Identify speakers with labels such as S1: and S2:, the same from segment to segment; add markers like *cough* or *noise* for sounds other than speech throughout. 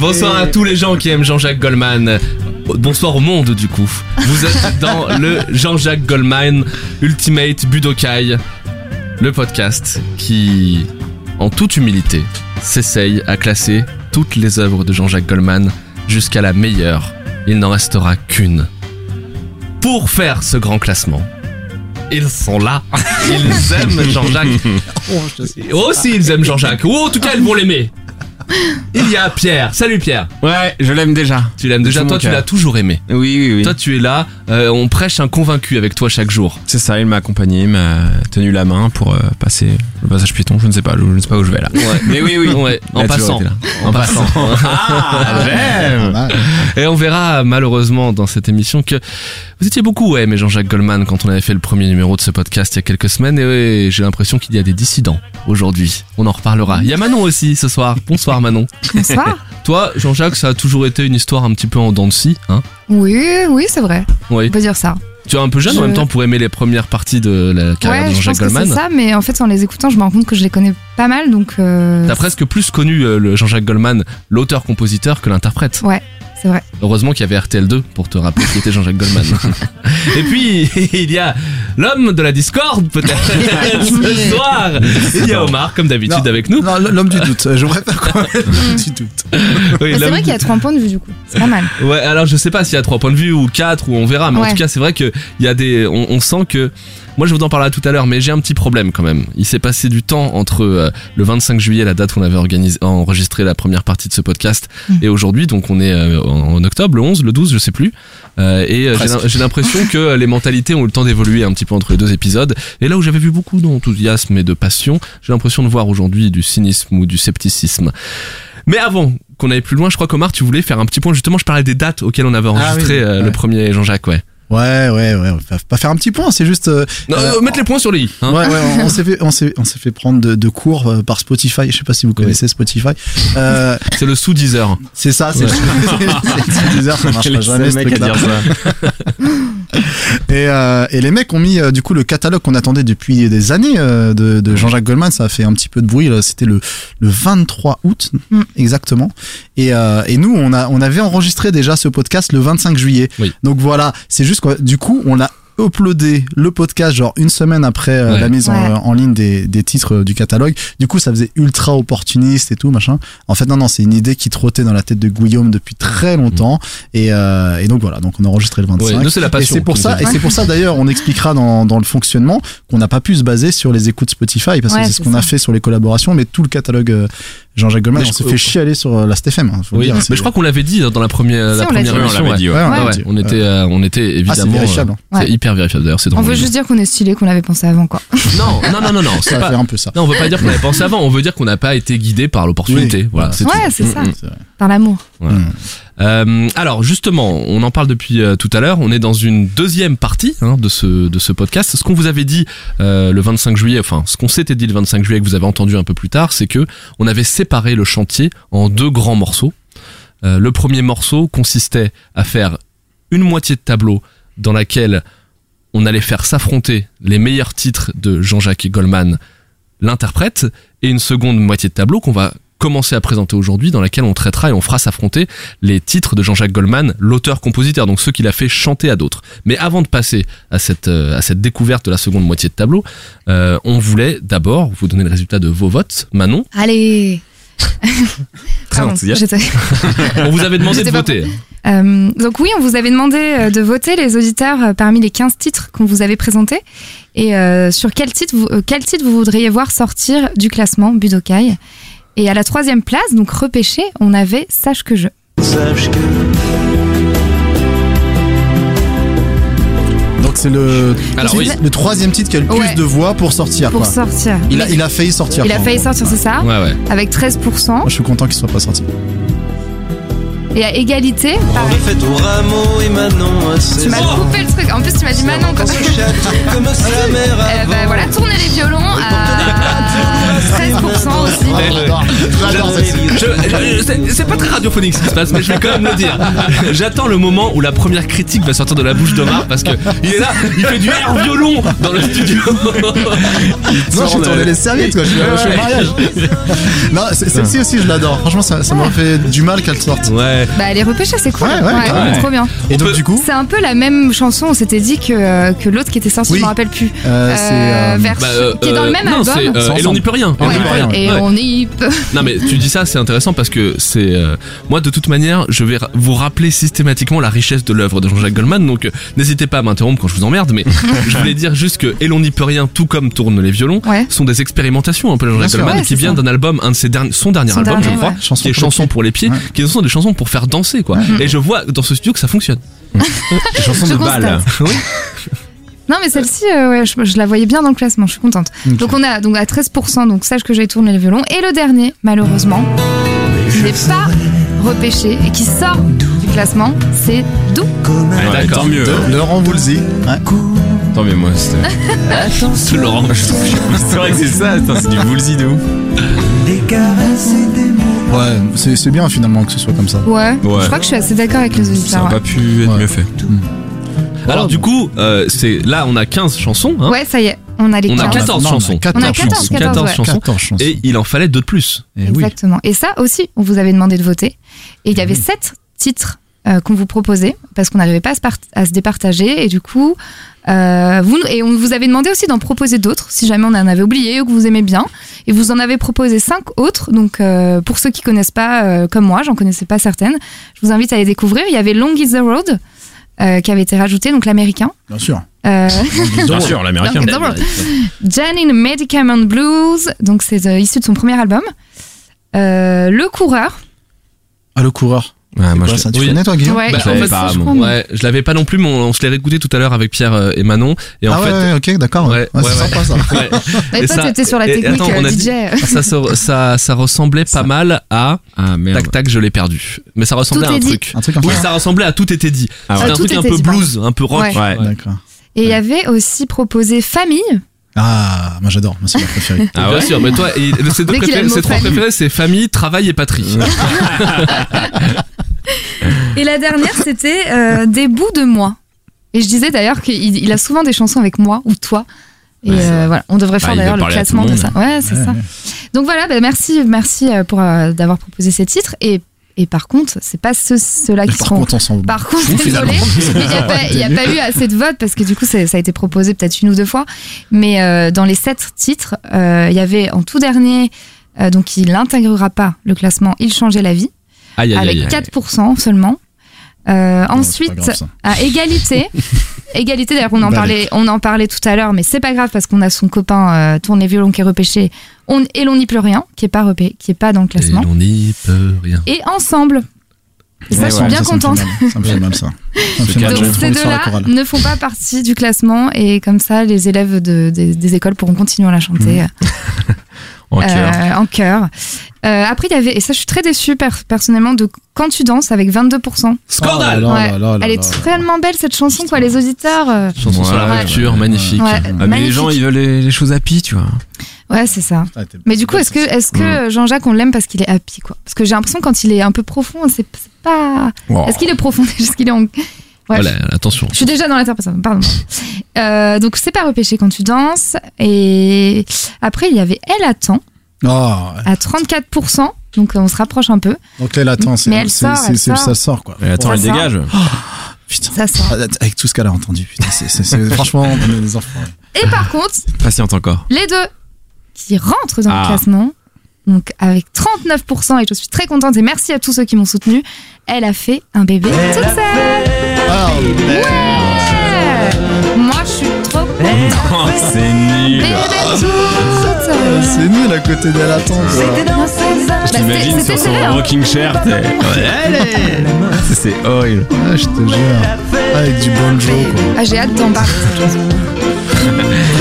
S1: Bonsoir à tous les gens qui aiment Jean-Jacques Goldman. Bonsoir au monde du coup. Vous êtes dans le Jean-Jacques Goldman Ultimate Budokai, le podcast qui, en toute humilité, s'essaye à classer toutes les œuvres de Jean-Jacques Goldman jusqu'à la meilleure. Il n'en restera qu'une. Pour faire ce grand classement, ils sont là. Ils aiment Jean-Jacques. Oh si, ils aiment Jean-Jacques. Ou en tout cas, ils vont l'aimer. Il y a Pierre. Salut Pierre.
S2: Ouais, je l'aime déjà.
S1: Tu l'aimes déjà,
S2: Tout
S1: toi
S2: mon
S1: tu
S2: cœur.
S1: l'as toujours aimé.
S2: Oui, oui, oui.
S1: Toi tu es là, euh, on prêche un convaincu avec toi chaque jour.
S2: C'est ça, il m'a accompagné, il m'a tenu la main pour euh, passer le passage piéton. Je ne sais pas, je, je ne sais pas où je vais là. Mais oui, *laughs* oui.
S1: Ouais,
S2: Il
S1: en
S2: a toujours
S1: passant.
S2: été là.
S1: En passant.
S2: *laughs* Ah, j'aime.
S1: *laughs* Et on verra malheureusement dans cette émission que vous étiez beaucoup à aimer Jean-Jacques Goldman quand on avait fait le premier numéro de ce podcast il y a quelques semaines et ouais, j'ai l'impression qu'il y a des dissidents aujourd'hui. On en reparlera. Il y a Manon aussi ce soir. Bonsoir Manon.
S3: Bonsoir.
S1: Toi Jean-Jacques ça a toujours été une histoire un petit peu en dents de scie, hein
S3: *laughs* Oui, oui, c'est vrai.
S1: Oui.
S3: On peut dire ça.
S1: Tu es un peu jeune en
S3: Je-
S1: même temps pour aimer les premières parties de la carrière
S3: ouais,
S1: de
S3: je pense
S1: Jean-Jacques
S3: que c'est
S1: Goldman.
S3: ça, mais en fait, en les écoutant, je me rends compte que je les connais pas mal, donc euh,
S1: T'as presque plus connu euh, le Jean-Jacques Goldman, l'auteur-compositeur, que l'interprète.
S3: c'est vrai.
S1: Heureusement qu'il y avait RTL2 pour te rappeler qui était Jean-Jacques
S3: *laughs*
S1: Goldman. Et puis, *laughs* il y a l'homme de la discorde,
S3: *laughs*
S1: peut-être, ce soir. Il y a Omar, comme d'habitude,
S4: Non.
S1: avec nous.
S4: Non, l'homme du doute. Euh, Je préfère quand
S2: *laughs*
S4: même l'homme du doute.
S1: Oui,
S3: Mais c'est
S1: l'homme-
S3: vrai qu'il y a trois points de vue du coup. C'est pas mal.
S1: Ouais, alors je sais pas s'il y a trois points de vue ou quatre ou on verra, mais en
S3: Ouais.
S1: tout cas c'est vrai que il y a des, on, on sent que, moi je vous en parlerai tout à l'heure, mais j'ai un petit problème quand même. Il s'est passé du temps entre euh, le 25 juillet, la date où on avait organisé, enregistré la première partie de ce podcast,
S3: Mm.
S1: et aujourd'hui, donc on est euh, en, en octobre, le 11, le 12, je sais plus, Euh, et euh, j'ai
S4: Presque.
S1: l'im- j'ai l'impression que les mentalités ont eu le temps d'évoluer un petit peu entre les deux épisodes. Et là où j'avais vu beaucoup d'enthousiasme et de passion, j'ai l'impression de voir aujourd'hui du cynisme ou du scepticisme. Mais avant qu'on aille plus loin, je crois qu'Omar, tu voulais faire un petit point. Justement, je parlais des dates auxquelles on avait enregistré
S4: Ah oui.
S1: euh, le
S4: Ouais.
S1: premier Jean-Jacques, ouais.
S4: Ouais, ouais, ouais. On va pas faire un petit point, c'est juste. euh,
S1: Non,
S4: euh,
S1: euh, mettre les points sur les i. hein.
S4: Ouais, ouais, on s'est fait, on s'est, on s'est fait prendre de, de cours euh, par Spotify. Je sais pas si vous connaissez Spotify. Euh,
S1: C'est le sous 10 heures.
S4: c'est ça, c'est *laughs*
S1: Ouais.
S4: c'est- c'est bizarre, ça marche
S2: Quel
S4: pas jamais. Ce
S2: mec à
S4: truc-là.
S2: dire ça.
S4: Et, euh, et les mecs ont mis euh, du coup le catalogue qu'on attendait depuis des années euh, de, de Jean-Jacques Goldman. Ça a fait un petit peu de bruit. là. C'était le, le 23 août
S3: Mm.
S4: exactement. Et, euh, et nous, on, a, on avait enregistré déjà ce podcast le 25 juillet.
S1: Oui.
S4: Donc voilà, c'est juste que du coup, on l'a uploadé le podcast genre une semaine après euh,
S1: Ouais.
S4: la mise en,
S3: Ouais.
S4: en ligne des, des titres euh, du catalogue. Du coup, ça faisait ultra opportuniste et tout machin. En fait, non, non, c'est une idée qui trottait dans la tête de Guillaume depuis très longtemps. Et, euh, et donc voilà, donc on a enregistré le 25.
S1: Mm. Ouais, nous, c'est la passion.
S4: Et c'est pour
S1: qui
S4: ça,
S1: nous
S4: et
S1: aime.
S4: c'est pour ça d'ailleurs, on expliquera dans, dans le fonctionnement qu'on n'a pas pu se baser sur les écoutes Spotify parce
S3: Ouais,
S4: que c'est ce
S3: c'est
S4: qu'on a
S3: ça.
S4: fait sur les collaborations, mais tout le catalogue euh, Jean-Jacques Goldman,
S1: Mais
S4: on
S1: je-
S4: s'est fait chialer sur euh, la STFM. hein, faut le
S1: Oui,
S4: dire,
S1: mais
S4: c'est- euh,
S1: je crois qu'on l'avait dit hein, dans la première, la
S3: Si, on l'a
S1: première
S3: dit.
S2: Oui, on
S1: émission,
S2: l'avait
S1: ouais.
S2: dit, ouais.
S4: Ouais, on
S1: Ah
S4: l'a
S1: ouais,
S4: dit.
S1: on
S4: Ouais.
S1: était, euh, on était
S4: Ah, c'est
S1: évidemment.
S4: vérifiable. hein.
S1: euh, c'est
S3: Ouais.
S1: hyper vérifiable d'ailleurs, c'est
S3: On
S1: drôle.
S3: veut juste dire qu'on est stylé, qu'on l'avait pensé avant quoi.
S1: Non, non, non, non, non, c'est
S4: Ça
S1: pas-
S4: fait un peu ça.
S1: Non, on veut pas dire qu'on avait pensé avant, on veut dire qu'on n'a pas été guidé par l'opportunité.
S4: Oui.
S1: Voilà, c'est tout.
S3: Ouais, c'est ça.
S1: Mm, mm.
S4: C'est vrai.
S3: Par l'amour.
S1: Voilà.
S4: Mm.
S1: Euh, alors justement, on en parle depuis euh, tout à l'heure. On est dans une deuxième partie hein, de ce de ce podcast. Ce qu'on vous avait dit euh, le 25 juillet, enfin ce qu'on s'était dit le 25 juillet que vous avez entendu un peu plus tard, c'est que on avait séparé le chantier en deux grands morceaux. Euh, le premier morceau consistait à faire une moitié de tableau dans laquelle on allait faire s'affronter les meilleurs titres de Jean-Jacques Goldman, l'interprète, et une seconde moitié de tableau qu'on va commencer à présenter aujourd'hui, dans laquelle on traitera et on fera s'affronter les titres de Jean-Jacques Goldman, l'auteur-compositeur, donc ceux qu'il a fait chanter à d'autres. Mais avant de passer à cette, euh, à cette découverte de la seconde moitié de tableau, euh, on voulait d'abord vous donner le résultat de vos votes. Manon,
S3: Allez.
S2: Très
S3: Pardon,
S2: enthousiaste.
S3: j'étais-
S1: on vous avait
S3: *laughs*
S1: demandé de
S3: J'étais pas
S1: voter.
S3: Euh, donc oui, on vous avait demandé euh, de voter les auditeurs euh, parmi les 15 titres qu'on vous avait présentés et euh, sur quel titre, vous, euh, quel titre vous voudriez voir sortir du classement Budokai. Et à la troisième place, donc repêché, on avait Sache que je.
S4: Donc c'est le,
S1: Alors
S4: c'est
S1: oui.
S4: le troisième titre qui a le plus
S3: Ouais.
S4: de voix pour sortir.
S3: Pour
S4: quoi.
S3: sortir.
S4: Il, a, il a failli sortir.
S3: Il a
S4: quoi,
S3: failli
S4: en
S3: sortir,
S4: gros.
S3: c'est ça
S1: Ouais, ouais.
S3: Avec 13%.
S4: Moi, je suis content qu'il soit pas sorti.
S3: Et à égalité,
S5: En
S3: pareil.
S5: effet, au rameau et Manon à ses
S3: Tu m'as
S5: heures.
S3: coupé le truc. En plus, tu m'as dit Manon. Quoi.
S5: Dans son château, comme si la mer
S3: Euh, bah,
S5: avant.
S3: voilà, tournez les violons. euh, 13% aussi.
S4: Ah, j'adore. J'adore cette série.
S1: Je- je- je- c'est- C'est pas très radiophonique ce qui se passe, mais je vais quand même le dire. J'attends le moment où la première critique va sortir de la bouche d'Omar parce que il est là, il fait du air violon dans le studio.
S4: Non, je suis tourné les serviettes, quoi. Je suis je suis au mariage. Non, c'est- celle-ci aussi, je l'adore. Franchement, ça ça m'a fait du mal qu'elle sorte.
S1: Ouais.
S3: Bah, elle est repêchée, c'est cool.
S4: Ouais, ouais, carrément.
S3: trop bien.
S4: Et donc,
S1: peut-
S4: du coup,
S3: C'est un peu la même chanson, on s'était dit que, euh, que l'autre qui était sorti,
S4: Oui.
S3: je me rappelle plus.
S4: euh, c'est. euh,
S3: vers-
S1: Bah, euh,
S3: qui est dans le même
S1: non,
S3: album.
S1: c'est, euh,
S4: C'est
S1: et on n'y peut rien. on n'y
S3: Ouais,
S1: peut rien.
S3: Et
S1: Ouais.
S3: on y peut.
S1: Non mais tu dis ça, c'est intéressant parce que c'est euh, moi de toute manière, je vais ra- vous rappeler systématiquement la richesse de l'œuvre de Jean-Jacques Goldman. Donc euh, n'hésitez pas à m'interrompre quand je vous emmerde, mais
S3: *laughs*
S1: je voulais dire juste que Et l'on n'y peut rien, tout comme tourne les violons,
S3: Ouais.
S1: sont des expérimentations un peu de
S4: Bien
S1: Jean-Jacques
S4: sûr.
S1: Goldman
S3: Ouais,
S1: qui
S3: c'est
S1: vient
S3: ça.
S1: d'un album, un de ses derniers, son dernier
S3: Son
S1: album,
S3: dernier,
S1: je crois,
S3: ouais.
S4: Chanson
S1: qui est
S4: pour les
S1: chansons pour les pieds,
S4: Ouais.
S1: qui sont des chansons pour faire danser quoi. Et je vois dans ce studio que ça fonctionne. *laughs*
S2: Les chansons
S3: Je
S2: de
S3: constate.
S2: balle.
S3: Non, mais celle-ci, euh, ouais, je, je la voyais bien dans le classement, je suis contente. Donc on a donc à 13%, donc sache que j'ai tourné les violons. Et le dernier, malheureusement, qui n'est pas repêché et qui sort du classement, c'est Doux.
S2: Ouais,
S1: d'accord.
S2: Tant mieux.
S4: de Laurent Woolsey. Ouais.
S2: Tant mieux, moi, c'était.
S1: C'est Laurent.
S2: *laughs* c'est vrai que c'est ça, putain, c'est du bullseye de ouf.
S4: Ouais, c'est c'est bien finalement que ce soit comme ça.
S3: Ouais.
S2: Ouais.
S3: Je crois que je suis assez d'accord avec les
S2: Ça
S3: auditeurs.
S2: aurait
S3: Ouais.
S2: pas pu être
S4: Ouais.
S2: mieux fait.
S1: Alors du coup, euh, c'est là on a 15 chansons, hein.
S3: Ouais, ça y est, on a les
S1: on a
S3: 15.
S1: 14
S4: Non, on a
S1: chansons.
S4: 14
S3: On a 14, 14,
S1: 14
S3: ouais.
S1: chansons.
S4: 14 chansons.
S1: Et il en fallait deux de plus.
S4: Eh oui. Eh
S3: Exactement. Et ça aussi, on vous avait demandé de voter. Et il y avait sept titres euh, qu'on vous proposait parce qu'on n'arrivait pas à se, part- à se départager. Et du coup, euh, vous, et on vous avait demandé aussi d'en proposer d'autres si jamais on en avait oublié ou que vous aimez bien. Et vous en avez proposé cinq autres. Donc, euh, pour ceux qui connaissent pas, euh, comme moi, j'en connaissais pas certaines, je vous invite à les découvrir. Il y avait Long is the Road euh, qui avait été rajouté, donc l'américain.
S4: Bien sûr. *laughs*
S3: Euh,
S2: Bien sûr, l'américain.
S3: Long is the Road. Jan in Medicament Blues, donc c'est euh, issu de son premier album. Euh, le coureur,
S4: Ah, le coureur.
S2: Ah, moi,
S4: Quoi,
S2: je
S4: ça, tu
S1: oui.
S4: connais toi, Guillaume
S3: Ouais,
S1: Bah,
S3: je
S1: en
S3: sais
S1: fait,
S2: pas,
S3: je
S2: moi.
S3: crois, mais-
S1: Ouais, je l'avais pas non plus, mais on, on se l'est réécouté tout à l'heure avec Pierre euh, et Manon. Et en
S4: Ah ouais,
S1: fait,
S4: ouais, ok, d'accord.
S1: Ouais,
S4: Ouais,
S1: ouais,
S4: c'est sympa
S1: ouais.
S4: ça.
S1: Ouais.
S3: Mais
S1: Et
S3: toi,
S1: ça-
S3: t'étais sur la
S1: et- et
S3: technique
S1: attends, on
S3: euh,
S1: a dit-
S3: DJ.
S1: ça, se- ça, ça ressemblait pas mal à
S2: Ah, merde.
S1: Tac Tac, je l'ai perdu. Mais ça ressemblait
S3: Tout
S1: à un
S3: est dit.
S1: truc.
S4: Un truc comme
S1: Oui,
S4: ça.
S1: ça ressemblait à Tout était dit.
S2: Ah,
S1: C'était
S3: ouais.
S1: un
S3: Tout
S1: truc un
S3: était
S1: peu
S3: dit,
S1: blues, un peu rock.
S3: Ouais.
S2: Ouais.
S4: D'accord.
S3: Et il y avait aussi proposé Famille.
S4: Ah, moi j'adore. Moi, c'est ma préférée.
S1: Ah
S2: Ah
S1: bien
S2: ouais
S1: sûr, mais toi,
S3: *laughs*
S1: et ces, deux
S3: Dès qu'il
S1: préférés-
S3: a le mot
S1: ces trois
S3: famille.
S1: préférés, c'est famille, travail et patrie.
S3: Et la dernière,
S1: *laughs*
S3: c'était euh, Des bouts de moi. Et je disais d'ailleurs qu'il il a souvent des chansons avec moi ou toi. Et
S2: Ouais, c'est
S3: euh, voilà, on
S2: Bah,
S3: devrait faire
S2: il veut
S3: d'ailleurs le
S2: parler à tout le
S3: classement de
S2: monde.
S3: ça. Ouais, c'est
S4: Ouais,
S3: ça.
S4: ouais.
S3: Donc voilà, bah, merci, merci euh, pour euh, d'avoir proposé ces titres. Et, et par contre, c'est pas ceux- ceux-là qui
S4: Par
S3: seront
S4: contre, on s'en
S3: Par contre,
S4: Fou, finalement.
S3: désolé, *laughs* il n'y a, pas- il y a pas eu assez de votes parce que du coup, ça, ça a été proposé peut-être une ou deux fois. Mais euh, dans les sept titres, euh, il y avait en tout dernier, euh, donc il n'intégrera pas le classement Il changeait la vie,
S1: Aïe, aïe,
S3: avec
S1: aïe. aïe.
S3: 4% seulement. Euh,
S4: Non, c'est pas
S3: ensuite,
S4: grave, ça. *laughs*
S3: à égalité, égalité d'ailleurs, on, en
S4: Bah,
S3: parlait- on en parlait tout à l'heure, mais c'est pas grave parce qu'on a son copain euh, Tourné Violon qui est repêché on, et l'on n'y peut rien, qui est pas, repé- qui est pas dans le
S1: Et
S3: classement.
S1: l'on n'y peut rien.
S3: Et ensemble. Et ça,
S4: Ouais,
S3: je
S4: ouais,
S3: suis
S4: ça,
S3: bien
S4: ça me fait
S3: contente.
S4: mal. Ça me fait mal ça. Ça me fait mal, je
S3: Donc
S4: vais
S3: ces
S4: retourner sur la
S3: deux-là
S4: chorale.
S3: ne font pas partie du classement et comme ça les élèves de, des, des écoles pourront continuer à la chanter
S2: En
S1: Mmh.
S3: euh,
S2: cœur.
S3: en chœur. Euh, après il y avait, et ça je suis très déçue per- personnellement, de Quand tu danses avec 22%.
S1: Scandale
S4: Oh là
S3: Ouais.
S4: là là là
S3: Elle est
S4: là.
S3: tellement belle cette chanson quoi, les auditeurs. euh,
S1: Chanson sur la
S2: Ouais.
S1: rupture,
S4: Ouais.
S1: magnifique.
S3: ouais,
S2: Ah, mais les
S3: magnifique.
S2: gens, ils veulent les, les choses happy, tu vois.
S3: Ouais c'est ça.
S4: Ah, t'es-
S3: Mais du coup, est-ce que, est que Jean-Jacques, on l'aime parce qu'il est happy, quoi Parce que j'ai l'impression quand il est un peu profond, c'est c'est pas.
S2: Wow.
S3: Est-ce qu'il est profond *laughs* Est-ce qu'il est en. Ouais,
S1: Voilà, Oh attention.
S3: Je suis déjà dans l'interprétation, pardon. Euh, donc c'est pas repêché quand tu danses. Et après, il y avait Elle attend
S4: Oh, ouais.
S3: à 34%. Donc on se rapproche un peu.
S4: donc elle attend, c'est
S3: Mais elle
S4: c'est-
S3: sort,
S4: c'est-
S3: elle
S4: c'est-
S3: sort.
S4: ça sort quoi.
S2: Mais Eh, attends,
S3: Ça
S2: elle
S3: sort.
S2: dégage.
S4: Putain.
S3: Ça sort.
S4: Avec tout ce qu'elle a entendu, putain, c'est- c'est- c'est- franchement, on est des enfants.
S3: Et par contre,
S2: Patiente encore.
S3: les deux qui rentrent dans
S2: Ah.
S3: le classement, donc avec 39%, et je suis très contente, et merci à tous ceux qui m'ont soutenue, elle a fait un bébé toute seule.
S4: Ah,
S3: Ouais. Moi, je suis trop contente.
S2: Oh, c'est nul.
S3: Bébé toute seule.
S4: c'est nul à côté d'elle attend. quoi.
S3: Bah, c'est-
S2: Je t'imagine
S3: c'était
S2: sur son
S3: vrai, hein.
S2: rocking chair. t'es- Ouais, allez C'est horrible.
S4: Ah, je te jure. Ah, Avec du banjo quoi.
S3: Ah, j'ai hâte d'en parler.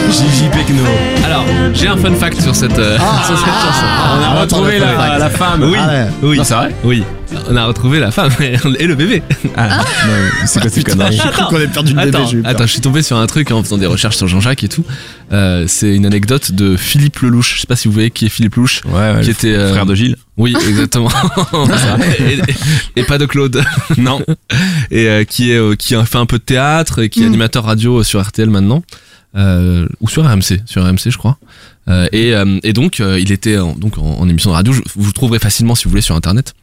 S2: Gigi Pecno.
S1: Alors, j'ai un fun
S2: Ah,
S1: fact sur cette, euh, sur cette chanson.
S2: On a
S4: Ah. attends,
S2: retrouvé
S4: le fun
S2: la,
S4: fact.
S2: la femme.
S1: Oui,
S4: Ah ouais.
S1: oui.
S2: Non, c'est vrai
S1: Oui. on a retrouvé la femme *laughs* et et le bébé.
S2: Ah, non, c'est quoi ces
S4: Putain,
S2: conneries
S4: j'ai cru qu'on avait perdu le bébé.
S1: Attends,
S4: j'ai eu peur.
S1: attends, je suis tombé sur un truc en faisant des recherches sur Jean-Jacques et tout. Euh, c'est une anecdote de Philippe Lelouch. Je sais pas si vous voyez qui est Philippe Lelouch.
S2: Ouais, ouais,
S1: Qui
S2: le
S1: était, euh,
S2: frère de Gilles.
S1: Oui, exactement. et, et- et pas de Claude. Non. Et euh, qui est euh, qui a fait un peu de théâtre et qui est
S3: Mm.
S1: animateur radio sur RTL maintenant euh, ou sur RMC, sur RMC je crois. Euh, et, euh, et donc euh, il était en, donc en, en émission de radio. Je- vous le trouverez facilement si vous voulez sur internet.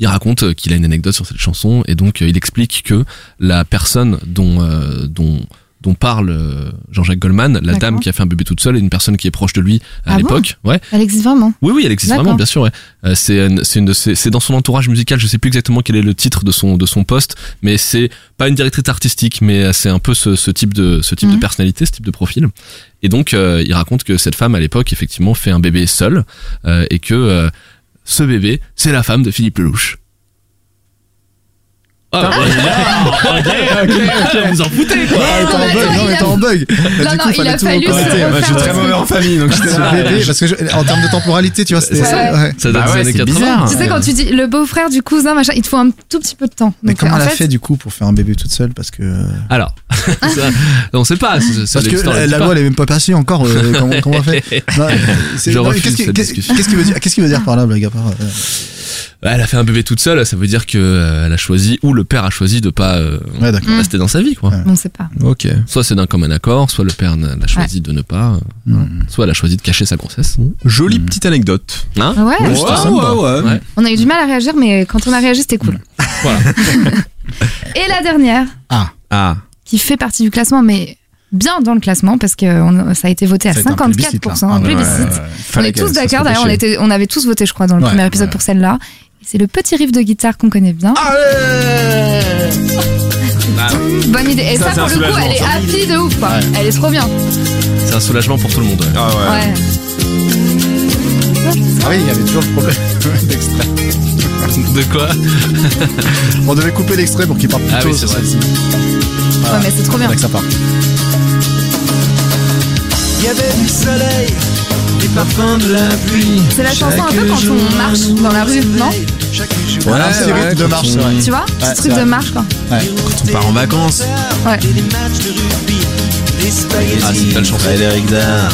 S1: Il raconte euh, qu'il a une anecdote sur cette chanson et donc euh, il explique que la personne dont euh, dont dont parle euh, Jean-Jacques Goldman, la
S3: D'accord.
S1: dame qui a fait un bébé toute seule, est une personne qui est proche de lui à
S3: Ah bon
S1: l'époque. ouais.
S3: Elle existe vraiment.
S1: Oui, oui, elle existe
S3: D'accord.
S1: vraiment, bien sûr. Ouais. Euh, c'est une- c'est une de ses- c'est dans son entourage musical. Je sais plus exactement quel est le titre de son de son poste, mais c'est pas une directrice artistique, mais euh, c'est un peu ce, ce type de ce type de
S3: Mhm.
S1: personnalité, ce type de profil. Et donc, euh, il raconte que cette femme à l'époque effectivement fait un bébé seule euh, et que euh, ce bébé, c'est la femme de Philippe Lelouch. Ah, ouais. Vous en foutez quoi
S4: Ah, t'es en
S3: mais
S4: bug,
S3: attends,
S4: non, mais
S3: il
S4: t'es en bug. Bah,
S3: a- Non,
S4: du
S3: non,
S4: coup,
S3: il
S4: fallait
S3: a
S4: tout
S3: fallu
S4: reprendre.
S3: se
S2: Arrêtez, moi, je suis très
S3: refaire
S2: mauvais en famille, donc j'étais
S4: C'est
S2: là.
S4: le bébé, parce que je- en termes de temporalité, tu vois, c'était
S3: C'est ça.
S4: ouais.
S1: Ça date
S2: Bah
S1: des
S2: ouais,
S1: années
S2: c'est
S1: 80.
S2: bizarre.
S3: Tu sais, quand tu dis le beau-frère du cousin, machin, il te faut un tout petit peu de temps.
S4: Mais
S3: Donc,
S4: comment
S3: en
S4: elle a
S3: fait,
S4: fait du coup pour faire un bébé toute seule Parce que, euh,
S1: Alors, *laughs* ça, on sait pas. c'est- c'est-
S4: parce que
S1: l'histoire,
S4: la,
S1: elle dit
S4: la
S1: pas.
S4: loi elle est même pas passée encore. euh, comment, comment on fait
S1: *laughs*
S4: Non, euh, c'est-
S1: Je
S4: non, mais
S1: refuse
S4: Qu'est-ce qui-
S1: cette
S4: qu'est-ce-
S1: discussion.
S4: qu'est-ce qu'il veut dire Qu'est-ce qu'il veut dire par là, blague à part euh,
S1: Bah, elle a fait un bébé toute seule, ça veut dire que euh, elle a choisi ou le père a choisi de pas euh,
S4: Ouais,
S3: Mm.
S4: d'accord.
S1: rester dans sa vie quoi.
S4: Ouais.
S3: on sait pas.
S2: Ok.
S1: Soit c'est d'un commun accord, soit le père n'a- l'a choisi de ne pas, euh,
S4: Mm.
S1: soit elle a choisi de cacher sa grossesse.
S2: *laughs* Jolie petite anecdote.
S1: Hein
S3: Ah Ouais,
S4: Ouais, c'était sympa.
S1: Ouais.
S3: on a eu du mal à réagir, mais quand on a réagi,
S4: *laughs*
S3: c'était cool.
S1: Voilà.
S3: *laughs* Et la dernière,
S2: Ah,
S3: qui fait partie du classement, mais bien dans le classement, parce que on- ça a été voté à
S4: Ça a été un
S3: 54%.
S4: plébiscite, là. Ah,
S3: un
S4: ouais, ouais,
S3: plébiscite.
S4: ouais, ouais.
S3: On
S2: fallait
S3: est
S2: qu'elle
S3: tous
S2: se
S3: d'accord, d'ailleurs, on,
S2: dépêchait.
S3: était- on avait tous voté, je crois, dans le
S4: Ouais,
S3: premier épisode
S4: ouais.
S3: pour celle-là. Et C'est le petit riff de guitare qu'on connaît bien.
S4: Ah,
S3: *laughs* Bonne idée. Et
S2: Ça,
S3: ça,
S2: c'est un
S3: pour le coup,
S2: soulagement,
S3: elle est
S2: ça.
S3: happy de ouf, quoi.
S4: Ouais.
S3: Elle est trop bien.
S1: C'est un soulagement pour tout le monde. ouais.
S2: Ah ouais.
S3: Ouais. Mm.
S4: Ah oui, il y avait toujours le problème *laughs* d'extrait.
S1: De quoi
S4: On devait couper l'extrait pour qu'il parte plus
S1: Ah
S4: tôt.
S1: oui, c'est vrai.
S3: Ouais, mais c'est trop bien.
S4: Faudrait que ça parte.
S5: Il y avait du soleil, des parfums de la pluie.
S3: C'est la chanson un peu quand
S5: jour,
S3: on marche dans la rue, non
S5: Chaque
S1: Ah,
S5: jour,
S2: Ouais,
S4: un petit
S2: ouais,
S4: rythme de
S2: quand
S4: marche,
S2: on-
S4: c'est vrai.
S3: Tu vois
S4: Ouais,
S3: Petit
S4: c'est
S3: truc de
S4: vrai.
S3: marche, quoi.
S2: On part en vacances.
S3: Ouais.
S5: et des matchs de rugby, des spaghettis.
S1: Ah, c'est une belle chanson.
S5: Frédéric Dard.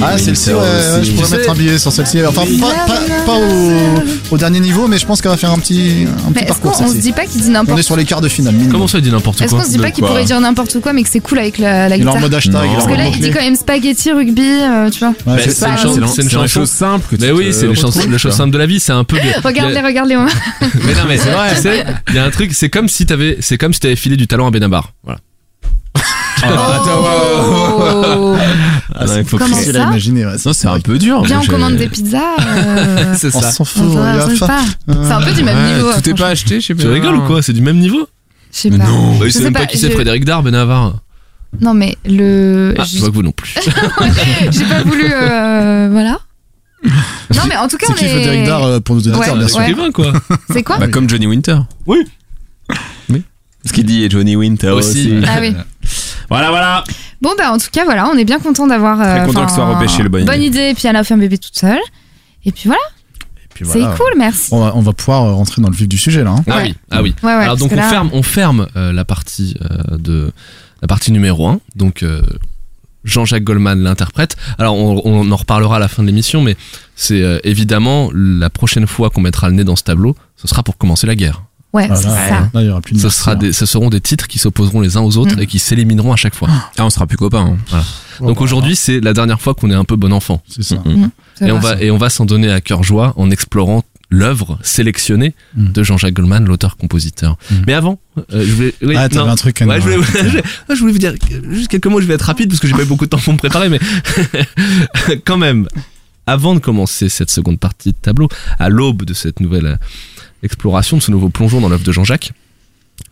S4: Ah, celle-ci, ouais,
S5: aussi.
S4: ouais, je pourrais
S1: Tu
S4: mettre
S1: sais-
S4: un billet sur celle-ci. Enfin, pas, pas- pas au, au dernier niveau, mais je pense qu'on va faire un petit, un
S3: Mais
S4: petit
S3: est-ce qu'on
S4: parcours
S3: on se
S4: celle-ci.
S3: dit pas qu'il dit
S4: On est
S3: n'importe
S4: sur les quarts de finale, minimum.
S1: Comment ça il dit n'importe
S3: Est-ce
S1: quoi
S3: qu'on se dit pas qu'il
S2: quoi
S3: pourrait dire n'importe quoi, mais que c'est cool avec la, la
S4: Il est
S3: guitare
S4: en mode hashtag.
S2: Non.
S4: il est en
S3: Parce que
S4: mode
S3: là, il dit
S4: mot-clé.
S3: quand même spaghetti, rugby, euh, tu
S4: *laughs*
S3: vois.
S4: Ouais,
S1: Bah,
S4: c'est-
S1: c'est une
S3: pas-
S1: chanson. C'est une
S2: C'est une
S1: chanson.
S2: chose simple que tu
S1: Mais
S2: te
S1: oui, c'est une
S2: retrouves, Ah.
S1: chanson, la chose
S2: quoi.
S1: simple de la vie. C'est un
S3: *laughs*
S1: peu. le-
S3: Regarde les,
S1: le-
S3: regarde les. ouais.
S1: Mais non, mais c'est vrai. tu sais, Il y a un truc. C'est comme si t'avais. C'est comme si t'avais filé du talent à Benabar. Voilà.
S4: *laughs*
S3: Oh.
S2: Ah, non, il faut
S3: Comment
S2: que-
S4: difficile à
S3: ça
S4: imaginer, ouais.
S2: Non, c'est un peu dur.
S3: Bien,
S2: moi,
S3: on
S2: j'ai-
S3: commande des pizzas.
S4: *laughs*
S3: euh,
S1: C'est
S4: On
S1: ça.
S4: s'en
S3: on
S4: fout, il
S3: va-
S4: a
S3: on sait
S4: faim.
S3: pas. C'est un peu du même
S2: Ouais,
S3: niveau.
S1: hein.
S2: Tout est
S3: franchement.
S2: pas acheté, je sais pas.
S1: Tu rigoles ou quoi C'est du même niveau
S3: Je sais
S2: Mais
S3: pas.
S2: non.
S1: Bah, Il
S3: Je
S1: sait
S3: sais
S1: même pas
S3: pas,
S1: qui c'est
S3: je-
S1: Frédéric Dard, Benavar.
S3: *laughs* Non, mais le.
S1: Ah,
S3: je-
S1: je vois que vous non plus.
S3: J'ai pas voulu. euh, Voilà. Non, mais en tout cas,
S4: C'est
S3: on
S4: qui Frédéric
S3: est.
S4: Dard euh, pour nos auditeurs,
S3: Ouais,
S4: bien sûr.
S1: Avec les vins, quoi.
S3: C'est quoi
S2: Bah, comme Johnny Winter.
S1: Oui.
S2: Oui. Ce qu'il dit est Johnny Winter
S1: Aussi.
S2: aussi.
S3: Ah oui.
S2: Voilà, voilà.
S3: Bon, bah en tout cas, voilà, on est bien content d'avoir. euh,
S2: Très content
S3: enfin,
S2: que ce soit repêché, le bonne
S3: Bonne idée, et puis elle a fait un bébé toute seule. Et puis voilà,
S4: Puis voilà,
S3: c'est cool, merci.
S4: On va, on va pouvoir euh, rentrer dans le vif du sujet là. hein.
S1: Ah
S3: Ouais.
S1: oui, ah oui.
S3: Ouais, ouais,
S1: Alors
S3: parce
S1: donc
S3: que
S1: on
S3: là-
S1: ferme, on ferme euh, la partie euh, de la partie numéro 1. Donc euh, Jean-Jacques Goldman l'interprète. Alors on, on en reparlera à la fin de l'émission, mais c'est euh, évidemment la prochaine fois qu'on mettra le nez dans ce tableau, ce sera pour commencer la guerre.
S3: Ouais,
S4: Voilà,
S3: c'est ça.
S4: Là, il y aura plus de
S1: Ce
S4: merci,
S1: sera
S4: hein.
S1: des, ce seront des titres qui s'opposeront les uns aux
S3: Mm.
S1: autres et qui s'élimineront à chaque fois.
S2: Ah, on sera plus copains. hein.
S3: Oh, bah,
S1: donc aujourd'hui c'est la dernière fois qu'on est un peu bon enfant.
S4: C'est ça.
S3: Ça
S1: Et
S3: va.
S1: on va et on va s'en donner à cœur joie en explorant l'œuvre sélectionnée
S4: Mm.
S1: de Jean-Jacques Goldman, l'auteur-compositeur.
S4: Mm.
S1: Mais avant, euh, je voulais oui,
S4: Ah,
S1: non.
S4: t'avais un truc. à
S1: Ouais,
S4: nous-
S1: je voulais, je voulais vous *laughs* dire juste quelques mots, je vais être rapide parce que j'ai pas eu beaucoup de temps pour me préparer, mais *laughs* quand même, avant de commencer cette seconde partie de tableau, à l'aube de cette nouvelle euh, exploration, de ce nouveau plongeon dans l'œuvre de Jean-Jacques,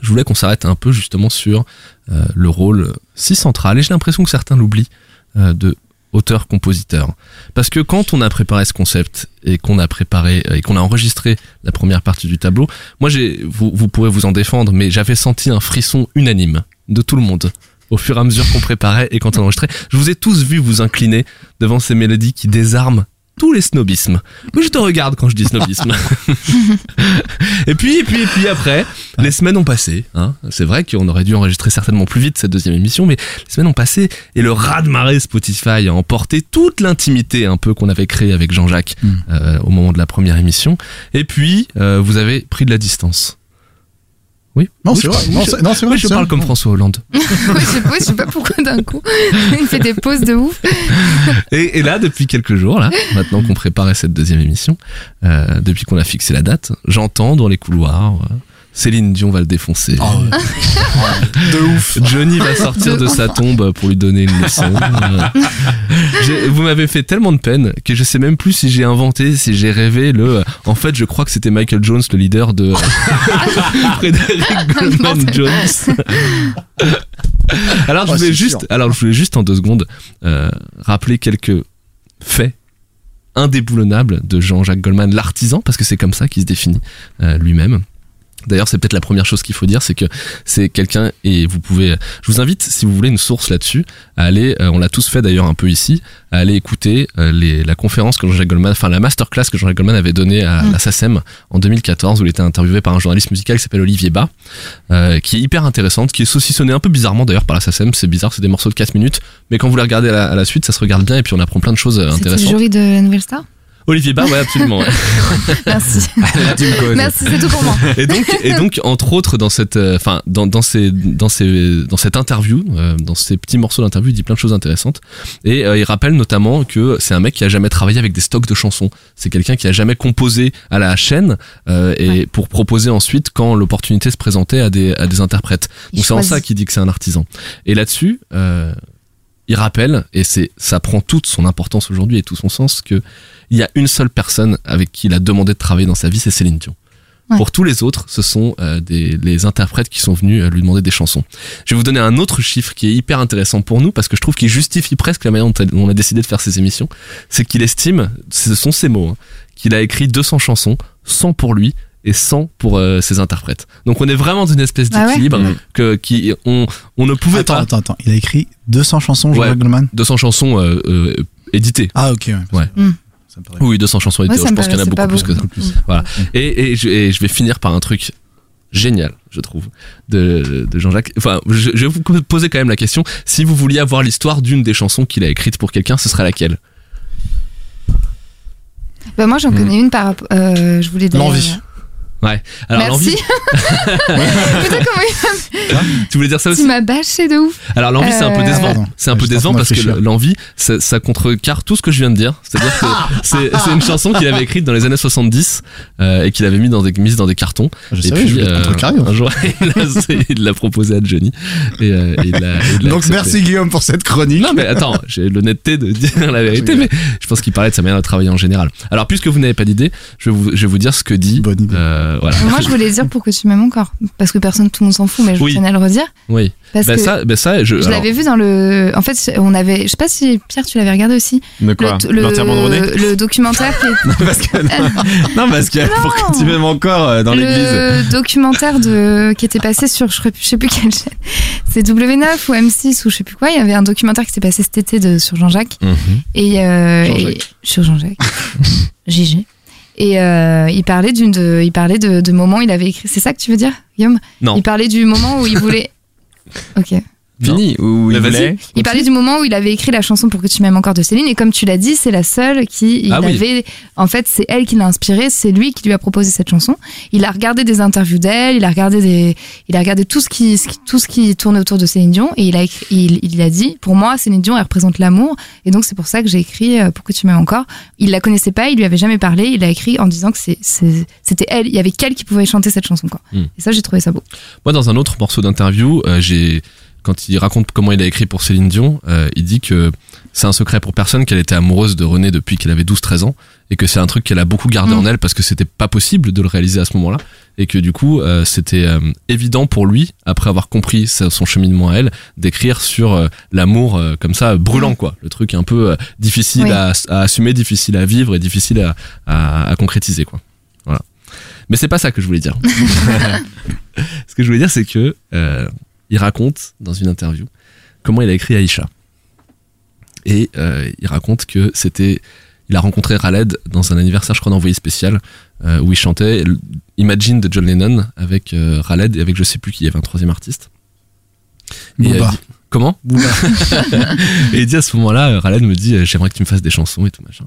S1: je voulais qu'on s'arrête un peu justement sur euh, le rôle si central, et j'ai l'impression que certains l'oublient, euh, de auteur-compositeur. Parce que quand on a préparé ce concept et qu'on a préparé euh, et qu'on a enregistré la première partie du tableau, moi, j'ai, vous, vous pourrez vous en défendre, mais j'avais senti un frisson unanime de tout le monde au fur et à mesure qu'on préparait et quand on enregistrait. Je vous ai tous vu vous incliner devant ces mélodies qui désarment tous les snobismes. Mais je te regarde quand je dis snobisme. *laughs* et puis, et puis, et puis après, les semaines ont passé. Hein. C'est vrai qu'on aurait dû enregistrer certainement plus vite cette deuxième émission, mais les semaines ont passé et le raz-de-marée Spotify a emporté toute l'intimité un peu qu'on avait créée avec Jean-Jacques
S4: Mm.
S1: euh, au moment de la première émission. Et puis, euh, vous avez pris de la distance. Oui
S4: Non,
S1: Oui,
S4: c'est
S1: je-
S4: vrai.
S1: oui,
S4: Non,
S1: je-
S4: c'est- non, c'est
S1: oui,
S4: vrai,
S1: je
S4: c'est
S1: parle
S4: vrai.
S1: comme François Hollande.
S3: Oui, *laughs* je sais pas, je sais pas pourquoi d'un coup. *laughs* Il fait des pauses de ouf.
S1: Et, et là, depuis quelques jours, *laughs* là, maintenant qu'on préparait cette deuxième émission, euh, depuis qu'on a fixé la date, j'entends dans les couloirs euh, Céline Dion va le défoncer.
S4: Oh, ouais.
S1: de ouf.
S4: *laughs*
S1: Johnny va sortir de sa tombe pour lui donner une leçon. Euh, j'ai- vous m'avez fait tellement de peine que je sais même plus si j'ai inventé, si j'ai rêvé le. En fait, je crois que c'était Michael Jones, le
S4: *laughs*
S1: leader de Frédéric Goldman
S3: N'importe
S1: Jones.
S4: *laughs*
S1: alors je
S4: Oh,
S1: voulais
S4: c'est
S1: juste,
S4: sûr.
S1: alors je voulais juste en deux secondes euh, rappeler quelques faits indéboulonnables de Jean-Jacques Goldman, l'artisan, parce que c'est comme ça qu'il se définit euh, lui-même. D'ailleurs, c'est peut-être la première chose qu'il faut dire, c'est que c'est quelqu'un et vous pouvez. Je vous invite, si vous voulez une source là-dessus, à aller. euh, on l'a tous fait d'ailleurs un peu ici, à aller écouter euh, les, la conférence que Jean-Jacques Goldman, enfin la masterclass que Jean-Jacques Goldman avait donnée à
S3: Mm.
S1: la SACEM en 2014, où il était interviewé par un journaliste musical qui s'appelle Olivier Bas, euh, qui est hyper intéressante, qui est saucissonnée un peu bizarrement d'ailleurs par la SACEM. C'est bizarre, c'est des morceaux de 4 minutes, mais quand vous les regardez à la, à la suite, ça se regarde bien et puis on apprend plein de choses euh,
S3: C'était le
S1: intéressantes.
S3: jury de la
S1: *laughs*
S3: Nouvelle Star
S1: Olivier Bas, ouais, absolument. ouais.
S3: Merci.
S2: Tu me causes.
S3: Merci, c'est tout pour moi.
S1: et donc et donc entre autres dans cette euh, enfin dans dans ces dans ces dans cette interview euh, dans ces petits morceaux d'interview il dit plein de choses intéressantes et euh, il rappelle notamment que c'est un mec qui a jamais travaillé avec des stocks de chansons c'est quelqu'un qui a jamais composé à la chaîne euh, et
S3: Ouais.
S1: pour proposer ensuite quand l'opportunité se présentait à des à des interprètes
S3: Il
S1: donc c'est en
S3: choisit.
S1: ça qu'il dit que c'est un artisan. Et là-dessus, euh, il rappelle, et c'est, ça prend toute son importance aujourd'hui et tout son sens, que il y a une seule personne avec qui il a demandé de travailler dans sa vie, c'est Céline Dion.
S3: Ouais.
S1: Pour tous les autres, ce sont euh, des, les interprètes qui sont venus euh, lui demander des chansons. Je vais vous donner un autre chiffre qui est hyper intéressant pour nous parce que je trouve qu'il justifie presque la manière dont elle- dont on a décidé de faire ces émissions. C'est qu'il estime, ce sont ses mots, hein, qu'il a écrit 200 chansons, 100 pour lui et 100 pour euh, ses interprètes. Donc on est vraiment dans une espèce
S3: Ah ouais
S1: d'équilibre que qui on on ne pouvait
S4: Attends,
S1: pas
S4: attends, attends. Il a écrit 200 chansons, Jean-Jacques
S1: Ouais.
S4: Goldman
S1: 200 chansons euh, euh, éditées.
S4: Ah, ok, ouais. parce que
S3: Ouais.
S4: Ça me paraît
S1: Oui, 200 chansons
S3: Ouais,
S1: éditées.
S3: ça
S1: je
S3: me
S1: pense qu'il y en a
S3: paraissait
S1: beaucoup
S3: pas
S1: plus que ça.
S4: beaucoup plus.
S1: Voilà. Et, et, je, et je vais finir par un truc génial, je trouve, de, de Jean-Jacques. Enfin, je, je vais vous poser quand même la question. Si vous vouliez avoir l'histoire d'une des chansons qu'il a écrites pour quelqu'un, ce serait laquelle
S3: Bah, moi,
S1: Mm.
S3: j'en connais une par rapport. euh, je voulais dire-
S4: L'envie.
S3: Merci. *laughs*
S1: l'envie, *laughs*
S3: Putain, comment
S1: tu voulais dire ça aussi
S3: il m'a bâché de ouf.
S1: Alors l'envie c'est un peu
S3: Euh,
S1: décevant.
S4: Pardon.
S1: C'est un peu
S4: J'étais en
S1: décevant
S4: train de
S1: parce que
S4: réfléchir.
S1: le- l'envie ça, ça contrecarre tout ce que je viens de dire. C'est-à-dire que
S4: Ah,
S1: c'est c'est une chanson qu'il avait écrite dans les années 70 euh, et qu'il avait mis dans des mise dans des cartons.
S4: Ah, Je
S1: et
S4: savais, je voulais te
S1: euh,
S4: contrecarrer, en fait.
S1: un jour *laughs* il l'a- c'est- il l'a proposé à Johnny. Et, euh, il l'a- il l'a
S4: Donc
S1: accepté.
S4: merci Guillaume pour cette chronique.
S1: Non mais attends, j'ai l'honnêteté de dire la vérité, mais je pense qu'il parlait de sa manière de travailler en général. Alors puisque vous n'avez pas d'idée, je vais vous je vais vous dire ce que dit.
S4: Bonne idée.
S1: euh, voilà.
S3: Moi, je voulais dire pour que tu m'aimes encore. Parce que personne, tout le monde s'en fout, mais je
S1: Oui.
S3: tenais à le redire.
S1: Oui.
S3: Parce
S1: Ben
S3: que
S1: ça, ben ça, je.
S3: je
S1: alors,
S3: l'avais vu dans le. En fait, on avait. Je sais pas si Pierre, tu l'avais regardé aussi.
S2: De quoi
S3: le,
S2: L'enterrement de René
S3: le, le documentaire qui
S1: *laughs*
S3: est-
S2: parce que, non, parce que pour que tu m'aimes encore euh, dans l'église.
S3: le documentaire de, qui était passé sur, je, crois- je sais plus quelle chaîne, c'est W9 ou M6 ou je sais plus quoi. Il y avait un documentaire qui s'est passé cet été de, sur Jean-Jacques.
S1: Mhm.
S3: Et, euh,
S1: Jean-Jacques.
S3: et- sur Jean-Jacques. GG. Et euh, il parlait d'une, de, il parlait de, de moments où il avait écrit. C'est ça que tu veux dire, Guillaume
S1: Non.
S3: Il parlait du moment où il voulait. Ok.
S2: Fini ou
S1: Mais
S2: il
S1: vas-y.
S2: voulait
S3: Il parlait du moment où il avait écrit la chanson pour que tu m'aimes encore de Céline et comme tu l'as dit, c'est la seule qui il
S1: Ah oui.
S3: avait en fait, c'est elle qui l'a inspirée, c'est lui qui lui a proposé cette chanson. Il a regardé des interviews d'elle, il a regardé des il a regardé tout ce qui, ce qui- tout ce qui tourne autour de Céline Dion et il a écrit- il, il a dit pour moi Céline Dion elle représente l'amour et donc c'est pour ça que j'ai écrit euh, pour que tu m'aimes encore. Il la connaissait pas, il lui avait jamais parlé, il a écrit en disant que c'est- c'est- c'était elle, il y avait qu'elle qui pouvait chanter cette chanson quoi.
S1: Hmm.
S3: Et ça j'ai trouvé ça beau.
S1: Moi, dans un autre morceau d'interview, euh, j'ai quand il raconte comment il a écrit pour Céline Dion, euh, il dit que c'est un secret pour personne qu'elle était amoureuse de René depuis qu'elle avait 12-13 ans et que c'est un truc qu'elle a beaucoup gardé
S3: Mm.
S1: en elle parce que c'était pas possible de le réaliser à ce moment-là et que du coup euh, c'était euh, évident pour lui après avoir compris sa- son cheminement à elle d'écrire sur euh, l'amour euh, comme ça brûlant quoi le truc un peu euh, difficile
S3: Mm. Oui.
S1: à, à assumer difficile à vivre et difficile à, à- à concrétiser quoi voilà mais c'est pas ça que je voulais dire ce que je voulais dire c'est que euh, il raconte dans une interview comment il a écrit Aïcha et euh, il raconte que c'était il a rencontré Raled dans un anniversaire, je crois, d'envoyé spécial, euh, où il chantait le- Imagine de John Lennon avec euh, Raled et avec je sais plus qui, il y avait un troisième artiste. Et, euh,
S4: Booba.
S1: il- comment
S4: Booba.
S1: *laughs* et il dit à ce moment-là, euh, Ralen me dit euh, j'aimerais que tu me fasses des chansons et tout machin.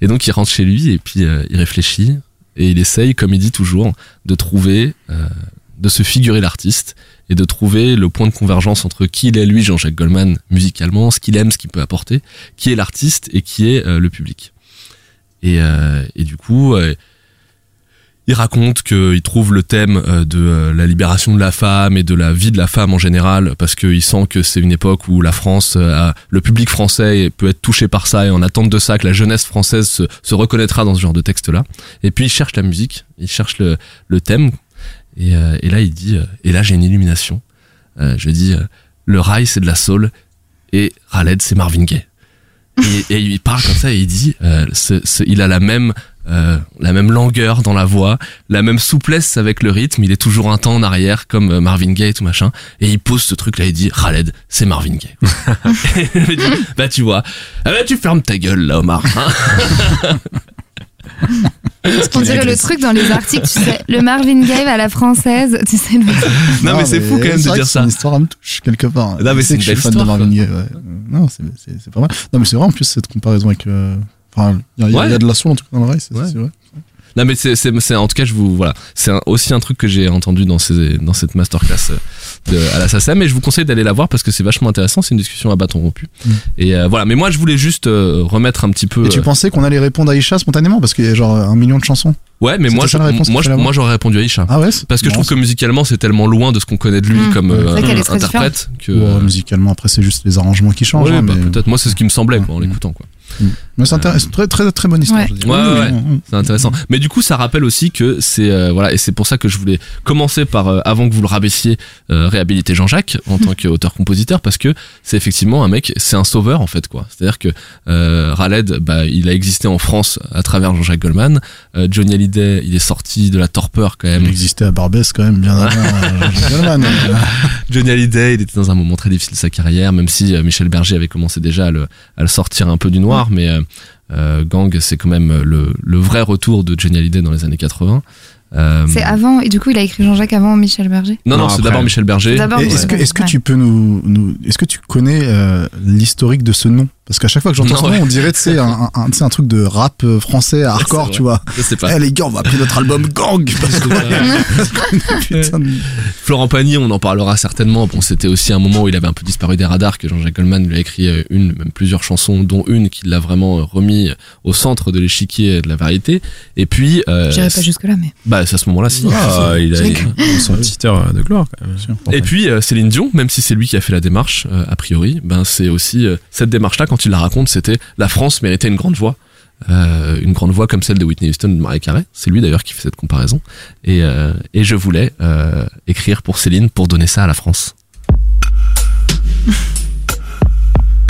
S1: Et donc il rentre chez lui et puis euh, il réfléchit et il essaye, comme il dit toujours, de trouver, euh, de se figurer l'artiste et de trouver le point de convergence entre qui il est lui, Jean-Jacques Goldman, musicalement, ce qu'il aime, ce qu'il peut apporter, qui est l'artiste et qui est euh, le public. Et, euh, et du coup, euh, il raconte qu'il trouve le thème euh, de euh, la libération de la femme et de la vie de la femme en général, parce qu'il sent que c'est une époque où la France, euh, a- le public français peut être touché par ça et en attente de ça, que la jeunesse française se, se reconnaîtra dans ce genre de texte-là. Et puis il cherche la musique, il cherche le, le thème, et, euh, et là il dit, euh, et là j'ai une illumination. Euh, je dis, euh, le rail c'est de la soul, et Raled c'est Marvin Gaye. Et, et il parle comme ça et il dit, euh, ce- ce- il a la même, euh, la même langueur dans la voix, la même souplesse avec le rythme. Il est toujours un temps en arrière, comme euh, Marvin Gaye et tout machin. Et il pose ce truc là et dit Khaled, c'est
S4: *laughs*
S1: Marvin Gaye. Et je me dis, bah tu vois, ah bah, tu fermes ta gueule là, Omar. hein.
S3: On dirait le truc dans les articles, tu sais, le Marvin Gaye à la française, tu sais, le
S1: non, mais c'est fou quand même
S4: c'est
S1: de
S4: vrai que c'est
S1: dire ça.
S4: Une histoire elle me touche quelque part.
S1: Non, mais
S4: Je sais
S1: c'est
S4: que je
S1: une
S4: suis fan
S1: belle
S4: de
S1: histoire,
S4: Marvin Gaye. ouais. Non, c'est- c'est c'est pas mal. Non, mais c'est vrai en plus cette comparaison avec. euh, Enfin, il y, a- il y a-
S1: Ouais.
S4: il y a de la soul en tout cas dans le rail, c'est
S1: Ouais.
S4: c'est vrai.
S1: Non mais c'est, c'est, c'est- en tout cas je vous voilà, c'est un- aussi un truc que j'ai entendu dans ces, dans cette masterclass euh, de, à la SACEM et je vous conseille d'aller la voir parce que c'est vachement intéressant, c'est une discussion à bâton rompu.
S4: Mm.
S1: Et euh, voilà, mais moi je voulais juste euh, remettre un petit peu
S4: Et tu
S1: euh,
S4: pensais qu'on allait répondre à Isha spontanément parce qu'il y a genre un million de chansons
S1: Ouais, mais
S4: C'était
S1: moi
S4: ça
S1: je,
S4: la réponse
S1: moi,
S4: qu'il
S1: je-
S4: fallait
S1: moi j'aurais répondu à Aïcha.
S4: Ah ouais c'est-
S1: Parce que je
S4: non,
S1: trouve que musicalement c'est tellement loin de ce qu'on connaît de lui
S3: Mm.
S1: comme
S4: C'est
S1: euh,
S4: vrai
S3: qu'elle est très
S1: interprète que
S4: c'est- Ouais, musicalement, après, c'est juste les arrangements qui changent.
S1: Ouais,
S4: hein,
S1: bah,
S4: mais
S1: peut-être moi c'est ce qui me semblait quoi, en
S4: Ouais.
S1: l'écoutant quoi.
S4: mais c'est intéressant. Très, très, très bonne histoire.
S3: Ouais.
S4: je veux dire.
S1: Ouais,
S4: Oui,
S1: ouais,
S4: oui, oui.
S1: C'est intéressant. Mais du coup ça rappelle aussi que c'est euh, voilà et c'est pour ça que je voulais commencer par euh, avant que vous le rabaissiez euh, réhabiliter Jean-Jacques en tant qu'auteur compositeur parce que c'est effectivement un mec c'est un sauveur en fait quoi. C'est-à-dire que euh, Raled bah il a existé en France à travers Jean-Jacques Goldman, Euh, Johnny Hallyday, il est sorti de la torpeur quand
S4: Il
S1: même.
S4: existait à Barbès quand même bien avant euh, Jean-Jacques
S3: *laughs*
S4: Goldman.
S1: Johnny Hallyday, il était dans un moment très difficile de sa carrière, même si euh, Michel Berger avait commencé déjà à le, à le sortir un peu du noir, mais euh, euh, Gang, c'est quand même le, le vrai retour de Johnny Hallyday dans les années 80. Euh,
S3: C'est avant, et du coup, il a écrit Jean-Jacques avant Michel Berger.
S1: non, non,
S2: Non,
S1: c'est
S2: après.
S1: d'abord Michel Berger.
S3: D'abord euh,
S4: Et
S1: Ouais.
S4: Est-ce que, est-ce que
S3: Ouais.
S4: tu peux nous, nous est-ce que tu connais euh, l'historique de ce nom Parce qu'à chaque fois que j'entends
S1: Non,
S4: ce nom,
S1: ouais.
S4: on dirait tu sais, un, un, tu sais, un truc de rap euh, français hardcore,
S1: vrai. Bah.
S4: tu vois.
S1: Je sais
S4: Eh
S1: pas.
S4: les gars, on va appeler notre album Gang *laughs* parce que
S1: Euh,
S4: putain, de-
S1: Florent Pagny, on en parlera certainement. Bon, c'était aussi un moment où il avait un peu disparu des radars que Jean-Jacques Goldman lui a écrit euh, une, même plusieurs chansons, dont une qui l'a vraiment euh, remis au centre de l'échiquier de la variété. Et puis, euh,
S3: J'irai pas jusque-là, mais.
S1: bah, *laughs* c'est à ce moment-là, si.
S2: Ah, il a il a son petit heure euh, de gloire quand même.
S1: Et puis euh, Céline Dion, même si c'est lui qui a fait la démarche, euh, a priori, ben c'est aussi euh, cette démarche-là quand il la raconte, c'était la France méritait une grande voix, Euh, une grande voix comme celle de Whitney Houston, de Mariah Carey. C'est lui d'ailleurs qui fait cette comparaison. Et, euh, et je voulais euh, écrire pour Céline pour donner ça à la France.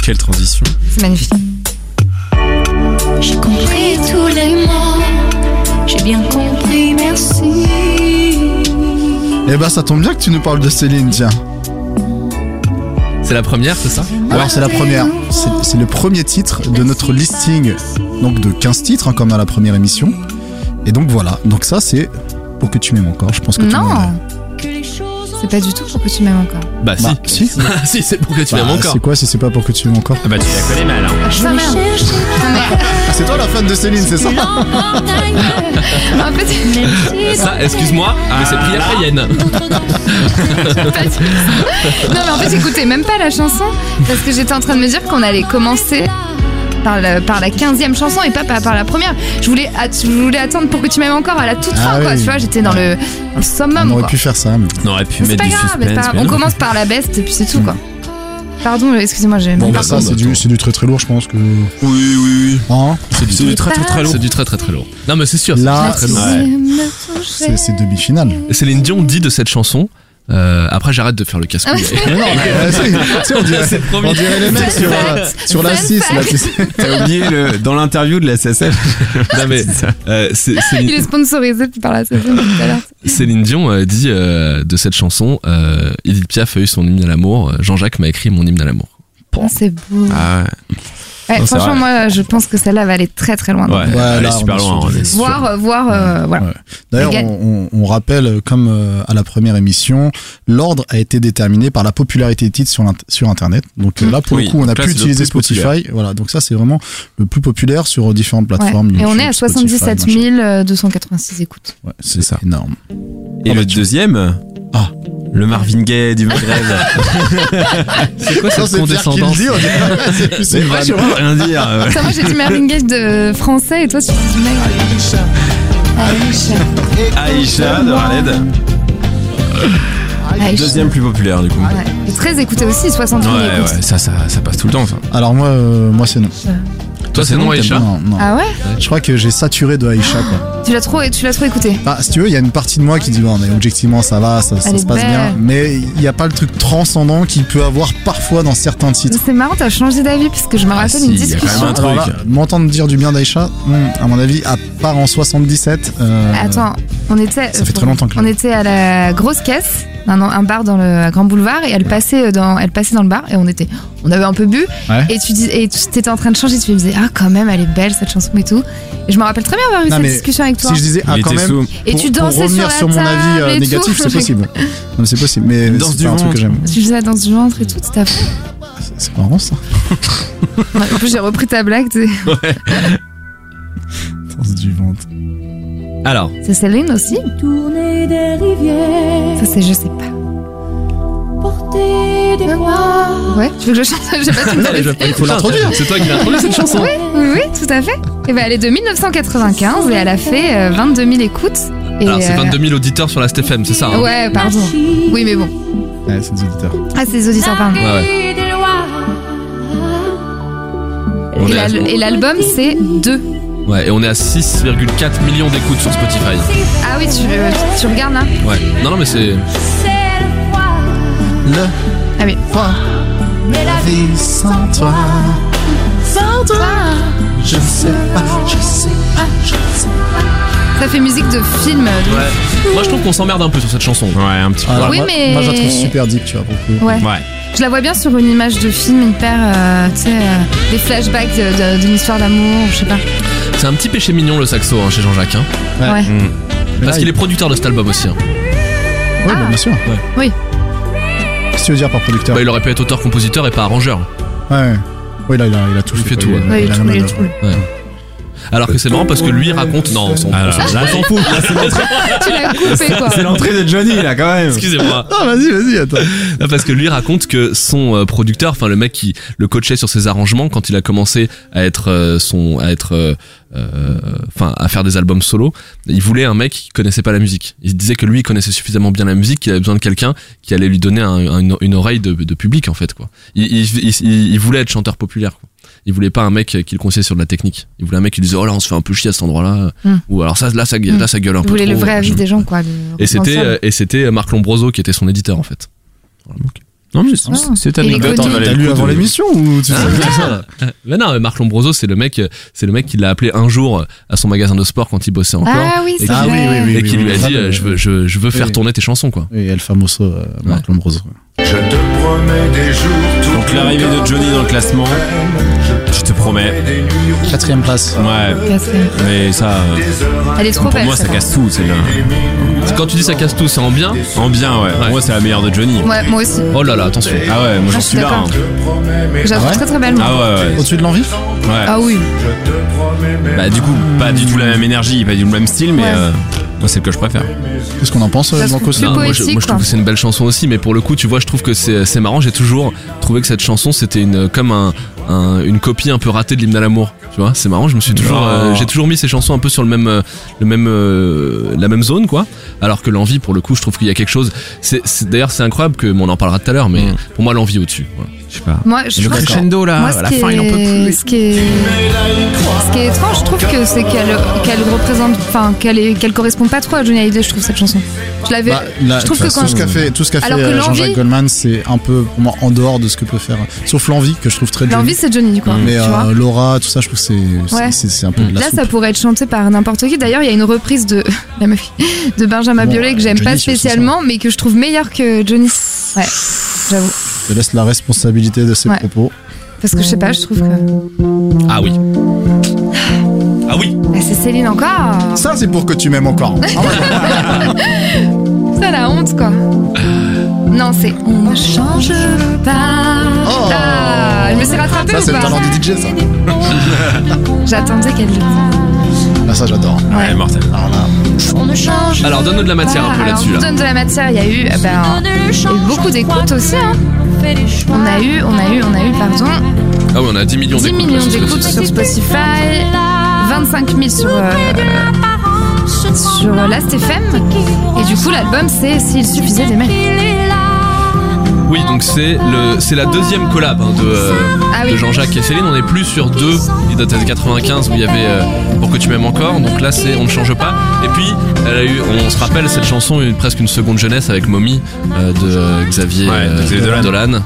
S2: Quelle transition.
S3: C'est magnifique.
S6: J'ai compris tous les mots, j'ai bien compris, merci.
S4: Eh ben, ça tombe bien que tu nous parles de Céline, tiens.
S1: C'est la première, c'est ça
S4: Alors, c'est la première. C'est c'est le premier titre de notre listing, donc de 15 titres, hein, comme dans la première émission. Et donc, voilà. Donc, ça, c'est pour que tu m'aimes encore. Je pense que tout le monde
S3: Non, c'est pas du tout pour que tu m'aimes encore.
S1: Bah,
S4: Bah,
S1: si.
S4: si.
S1: Bah, *laughs* si, c'est pour que tu
S4: Bah,
S1: m'aimes encore.
S4: C'est quoi si c'est pas pour que tu m'aimes encore Ah,
S2: Ah bah tu la connais mal. Hein.
S6: Je me cherche
S4: C'est toi la fan de Céline, c'est ça
S3: En fait, *laughs*
S1: Ça,
S2: Ah,
S1: excuse-moi, mais c'est Priya Cayenne.
S3: pas du tout. Non, mais en fait, j'écoutais même pas la chanson parce que j'étais en train de me dire qu'on allait commencer par, le- par la 15e chanson et pas, pas par la première. Je voulais, att- je voulais attendre pour que tu m'aimes encore à la toute
S4: Ah
S3: fin, quoi.
S4: oui. Ah,
S3: Tu vois, j'étais dans le, dans le
S4: On
S3: summum,
S4: aurait
S3: quoi.
S4: pu faire ça. Mais...
S2: On aurait pu
S3: Mais C'est
S2: mettre
S3: pas
S2: du
S3: grave,
S2: suspense.
S3: c'est pas grave.
S2: mais
S3: on
S2: non.
S3: commence par la best et puis c'est tout, quoi. Pardon, excusez-moi, j'ai
S4: Bon,
S3: même
S4: bah,
S3: pas
S4: ça, c'est du, c'est du très très lourd, je pense que.
S2: Oui, oui, oui.
S4: Hein
S2: C'est du, très très très lourd.
S1: C'est du très très très lourd. Non, mais c'est sûr. c'est
S4: Là,
S1: du très, très lourd.
S4: c'est c'est demi-finale.
S1: Céline Dion dit de cette chanson. euh, après, j'arrête de faire le casse-couille.
S4: Non, mais, c'est- c'est- on dirait,
S1: *laughs* C'est le premier.
S4: on dirait les mecs sur, euh, sur la
S3: Fun
S4: 6, là, tu sais.
S2: T'as oublié le, dans l'interview de la SSF.
S1: *laughs* Non, mais, euh, c'est- Céline-
S3: Il est sponsorisé par la saison tout
S2: *laughs*
S3: à l'heure.
S1: Céline Dion euh, dit euh, de cette chanson euh, Edith Piaf a eu son hymne à l'amour, euh, Jean-Jacques m'a écrit mon hymne à l'amour.
S3: Ah, C'est beau.
S2: Ah ouais.
S3: Ouais,
S2: Non, c'est
S3: franchement,
S2: vrai.
S3: moi, je pense que celle-là va aller très très loin.
S2: Ouais, elle
S4: là,
S2: est super
S4: on est
S2: loin.
S4: sur
S2: on
S4: du-
S2: est sur-
S3: Voir, euh, voir, euh, voilà.
S4: Ouais. D'ailleurs,
S3: Gagne.
S4: on, on- on rappelle, euh, comme euh, à la première émission, l'ordre a été déterminé par la popularité des titres sur, l'int- sur Internet. Donc euh, là, pour
S2: Oui,
S4: le coup, on
S2: donc
S4: a
S2: là,
S4: pu
S2: c'est le
S4: utiliser
S2: plus
S4: Spotify. Voilà, donc ça, c'est vraiment le plus populaire sur euh, différentes
S3: Ouais.
S4: plateformes.
S3: Et on
S4: YouTube,
S3: est à euh,
S4: Spotify,
S3: 77
S4: machin.
S2: *laughs*
S3: 286 écoutes.
S4: Ouais,
S2: C'est
S4: c'est
S2: ça.
S4: ça. énorme.
S2: hein. Et
S4: Ah
S2: le
S4: bah, tu-
S2: deuxième
S4: Ah.
S2: Le Marvin Gaye du Maghreb.
S1: C'est quoi cette condescendance
S2: *laughs* C'est vrai, je peux rien dire. euh,
S3: Ça, moi, j'ai dit Marvin Gaye de français et toi, tu dis du Maghreb. Aïcha.
S2: Aïcha de Raled.
S3: Aïcha.
S2: Deuxième plus populaire du coup. Ouais,
S3: Ouais. Et très écouté aussi, 68
S2: ouais,
S3: écoutes.
S2: ça, ça, ça passe tout le temps ça.
S4: Alors moi, euh, moi c'est non.
S1: Toi, c'est non, Aïcha
S4: Non, non.
S3: Ah ouais
S4: Je crois que j'ai saturé de Aïcha. Quoi.
S3: Tu l'as trop, tu l'as trop écouté.
S4: Bah, si tu veux, il y a une partie de moi qui dit bon, mais objectivement ça va, ça, ça
S3: Elle
S4: se
S3: est
S4: passe
S3: belle.
S4: bien. Mais il n'y a pas le truc transcendant qu'il peut avoir parfois dans certains titres.
S3: C'est marrant, t'as changé d'avis parce que je me
S2: Ah,
S3: rappelle
S2: si,
S3: une
S2: il y a quand
S3: discussion.
S2: même un
S4: Alors
S2: truc.
S4: là, M'entendre dire du bien d'Aïcha, hmm, à mon avis, à part en 77. euh,
S3: Attends, on était.
S4: Ça fait très longtemps que je
S3: On était à la grosse caisse, un, un bar dans le à Grand Boulevard, et elle passait euh, dans, elle passait dans le bar, et on était, on avait un peu bu,
S4: Ouais.
S3: et tu dis, et tu étais en train de changer, tu me disais, ah quand même, elle est belle cette chanson et tout. Et je me rappelle très bien avoir eu
S4: Non,
S3: cette
S4: mais
S3: discussion avec toi.
S4: Si je disais, ah,
S2: Il
S4: quand
S2: était
S4: même.
S2: sous.
S3: Et
S4: pour-
S3: tu dansais
S4: pour
S3: sur
S4: revenir
S3: la
S4: sur, mon avis
S3: table
S4: euh,
S3: et
S4: négatif,
S3: tout.
S4: c'est possible. Non, mais c'est possible, mais
S2: Danse
S4: c'est
S2: du
S4: pas un truc
S2: ventre.
S4: que j'aime.
S3: *laughs* Tu faisais la danse du ventre et tout, c'était affreux.
S4: C'est marrant ça.
S3: En plus, j'ai repris ta blague, t'es-
S4: Danse du ventre.
S1: Alors,
S2: Euh,
S3: c'est Céline aussi.
S6: *laughs* Tourner des
S3: Ça,
S6: rivières,
S3: c'est, je sais pas.
S6: porter des bras.
S3: Ouais, tu veux que je chante J'ai
S4: *laughs*
S3: pas tout
S1: je-
S4: Il faut l'introduire.
S1: c'est toi qui l'as introduit *laughs* cette chanson.
S3: Oui, oui, tout à fait. Et ben, elle est de 1995 et elle a fait euh, 22 000 écoutes. Et,
S1: Alors, c'est
S3: euh,
S1: 22 000 auditeurs sur la STFM, c'est ça hein
S3: Ouais, pardon. Oui, mais bon.
S4: Ouais, c'est des auditeurs.
S3: Ah, c'est les auditeurs, pardon.
S1: Ouais, ouais.
S6: Et des lois.
S1: On
S3: Et
S1: est à-
S3: l'al- Et l'album, c'est 2.
S1: Ouais, et on est à 6,4 millions d'écoutes sur Spotify.
S3: Ah oui, tu, euh, tu- tu regardes là
S1: Ouais. Non, non, mais c'est.
S6: C'est le froid,
S4: Le
S3: Ah oui.
S4: froid,
S6: mais la vie
S4: vie sans toi,
S6: sans toi.
S4: je sais pas, je sais pas, je sais
S3: Ça fait musique de film. donc-
S1: Ouais. Moi, je trouve qu'on s'emmerde un peu sur cette chanson. Euh,
S2: Ouais, un petit peu.
S4: pas. Alors,
S3: Oui,
S4: moi,
S3: mais-
S4: moi, je la trouve super deep, tu vois, pour le coup.
S3: Ouais.
S2: Ouais.
S3: Je la vois bien sur une image de film hyper. euh, tu sais, euh, des flashbacks de- de- d'une histoire d'amour, je sais pas.
S1: C'est un petit péché mignon le saxo hein, chez Jean-Jacques. hein.
S4: Ouais.
S3: Ouais.
S4: Mais
S1: Parce
S4: là,
S1: qu'il est producteur de cet album aussi. hein.
S4: il- Ouais, bah, bien sûr.
S3: Ah. Oui.
S4: Qu'est-ce que tu veux dire par producteur
S1: Bah, il aurait pu être auteur-compositeur et pas arrangeur.
S4: Ouais. Oui, là, il a, il a tout
S1: Il fait tout,
S4: quoi.
S1: ouais.
S4: a
S3: Ouais, il est
S4: la
S3: tout,
S4: main
S3: il est
S4: d'œuvre.
S3: tout.
S1: Alors que c'est marrant parce que lui raconte. Non, on s'en-
S2: Alors,
S1: on s'en-
S2: là,
S1: on s'en fout.
S3: Tu
S1: *laughs*
S3: l'as coupé, quoi.
S2: l'entrée de Johnny là quand même.
S1: Excusez-moi.
S3: Ah,
S4: Non, vas-y, vas-y, attends.
S1: Non, Parce que lui raconte que son euh, producteur, enfin le mec qui le coachait sur ses arrangements quand il a commencé à être euh, son, à être, euh, euh, enfin à faire des albums solo, il voulait un mec qui connaissait pas la musique. Il se disait que lui il connaissait suffisamment bien la musique qu'il avait besoin de quelqu'un qui allait lui donner un- un- une, oreille de, de public en fait quoi. Il, il, il- il voulait être chanteur populaire. Quoi. Il voulait pas un mec qui le conseillait sur de la technique. Il voulait un mec qui disait oh là on se fait un peu chier à cet endroit-là
S3: Hmm.
S1: ou alors ça là ça, gue-
S3: Hmm.
S1: là, ça gueule un
S3: Vous
S1: peu
S3: voulez le
S1: trop.
S3: vrai avis
S1: Je-
S3: des gens, quoi. le
S1: Et c'était
S3: responsable.
S1: euh, et c'était Marc Lombroso qui était son éditeur en fait.
S2: Non mais
S3: Ah.
S2: c'est- c'est
S3: Il est
S2: anecdote.
S3: connu.
S2: on va aller
S4: T'as lu
S2: écouter.
S4: avant l'émission ou tu sais
S1: *laughs* Mais non, mais Marc Lombroso, c'est le mec, euh, c'est le mec qui l'a appelé un jour euh, à son magasin de sport quand il bossait encore.
S3: Ah oui,
S1: Et
S3: c'est
S1: qui-
S3: vrai.
S1: et qui lui a dit, euh, je veux, je, je veux faire
S4: Oui.
S1: tourner tes chansons, quoi.
S4: Et El Famoso, euh, Marc Lombroso.
S7: Je te promets des jours tout
S2: Donc l'arrivée de Johnny dans le classement, je te promets.
S7: des nuits rouges,
S4: Quatrième place.
S2: Ouais.
S1: euh,
S3: Catherine.
S2: Mais ça, euh,
S7: des heures
S3: Elle est trop
S2: pour
S3: belle.
S2: moi ça
S3: celle-là.
S2: casse tout, c'est là.
S1: Quand tu dis ça casse tout, c'est en bien.
S2: En bien ouais. Pour moi c'est la meilleure de Johnny.
S3: Ouais, moi aussi.
S1: Oh là là, attention.
S2: Ah ouais, moi
S3: Ah,
S2: j'en suis
S3: je suis
S2: là.
S3: d'accord.
S2: hein.
S3: Je la
S4: Ah
S3: trouve
S4: ouais
S3: très très belle. moi.
S2: Ah ouais, ouais.
S4: Au-dessus de l'envie
S2: ouais.
S3: Ah oui.
S2: Bah du coup, pas du tout la même énergie, pas du tout le même style, mais
S3: Ouais.
S2: euh, moi c'est le que je préfère.
S4: Qu'est-ce qu'on en pense, euh,
S3: Ça se
S4: Blanco
S3: trouve-
S4: ça
S3: Plus
S1: moi, je,
S3: poétique,
S1: moi, je trouve
S3: quoi.
S1: que c'est une belle chanson aussi, mais pour le coup, tu vois, je trouve que c'est c'est marrant. J'ai toujours trouvé que cette chanson, c'était une comme un, un- une copie un peu ratée de l'hymne à l'amour. Tu vois, c'est marrant. Je me suis toujours,
S2: Non.
S1: euh, j'ai toujours mis ces chansons un peu sur le même, euh, le même, euh, la même zone, quoi. Alors que l'envie, pour le coup, je trouve qu'il y a quelque chose. C'est c'est- d'ailleurs, c'est incroyable que, bon, on en parlera tout à l'heure, mais
S2: Mm.
S1: pour moi, l'envie au-dessus. voilà.
S2: Je sais pas.
S3: Moi, je trouve que-
S1: Ah,
S2: là,
S3: Moi, ce qui est- Ce qui est, ce qui est étrange, je trouve que c'est qu'elle qu'elle représente, enfin qu'elle est- qu'elle correspond pas trop à Johnny Hallyday, je trouve cette chanson. Je l'avais,
S4: Bah, là,
S3: je trouve
S4: tout
S3: que quand
S4: ce qu'a fait, tout ce qu'a fait
S3: Alors que
S4: euh,
S3: l'envie-
S4: Jean-Jacques Goldman, c'est un peu pour moi en dehors de ce que peut faire. Sauf l'envie que je trouve très
S3: l'envie
S4: joli.
S3: c'est Johnny quoi,
S4: Mais
S3: tu
S4: euh,
S3: vois.
S4: Laura, tout ça, je trouve que c'est- c'est
S3: Ouais.
S4: c'est- c'est un peu de la
S3: Là,
S4: soupe.
S3: ça pourrait être chanté par n'importe qui. D'ailleurs, il y a une reprise de *laughs* la meuf de Benjamin
S4: Bon,
S3: Biolay que j'aime
S4: Johnny,
S3: pas
S4: c'est le
S3: spécialement, mais que je trouve meilleure que Johnny. Ouais, j'avoue.
S4: Je te laisse la responsabilité de ses
S3: Ouais.
S4: propos.
S3: Parce que je sais pas, je trouve que.
S1: Ah oui. Ah oui.
S3: Ah, c'est Céline encore
S4: Ça, c'est pour que tu m'aimes encore. Ah ouais.
S3: Ça, la honte, quoi. Non, c'est.
S6: On ne change pas.
S4: Oh.
S3: *laughs* Ah, je me suis rattrapée
S4: Ça,
S3: ou
S4: c'est le
S3: pas
S4: talent du DJ, ça.
S3: J'attendais qu'elle le dise.
S4: Ah, ça, j'adore.
S2: Ouais, mortel.
S4: Alors là,
S6: On ne change
S1: Alors donne-nous de la matière un peu
S3: Ah, Alors,
S1: là-dessus
S3: je
S1: là.
S3: vous donne de la matière, il y a eu. euh, Ben, il y a eu beaucoup d'écoutes aussi, hein. On a eu, on a eu, on a eu, pardon,
S1: Ah oui, on a 10 millions
S3: 10
S1: d'écoutes. là,
S3: millions
S1: sur ce
S3: d'écoutes
S1: site.
S3: sur Spotify, 25 000 sur, euh, sur Last FM. Et du coup, l'album, c'est S'il
S4: *laughs*
S3: suffisait d'aimer.
S1: Oui, donc c'est le c'est la deuxième collab hein, de, euh,
S3: Ah oui.
S1: de Jean-Jacques et Céline. On est plus sur deux. Il date de 95 où il y avait euh, Pour que tu m'aimes encore. Donc là, c'est On ne change pas. Et puis, elle a eu, on se rappelle cette chanson, une, presque une seconde jeunesse avec Mommy euh, de euh, Xavier,
S2: Ouais, de Xavier
S1: euh,
S2: Dolan.
S1: euh,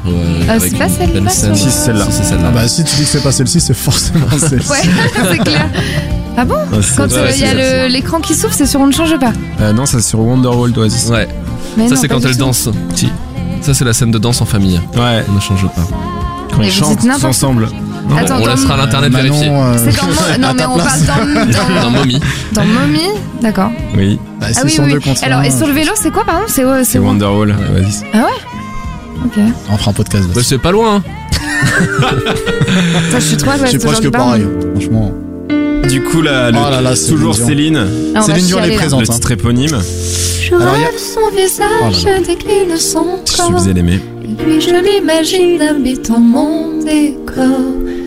S3: Ah,
S1: avec
S3: c'est pas celle-là,
S1: Ben Sen.
S3: ça
S1: Si,
S4: Si, c'est celle-là.
S1: c'est celle-là.
S4: Ah bah, si tu dis que c'est pas celle-ci, c'est
S3: *laughs*
S4: forcément celle-ci.
S3: Ouais, c'est clair. Ah bon Quand euh, il y a le- l'écran qui s'ouvre, c'est sur On ne change pas.
S2: Euh, non, ça c'est sur Wonderwall d'Oasis.
S1: Ouais,
S3: Mais
S1: ça
S3: non,
S1: c'est
S3: pas
S1: quand
S3: du
S1: elle
S3: tout.
S1: danse. Ça c'est la scène de danse en famille.
S2: Ouais,
S1: On ne change pas.
S2: quand
S3: Mais
S2: ils
S3: vous
S2: chantent
S3: dites
S2: tous
S3: n'importe
S2: ensemble.
S1: Bon,
S3: Attends,
S1: on
S3: dans-
S1: laissera l'internet
S4: Manon,
S1: vérifier.
S4: euh,
S1: *laughs*
S3: C'est dans Mo-
S4: à
S3: Non, mais
S4: ta
S3: on
S4: place.
S3: parle dans,
S1: Dans
S3: dans,
S1: Mommy.
S3: dans Mommy. D'accord.
S2: Oui,
S4: Bah,
S3: Ah
S4: c'est
S3: oui,
S4: son
S3: oui.
S4: deux
S3: oui.
S4: contre
S3: Alors,
S4: un.
S3: et sur le vélo, c'est quoi, pardon C'est
S2: c'est
S3: c'est où hein
S2: Wonderwall euh, d'Oasis.
S3: Ok.
S4: On fera un podcast.
S1: Bah,
S4: là-dessus.
S1: c'est pas loin. hein.
S3: Attends, je suis trop à
S4: C'est
S3: l'ouest
S4: presque
S3: aujourd'hui, pardon.
S4: pareil, franchement.
S2: Du coup, là, le-
S4: Oh là là, c'est
S2: toujours
S4: mignon.
S2: Céline,
S3: Ah, on va
S4: Céline Dion
S3: chialer,
S4: les
S3: là.
S2: le
S4: présente. hein.
S2: titre éponyme.
S6: Je
S4: Alors, il y a-
S6: rêve son visage,
S4: Oh là là.
S6: je décline son
S2: Si
S6: corps.
S2: vous allez aimer.
S6: Et puis je l'imagine habitant mon décor.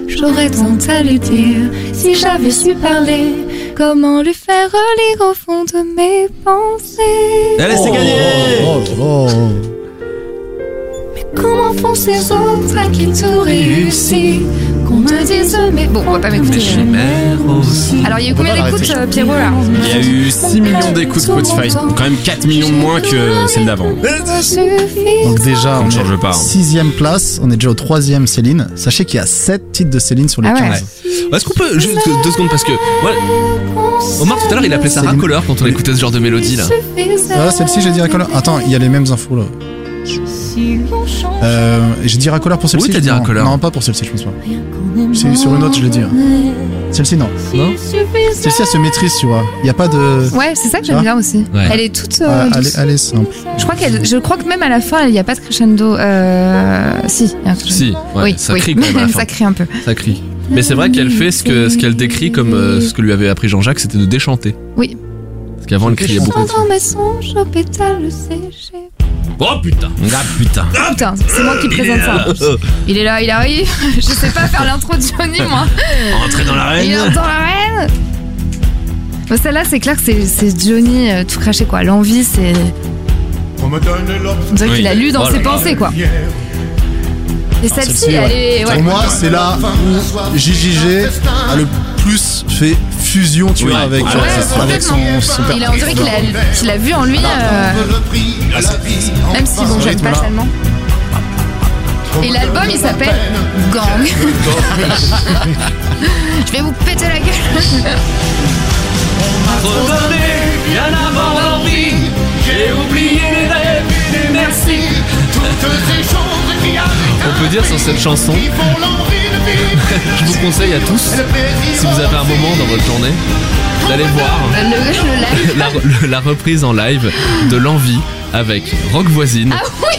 S6: J'aurais tant à lui dire si j'avais su parler. Comment lui faire lire au fond de mes pensées
S2: Allez, c'est gagné
S4: Oh, oh, oh.
S6: Comment font ces autres à qui tout réussit Qu'on me dise mais
S3: Bon, on va pas m'écouter. euh. Alors, il y a eu combien
S4: pas
S3: d'écoutes, euh, Pierrot, là
S2: Il y a eu 6 millions d'écoutes Spotify, quand même 4 millions de moins que celle d'avant.
S4: Donc déjà,
S2: On
S4: on
S2: ne
S4: est
S2: change pas. hein.
S4: sixième place, on est déjà au troisième Céline. Sachez qu'il y a sept titres de Céline sur les
S3: Ah ouais.
S4: 15.
S1: Bah, Est-ce qu'on peut juste deux, deux secondes parce que voilà, Omar tout à l'heure il appelait ça
S4: C'est une-
S1: racoleur quand on écoutait ce genre de mélodie là.
S4: Ah, celle-ci, j'ai dit racoleur. Attends, il y a les mêmes infos là. Euh, j'ai dit racoleur pour celle-ci.
S1: Oui, t'as dit
S4: non.
S1: racoleur.
S4: Non, pas pour celle-ci, je pense pas. C'est sur une autre, je l'ai
S6: hein.
S4: dit. Celle-ci, non.
S1: Non
S4: Celle-ci, elle se maîtrise, tu vois. Il n'y a pas de.
S3: Ouais, c'est ça que
S4: Tu vois
S3: j'aime bien aussi.
S1: Ouais.
S3: Elle est toute. euh,
S4: Ah, elle,
S3: douce.
S4: est, elle est simple.
S3: Je crois qu'elle, je crois que même à la fin, il n'y a pas de crescendo. Euh, si. il y a un crescendo.
S1: Si, ouais,
S3: oui,
S1: ça
S3: oui.
S1: crie quand
S3: *laughs*
S1: même à la fin.
S3: ça crie un peu.
S1: Ça crie. Mais c'est vrai qu'elle fait ce que ce qu'elle décrit comme euh, ce que lui avait appris Jean-Jacques, c'était de déchanter.
S3: Oui.
S1: Parce qu'avant elle criait beaucoup.
S6: J'entends mes songes aux pétales séchés.
S1: Oh putain
S2: Ah putain.
S3: Putain, c'est moi qui présente ça. Il est là, il arrive. *laughs* Je sais pas faire l'intro de Johnny, moi.
S2: Entrez dans
S3: Il
S2: l'arène.
S3: est dans la reine. Bon, Celle-là, c'est clair que c'est- c'est Johnny euh, tout craché, quoi. L'envie, c'est.
S7: On me donne
S3: On dirait
S2: Oui.
S3: qu'il a lu dans
S1: Oh là
S3: ses
S1: là.
S3: pensées, quoi.
S7: l'objet.
S3: Et celle-ci,
S4: celle-ci,
S3: elle
S4: ouais.
S3: est.
S4: Pour
S3: ouais.
S4: moi, c'est là où JJG a le plus fait fusion, tu
S2: Oui.
S4: vois, avec,
S2: Ah
S4: euh,
S3: ouais,
S4: avec
S3: complètement.
S4: son, son
S3: Il a, on dirait qu'il a, qu'il a vu en lui, euh, même si bon, j'aime pas tellement. Et l'album, il s'appelle Gang. Je vais vous péter la gueule.
S1: On peut dire sur cette chanson, *laughs* je vous conseille à tous, si vous avez un moment dans votre journée, d'aller voir
S3: Le, le
S1: *laughs*
S3: live.
S1: la, le- la reprise en live de l'envie avec Rock Voisine,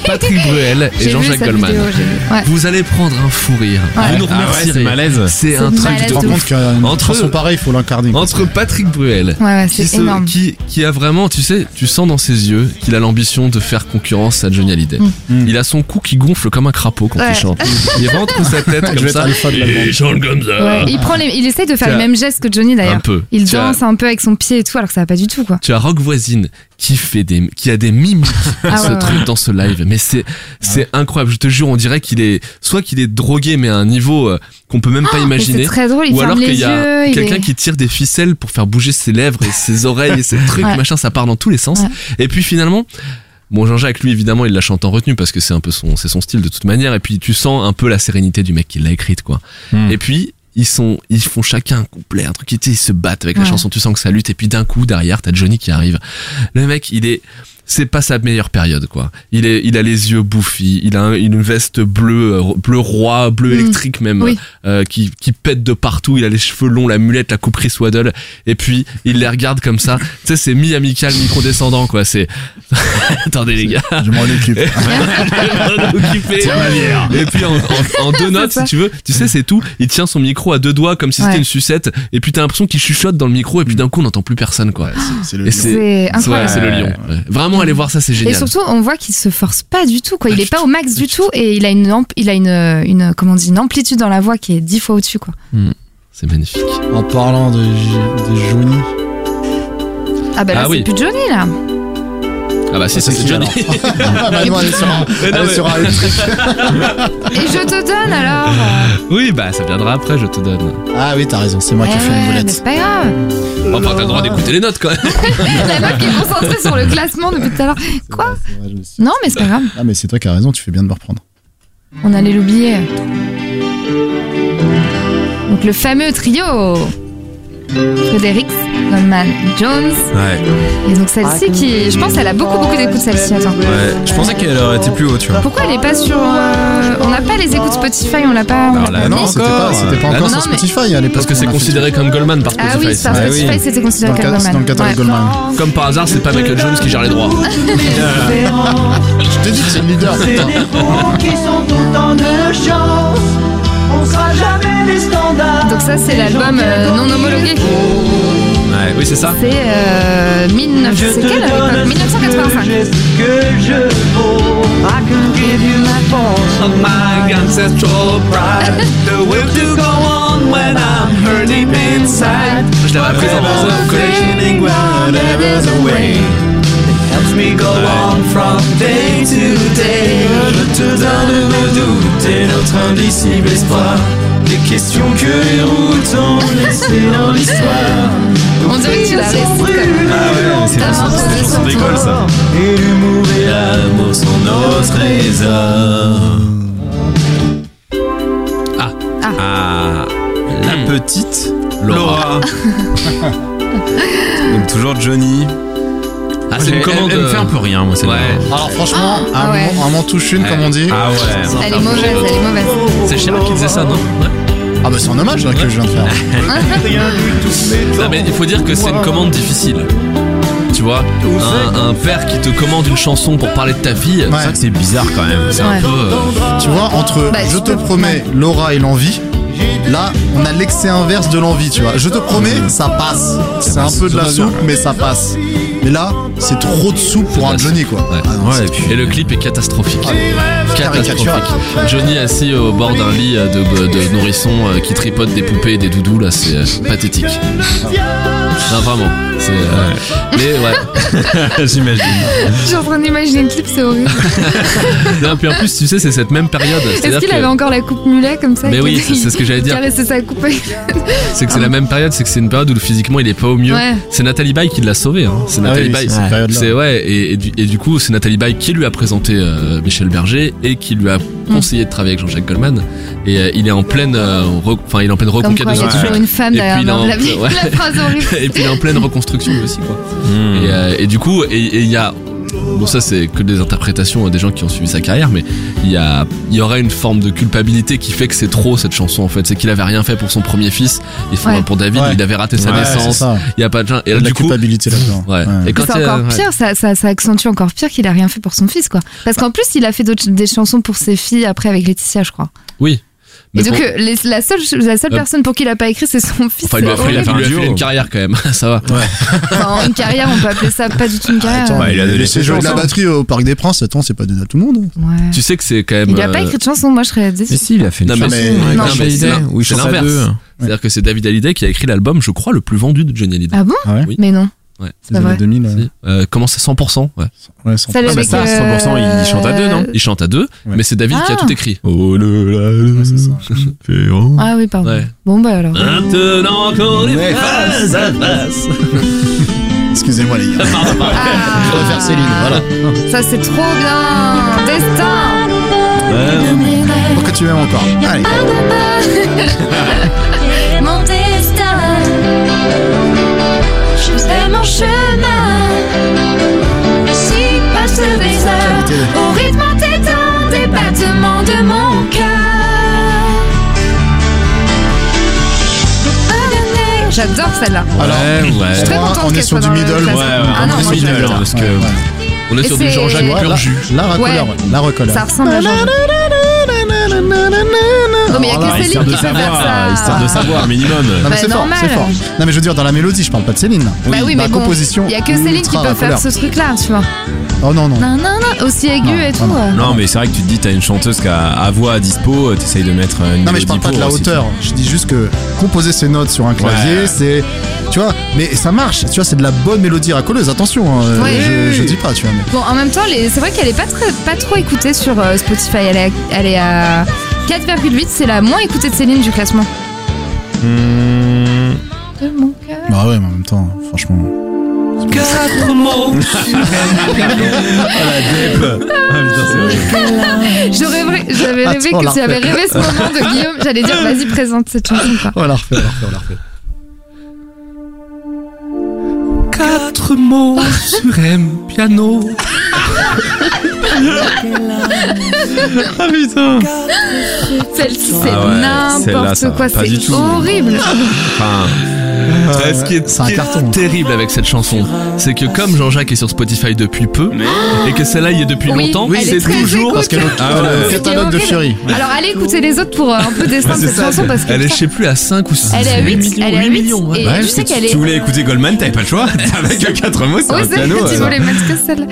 S1: Patrick Bruel et
S3: Ah J'ai vu
S1: Jean-Jacques
S3: cette
S1: Goldman.
S3: vidéo, j'ai vu. Ouais.
S1: Vous allez prendre un fou rire. Vous nous
S2: Ah ouais, c'est
S1: remercierez.
S2: malaise.
S1: c'est un
S3: C'est
S1: truc
S3: malaise
S1: de
S4: Par
S3: de
S1: ouf.
S4: contre, qu'une
S1: Entre- Oh.
S4: chanson pareille, il faut l'incarner. quoi.
S1: Entre Patrick Bruel,
S3: Ouais, ouais,
S1: qui,
S3: c'est
S1: se-
S3: énorme.
S1: qui, qui a vraiment, tu sais, tu sens dans ses yeux qu'il a l'ambition de faire concurrence à Johnny Hallyday.
S2: Mm.
S1: Il a son cou qui gonfle comme un crapaud quand
S3: Mm. Ouais.
S1: il
S3: *laughs*
S1: chante. Il rentre sa
S2: *laughs*
S1: tête
S4: Je
S1: comme
S4: vais être
S1: ça.
S4: alpha de la bande.
S1: Il chante comme ça.
S3: Ouais, il, prend les, il essaye de faire
S1: Tu
S3: le
S1: as-
S3: même geste que Johnny
S1: euh, Un
S3: d'ailleurs.
S1: peu.
S3: Il
S1: Tu as-
S3: danse un peu avec son pied et tout, alors que ça va pas du tout quoi.
S1: Tu as Rock Voisine qui fait des, qui a des
S3: *laughs*
S1: mimiques dans
S3: Ah
S1: ce
S3: ouais, ouais.
S1: truc, dans ce live. Mais c'est, c'est incroyable. Je te jure, on dirait qu'il est, soit qu'il est drogué, mais à un niveau euh, qu'on peut même pas
S3: Et Ah, C'est
S1: imaginer.
S3: très drôle, il
S1: Ou
S3: ferme
S1: alors
S3: les
S1: qu'il y a
S3: yeux. il
S1: quelqu'un
S3: est-
S1: qui tire des ficelles pour faire bouger ses lèvres et ses oreilles
S3: *laughs*
S1: et ses trucs,
S3: Ouais.
S1: machin, ça part dans tous les sens.
S3: Ouais.
S1: Et puis finalement, bon, Jean-Jacques, lui, évidemment, il la chante en retenue parce que c'est un peu son, c'est son style de toute manière. Et puis tu sens un peu la sérénité du mec qui l'a écrite, quoi.
S2: Hmm.
S1: Et puis. Ils sont, ils font chacun un couplet, un truc, tu sais, ils se battent avec la
S3: Ouais.
S1: chanson, tu sens que ça lutte, et puis d'un coup, derrière, t'as Johnny qui arrive. Le mec, il est, c'est pas sa meilleure période, quoi. Il est, il a les yeux bouffis, il a un- une veste bleue, euh, bleu roi, bleu
S3: Mm.
S1: électrique même,
S3: Oui.
S1: euh, qui, qui pète de partout. Il a les cheveux longs, la mulette, la couperie swaddle. Et puis il les regarde comme ça. *laughs* tu sais, c'est mi-amical, mi-condescendant, quoi. C'est. *laughs* Attendez les gars.
S4: Je m'en
S1: *laughs*
S4: occupe.
S1: Occupé. Et puis en, en- en deux notes,
S3: ça.
S1: si tu veux, tu sais, c'est tout. Il tient son micro à deux doigts comme si c'était
S3: Ouais.
S1: une sucette. Et puis t'as l'impression qu'il chuchote dans le micro. Et puis d'un coup, on n'entend plus personne, quoi.
S4: C'est le
S1: Et
S4: lion.
S1: c'est-
S3: C'est
S1: Ouais,
S3: incroyable.
S1: c'est le lion. Ouais. Vraiment, allez voir ça, c'est
S3: Et
S1: génial.
S3: surtout, on voit qu'il se force pas du tout, quoi. Il est pas au max du tout et il a une, amp- il a une, une, comment on dit, une amplitude dans la voix qui est dix fois au-dessus, quoi.
S1: C'est magnifique.
S4: En parlant de, de Johnny.
S3: Ah bah là,
S1: Ah oui.
S3: c'est plus Johnny, là.
S1: Ah bah si, ça c'est
S4: qui,
S1: Johnny. *laughs*
S4: *laughs* alors Ah, bah non, elle est sur un-
S1: Mais non,
S4: elle est
S1: mais-
S4: sur un électrique.
S3: Et je te donne, alors. euh,
S1: Oui, bah ça viendra après, je te donne.
S4: Ah oui, t'as raison, c'est moi qui
S3: eh
S4: ai fait une
S3: ouais, mais c'est
S4: boulette.
S3: pas grave.
S1: Enfin, t'as le droit d'écouter les notes quand
S8: *laughs*
S1: même.
S3: La meuf qui est concentrée sur le classement depuis tout à l'heure. Quoi
S4: C'est vrai, je me suis-
S3: Non, mais c'est pas grave.
S4: Ah, mais c'est toi qui as raison, tu fais bien de me reprendre.
S3: On allait l'oublier. Donc le fameux trio Frédéric Goldman Jones.
S2: Ouais,
S3: Et donc celle-ci qui, je pense, elle a beaucoup beaucoup d'écoutes celle-ci. Attends.
S2: ouais. Je pensais qu'elle aurait été plus haut, tu vois.
S3: Pourquoi elle est pas sur euh, On n'a pas les écoutes Spotify, on l'a pas. on l'a
S2: là,
S3: pas
S4: Ah
S3: mis.
S4: non, c'était pas, c'était pas
S1: Ah
S4: encore
S3: non,
S4: sur
S3: mais-
S4: Spotify hein, à l'époque.
S1: Parce que c'est
S4: qu'on a fait
S1: considéré comme Goldman par
S3: Ah
S1: Spotify.
S3: oui, sur
S1: ça.
S2: Ah oui.
S3: Spotify, c'était
S4: dans
S3: considéré
S4: le,
S3: comme
S4: ca- dans le
S3: Goldman.
S4: catalogue
S3: Ouais.
S4: Goldman.
S1: Comme par hasard, c'est pas Michael Jones qui gère les droits.
S4: Je t'ai dit que c'est le leader. putain.
S8: héros qui sont autant de chance. On sera jamais les standards.
S3: Donc ça, c'est l'album euh, non homologué.
S2: Ouais,
S1: Oui, c'est ça.
S3: C'est euh, 19...
S8: Je
S3: c'est
S8: te
S3: quelle à
S8: donne
S3: l'époque
S8: ce
S3: 1985.
S8: que j'ai- ce que je vaux. I can give you my pulse of Oh my ancestral pride. The will to go on when I'm hurt deep inside.
S1: Je l'avais appris en
S8: Whatever's
S1: au collège.
S8: waiting, whatever's away, it helps me go on from day to day. Je te donne mes doutes et notre indicible espoir. Des questions que les routes ont laissées dans l'histoire.
S3: On dirait que tu la récites quand même.
S2: Ah c'est
S3: T'as imposé
S2: c'est-
S3: son
S2: c'est-
S3: tour.
S2: d'école, ça.
S8: Et l'humour et l'amour sont nos trésors.
S2: Ah, la petite Laura. Donc toujours Johnny.
S1: Ah, c'est une commande.
S2: Elle, elle me fait un
S1: euh,
S2: peu rien, moi, c'est
S1: Ouais.
S4: Alors franchement,
S3: Ah
S4: un,
S3: ouais.
S4: moment, un moment touche une, comme on dit.
S2: Ah ouais.
S3: Elle est mauvaise, elle est mauvaise.
S1: C'est Cher qui disait ça, non Ouais.
S4: Ah bah c'est un hommage là que je viens de faire.
S1: Non, mais il faut dire que c'est une commande difficile. Tu vois, un, un père qui te commande une chanson pour parler de ta fille,
S2: C'est vrai que c'est bizarre quand même.
S1: c'est un
S3: Ouais.
S1: peu. euh,
S4: Tu vois, entre
S3: Bah,
S4: Je
S3: je
S4: te
S3: peux-
S4: promets, Laura et l'envie, là, on a l'excès inverse de l'envie, tu vois. Je te promets, ça passe. C'est un
S2: passe,
S4: peu de la
S2: ça va
S4: soupe, mais ça passe. Mais là, c'est trop de soupe pour un
S1: Ouais,
S4: Johnny, quoi.
S1: ouais.
S4: Ah non,
S2: Ouais,
S4: c'est-
S2: et puis.
S1: Et le clip est catastrophique.
S4: Ah, Caricatural.
S1: Catastrophique. Johnny assis au bord d'un lit euh, de, de nourrissons euh, qui tripote des poupées et des doudous, là, c'est euh, pathétique. Non, vraiment. C'est. euh, Mais ouais.
S2: J'imagine.
S3: Je suis en train d'imaginer le clip, c'est horrible.
S1: Non, puis en plus, tu sais, c'est cette même période. *laughs*
S3: Est-ce
S1: C'est-à-dire
S3: qu'il
S1: que-
S3: avait encore la coupe mulet comme ça
S1: Mais
S3: qu'il-
S1: oui, c'est- c'est ce que j'allais
S3: il
S1: dire.
S3: caressait sa coupe.
S1: C'est que c'est la même période, c'est que c'est une période où physiquement il est pas au mieux.
S3: Ouais.
S1: C'est Nathalie Baye qui l'a sauvé. Hein. C'est
S4: Ah oui,
S1: Nathalie
S4: oui,
S1: Baye.
S4: c'est cette période-là.
S1: C'est ouais, et, et du, et du coup, c'est Nathalie Baye qui lui a présenté euh, Michel Berger et qui lui a
S3: Mm.
S1: conseillé de travailler avec Jean-Jacques Goldman. Et euh, il est en pleine, euh, rec- enfin, il est en pleine
S3: Comme
S1: reconquête
S3: quoi,
S1: de
S3: il y
S1: son
S3: a toujours
S1: succès.
S3: une femme
S1: Et
S3: derrière
S1: puis,
S3: l'homme.
S1: non,
S3: La,
S1: *laughs*
S3: vie-
S1: ouais.
S3: la phrase horrible.
S1: *laughs* et puis il est en pleine reconstruction lui aussi, quoi.
S2: Hmm.
S4: Mm.
S1: Et, euh, et du coup, et et il y a. Bon, ça, c'est que des interprétations euh, des gens qui ont suivi sa carrière, mais il y, a, il y aurait une forme de culpabilité qui fait que c'est trop cette chanson en fait. C'est qu'il avait rien fait pour son premier fils, et enfin,
S3: Ouais.
S1: pour David,
S4: Ouais.
S1: il avait raté sa
S4: Ouais, c'est
S1: naissance.
S4: ça.
S1: Il y a pas de gens. Et là,
S4: De la
S1: du coup,
S4: culpabilité là-dedans.
S1: ouais. Et quand
S3: C'est
S1: il y a-
S3: encore
S1: ouais.
S3: pire, ça, ça, ça accentue encore pire qu'il a rien fait pour son fils, quoi. Parce qu'en plus, il a fait d'autres- des chansons pour ses filles après avec Laetitia, je crois.
S1: Oui.
S3: Et
S1: Mais
S3: donc,
S1: bon,
S3: euh, les- la seule, la seule
S1: Euh,
S3: personne pour qui il a pas écrit, c'est son fils.
S1: enfin, il lui a
S3: C'est
S1: fait, il a fait-
S3: horrible.
S1: il lui a
S2: duo.
S1: fait une carrière quand même. hein, ça va.
S3: Enfin, une carrière, on peut appeler ça pas du tout une carrière.
S4: Attends,
S2: Ouais,
S4: il a laissé jouer de la
S2: chansons.
S4: batterie au Parc des Princes. Attends, c'est pas donné à tout le monde.
S3: Ouais.
S1: Tu sais que c'est quand même.
S3: Il a pas
S1: euh,
S3: écrit de chanson, moi je serais
S2: Mais
S3: déçue.
S2: si, il a fait une
S1: Non, mais-
S2: chanson
S4: Non,
S2: avec
S1: mais
S2: Johnny
S1: c'est
S2: Hallyday,
S1: l'in-
S2: où il
S1: c'est
S2: chante à
S1: l'inverse.
S2: deux.
S1: C'est-à-dire que c'est David Hallyday qui a écrit l'album, je crois, le plus vendu de Johnny Hallyday.
S3: Ah bon
S4: Ah ouais
S1: Oui.
S3: Mais non.
S1: Ouais.
S3: C'est pas vrai.
S4: 2000. euh,
S1: Euh, comment c'est 100% ouais.
S4: ouais, sans-
S3: Celle
S2: bah
S3: avec,
S2: ça,
S3: euh,
S2: 100%, il chante à deux, non
S1: Il chante à deux,
S4: Ouais.
S1: mais c'est David qui a
S3: Ah.
S1: tout écrit.
S2: Oh le la le,
S4: Ouais, c'est ça.
S2: Ferrand.
S3: Ah oui, pardon.
S1: Ouais.
S3: Bon bah
S1: *laughs*
S3: alors.
S1: Maintenant qu'on est
S2: Ouais.
S1: face à face.
S4: Excusez-moi les gars.
S3: Ah,
S4: Je vais faire Céline, voilà.
S3: Ça c'est trop bien. Destin.
S4: Pourquoi tu m'aimes encore Allez.
S6: Mon destin, je fais mon chemin. Et si Au rythme entêtant des battements de mon cœur.
S3: J'adore celle-là.
S1: Ouais,
S3: Je suis
S1: ouais.
S3: très
S4: On-
S3: contente
S4: on est
S3: qu'elle
S4: sur
S3: soit
S4: du
S3: dans le
S4: middle,
S3: classement.
S2: ouais, ouais,
S3: ah
S2: on
S3: non,
S2: est
S3: moi,
S2: sur du
S3: j'adore.
S2: middle, parce que-
S1: On est sur du
S3: c'est-
S1: Jean-Jacques
S3: Ouais,
S1: pur
S4: la,
S1: jus.
S4: la
S3: Ouais.
S4: racoleur, ouais, la racoleur.
S3: Ça ressemble à Jean-Jacques. Non, mais il y a
S4: Voilà,
S3: que Céline
S2: Histoire
S3: qui
S2: de
S3: peut faire ça.
S2: savoir, Ah, histoire de savoir, minimum.
S4: Non, mais
S3: Bah,
S4: c'est fort,
S3: normal.
S4: c'est fort. Non, mais je veux dire, dans la mélodie, je parle pas de Céline.
S3: Bah oui,
S4: dans
S3: mais
S4: la
S3: bon,
S4: composition.
S3: il y a que Céline qui
S4: ultra
S3: peut faire
S4: racoleur.
S3: ce truc-là, tu vois.
S4: Oh non, non.
S3: Non, non, non, aussi aigu
S4: Non,
S3: et
S4: non,
S3: tout.
S4: non.
S3: euh.
S2: Non, mais c'est vrai que tu te dis, t'as une chanteuse qui a à voix à dispo, euh, t'essayes de mettre une.
S4: Non mais je parle pas de
S2: mélodie pour euh,
S4: la
S2: aussi, tu
S4: hauteur, je dis juste que composer ses notes sur un clavier,
S2: Ouais.
S4: c'est tu vois, mais ça marche, tu vois, c'est de la bonne mélodie racoleuse, attention, hein,
S3: Ouais.
S4: je, je dis pas, tu vois. mais-
S3: Bon, en même temps, les- c'est vrai qu'elle est pas, très- pas trop écoutée sur euh, Spotify. Elle est, à- elle est à 4,8, c'est la moins écoutée de Céline du classement. De mon cœur.
S4: Bah ouais, mais en même temps, franchement.
S8: Quatre mots.
S2: *laughs* Ah,
S3: J'aurais vrai- J'avais rêvé
S4: Attends, on
S3: que
S4: la
S3: tu avais rêvé ce moment de Guillaume. J'allais dire, vas-y, présente cette chanson. Quoi.
S4: On la refait, on la refait, on la refait.
S8: Quatre mots.
S1: Sur un *laughs* piano. Ah,
S3: Celle-ci, c'est
S2: Ah ouais, celle-là, ça va
S3: n'importe quoi.
S2: pas du
S3: C'est
S2: tout.
S3: horrible.
S2: Enfin,
S1: Ouais, ce qui est,
S4: c'est un
S1: ce qui est
S4: carton.
S1: terrible avec cette chanson, c'est que comme Jean-Jacques est sur Spotify depuis peu, et que celle-là y est depuis
S3: Oui,
S1: longtemps,
S3: elle est
S1: c'est
S3: très
S1: toujours.
S3: écoute.
S1: Parce que
S2: ah ouais.
S4: Le
S3: C'est
S4: catalogue de
S3: horrible.
S4: Fury.
S3: Alors, allez écouter les autres pour euh, un peu
S2: *laughs*
S3: descendre cette chanson parce que.
S1: elle est, je
S3: putain,
S1: sais plus, à 5 ou 6.
S3: elle est à 8. Elle est à 8. et
S2: ouais,
S3: tu
S2: si
S3: sais qu'elle
S2: tu-
S3: est.
S2: tu voulais écouter Goldman, t'avais pas le choix. *laughs* Avec que quatre mots sur
S3: Ouais,
S2: un
S3: c'est-
S2: piano.
S3: tu
S2: euh,
S3: voulais mettre que celle-là.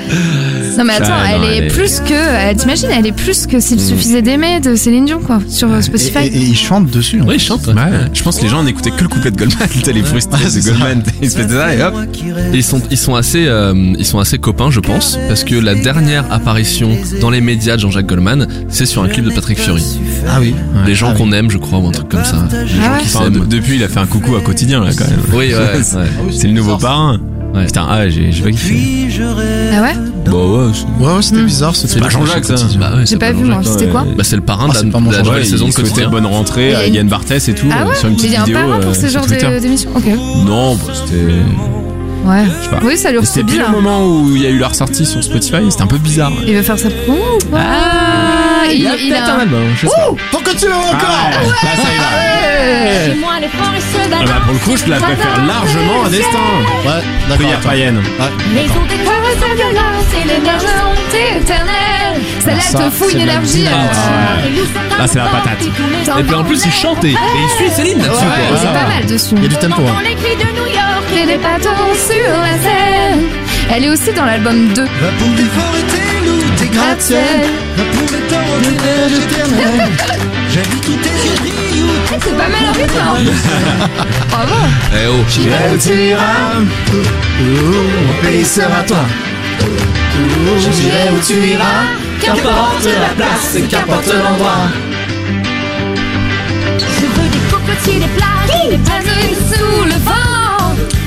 S3: Non mais attends,
S2: Ah, non,
S3: elle, est
S2: elle est- Mm.
S3: plus que. euh, T'imagines, elle est plus que s'il suffisait d'aimer de Céline Dion quoi sur euh,
S4: Et,
S3: Spotify.
S4: et- et il chante dessus. en
S1: Oui,
S4: fait.
S1: je chante.
S2: Ouais, je pense que les gens n'écoutaient que le couplet de Goldman. *laughs* T'as les frustrés de Goldman, t'as- ils se faisaient ça et hop.
S1: Ils sont, ils sont assez, euh, ils sont assez copains, je pense, parce que la dernière apparition dans les médias de Jean-Jacques Goldman, c'est sur un clip de Patrick Fury.
S4: Ah oui.
S1: Des gens qu'on aime, je crois, ou un truc comme ça. Des gens
S3: Ah ouais.
S1: qui
S2: Enfin, de-
S1: s'aiment.
S2: depuis, il a fait un coucou à quotidien là quand même. *laughs*
S1: Oui, ouais, ouais.
S2: C'est le nouveau parrain.
S1: Ouais.
S2: Putain, ah, j'ai j'ai pas kiffé.
S3: Ah ouais,
S2: Bon, Bah, ouais,
S4: Ouais, ouais,
S2: Hmm.
S4: c'était bizarre ce
S2: pas Jean-Jacques, ça.
S1: Bah ouais,
S3: j'ai
S1: c'est
S3: pas
S1: pas
S3: vu moi.
S1: Jean-Jacques.
S3: C'était quoi
S1: Bah, c'est le parrain
S4: Ah,
S1: de la,
S4: c'est pas mon
S1: de la
S4: Jean-Jacques,
S1: nouvelle saison de
S2: c'était
S1: quotidien.
S2: bonne rentrée
S3: Il y
S2: à
S3: a une-
S2: Yann Barthès et tout
S3: Ah
S2: euh,
S3: ouais,
S2: sur une
S3: mais il
S2: petite
S3: y a un
S2: vidéo
S3: parrain
S2: euh,
S3: pour ce
S2: sur
S3: genre
S2: Twitter.
S3: de- Oh, d'émission. Ok.
S2: Non, bah, c'était
S3: Ouais.
S2: je sais pas.
S3: Oui, ça lui ressemble
S2: C'était pile
S3: bien.
S2: le moment où il y a eu la ressortie sur Spotify, c'était un peu bizarre.
S3: Il veut faire ça pour moi ou quoi Ah, il, il a.
S1: hein.
S3: un-
S4: Pour continuer encore
S2: Ah, là, ça y va.
S6: Chez moi, les forêts se
S2: Ah bah, pour le coup, je la préfère largement à destin.
S4: Ouais,
S2: Prière
S4: d'accord.
S2: païenne.
S6: Les ondes des corps de violence et les berges ont éternelles.
S3: Celle-là te fout une énergie.
S2: bizarre,
S3: euh,
S6: Bah,
S2: Là, Ah, c'est la patate.
S1: Et puis en plus, il chante et, et il suit Céline là-dessus.
S4: Ouais.
S1: quoi.
S3: C'est pas mal dessus.
S4: Il y a du tempo. hein.
S6: les cris de New York
S3: Et les bâtons sur la scène. Elle est aussi dans l'album 2.
S5: La poule des forêts, t'es loup, t'es gratte-ciel. La poule des torts, t'es neige éternelle. J'habite tous tes yeux brillent.
S3: C'est pas mal en rythme. hein. Bravo.
S1: Eh oh,
S5: Là où tu iras, mon pays sera toi. Je dirai où tu iras, qu'importe la place et qu'importe l'endroit.
S6: Je veux des cocotiers, des plages, des palmiers sous le vent.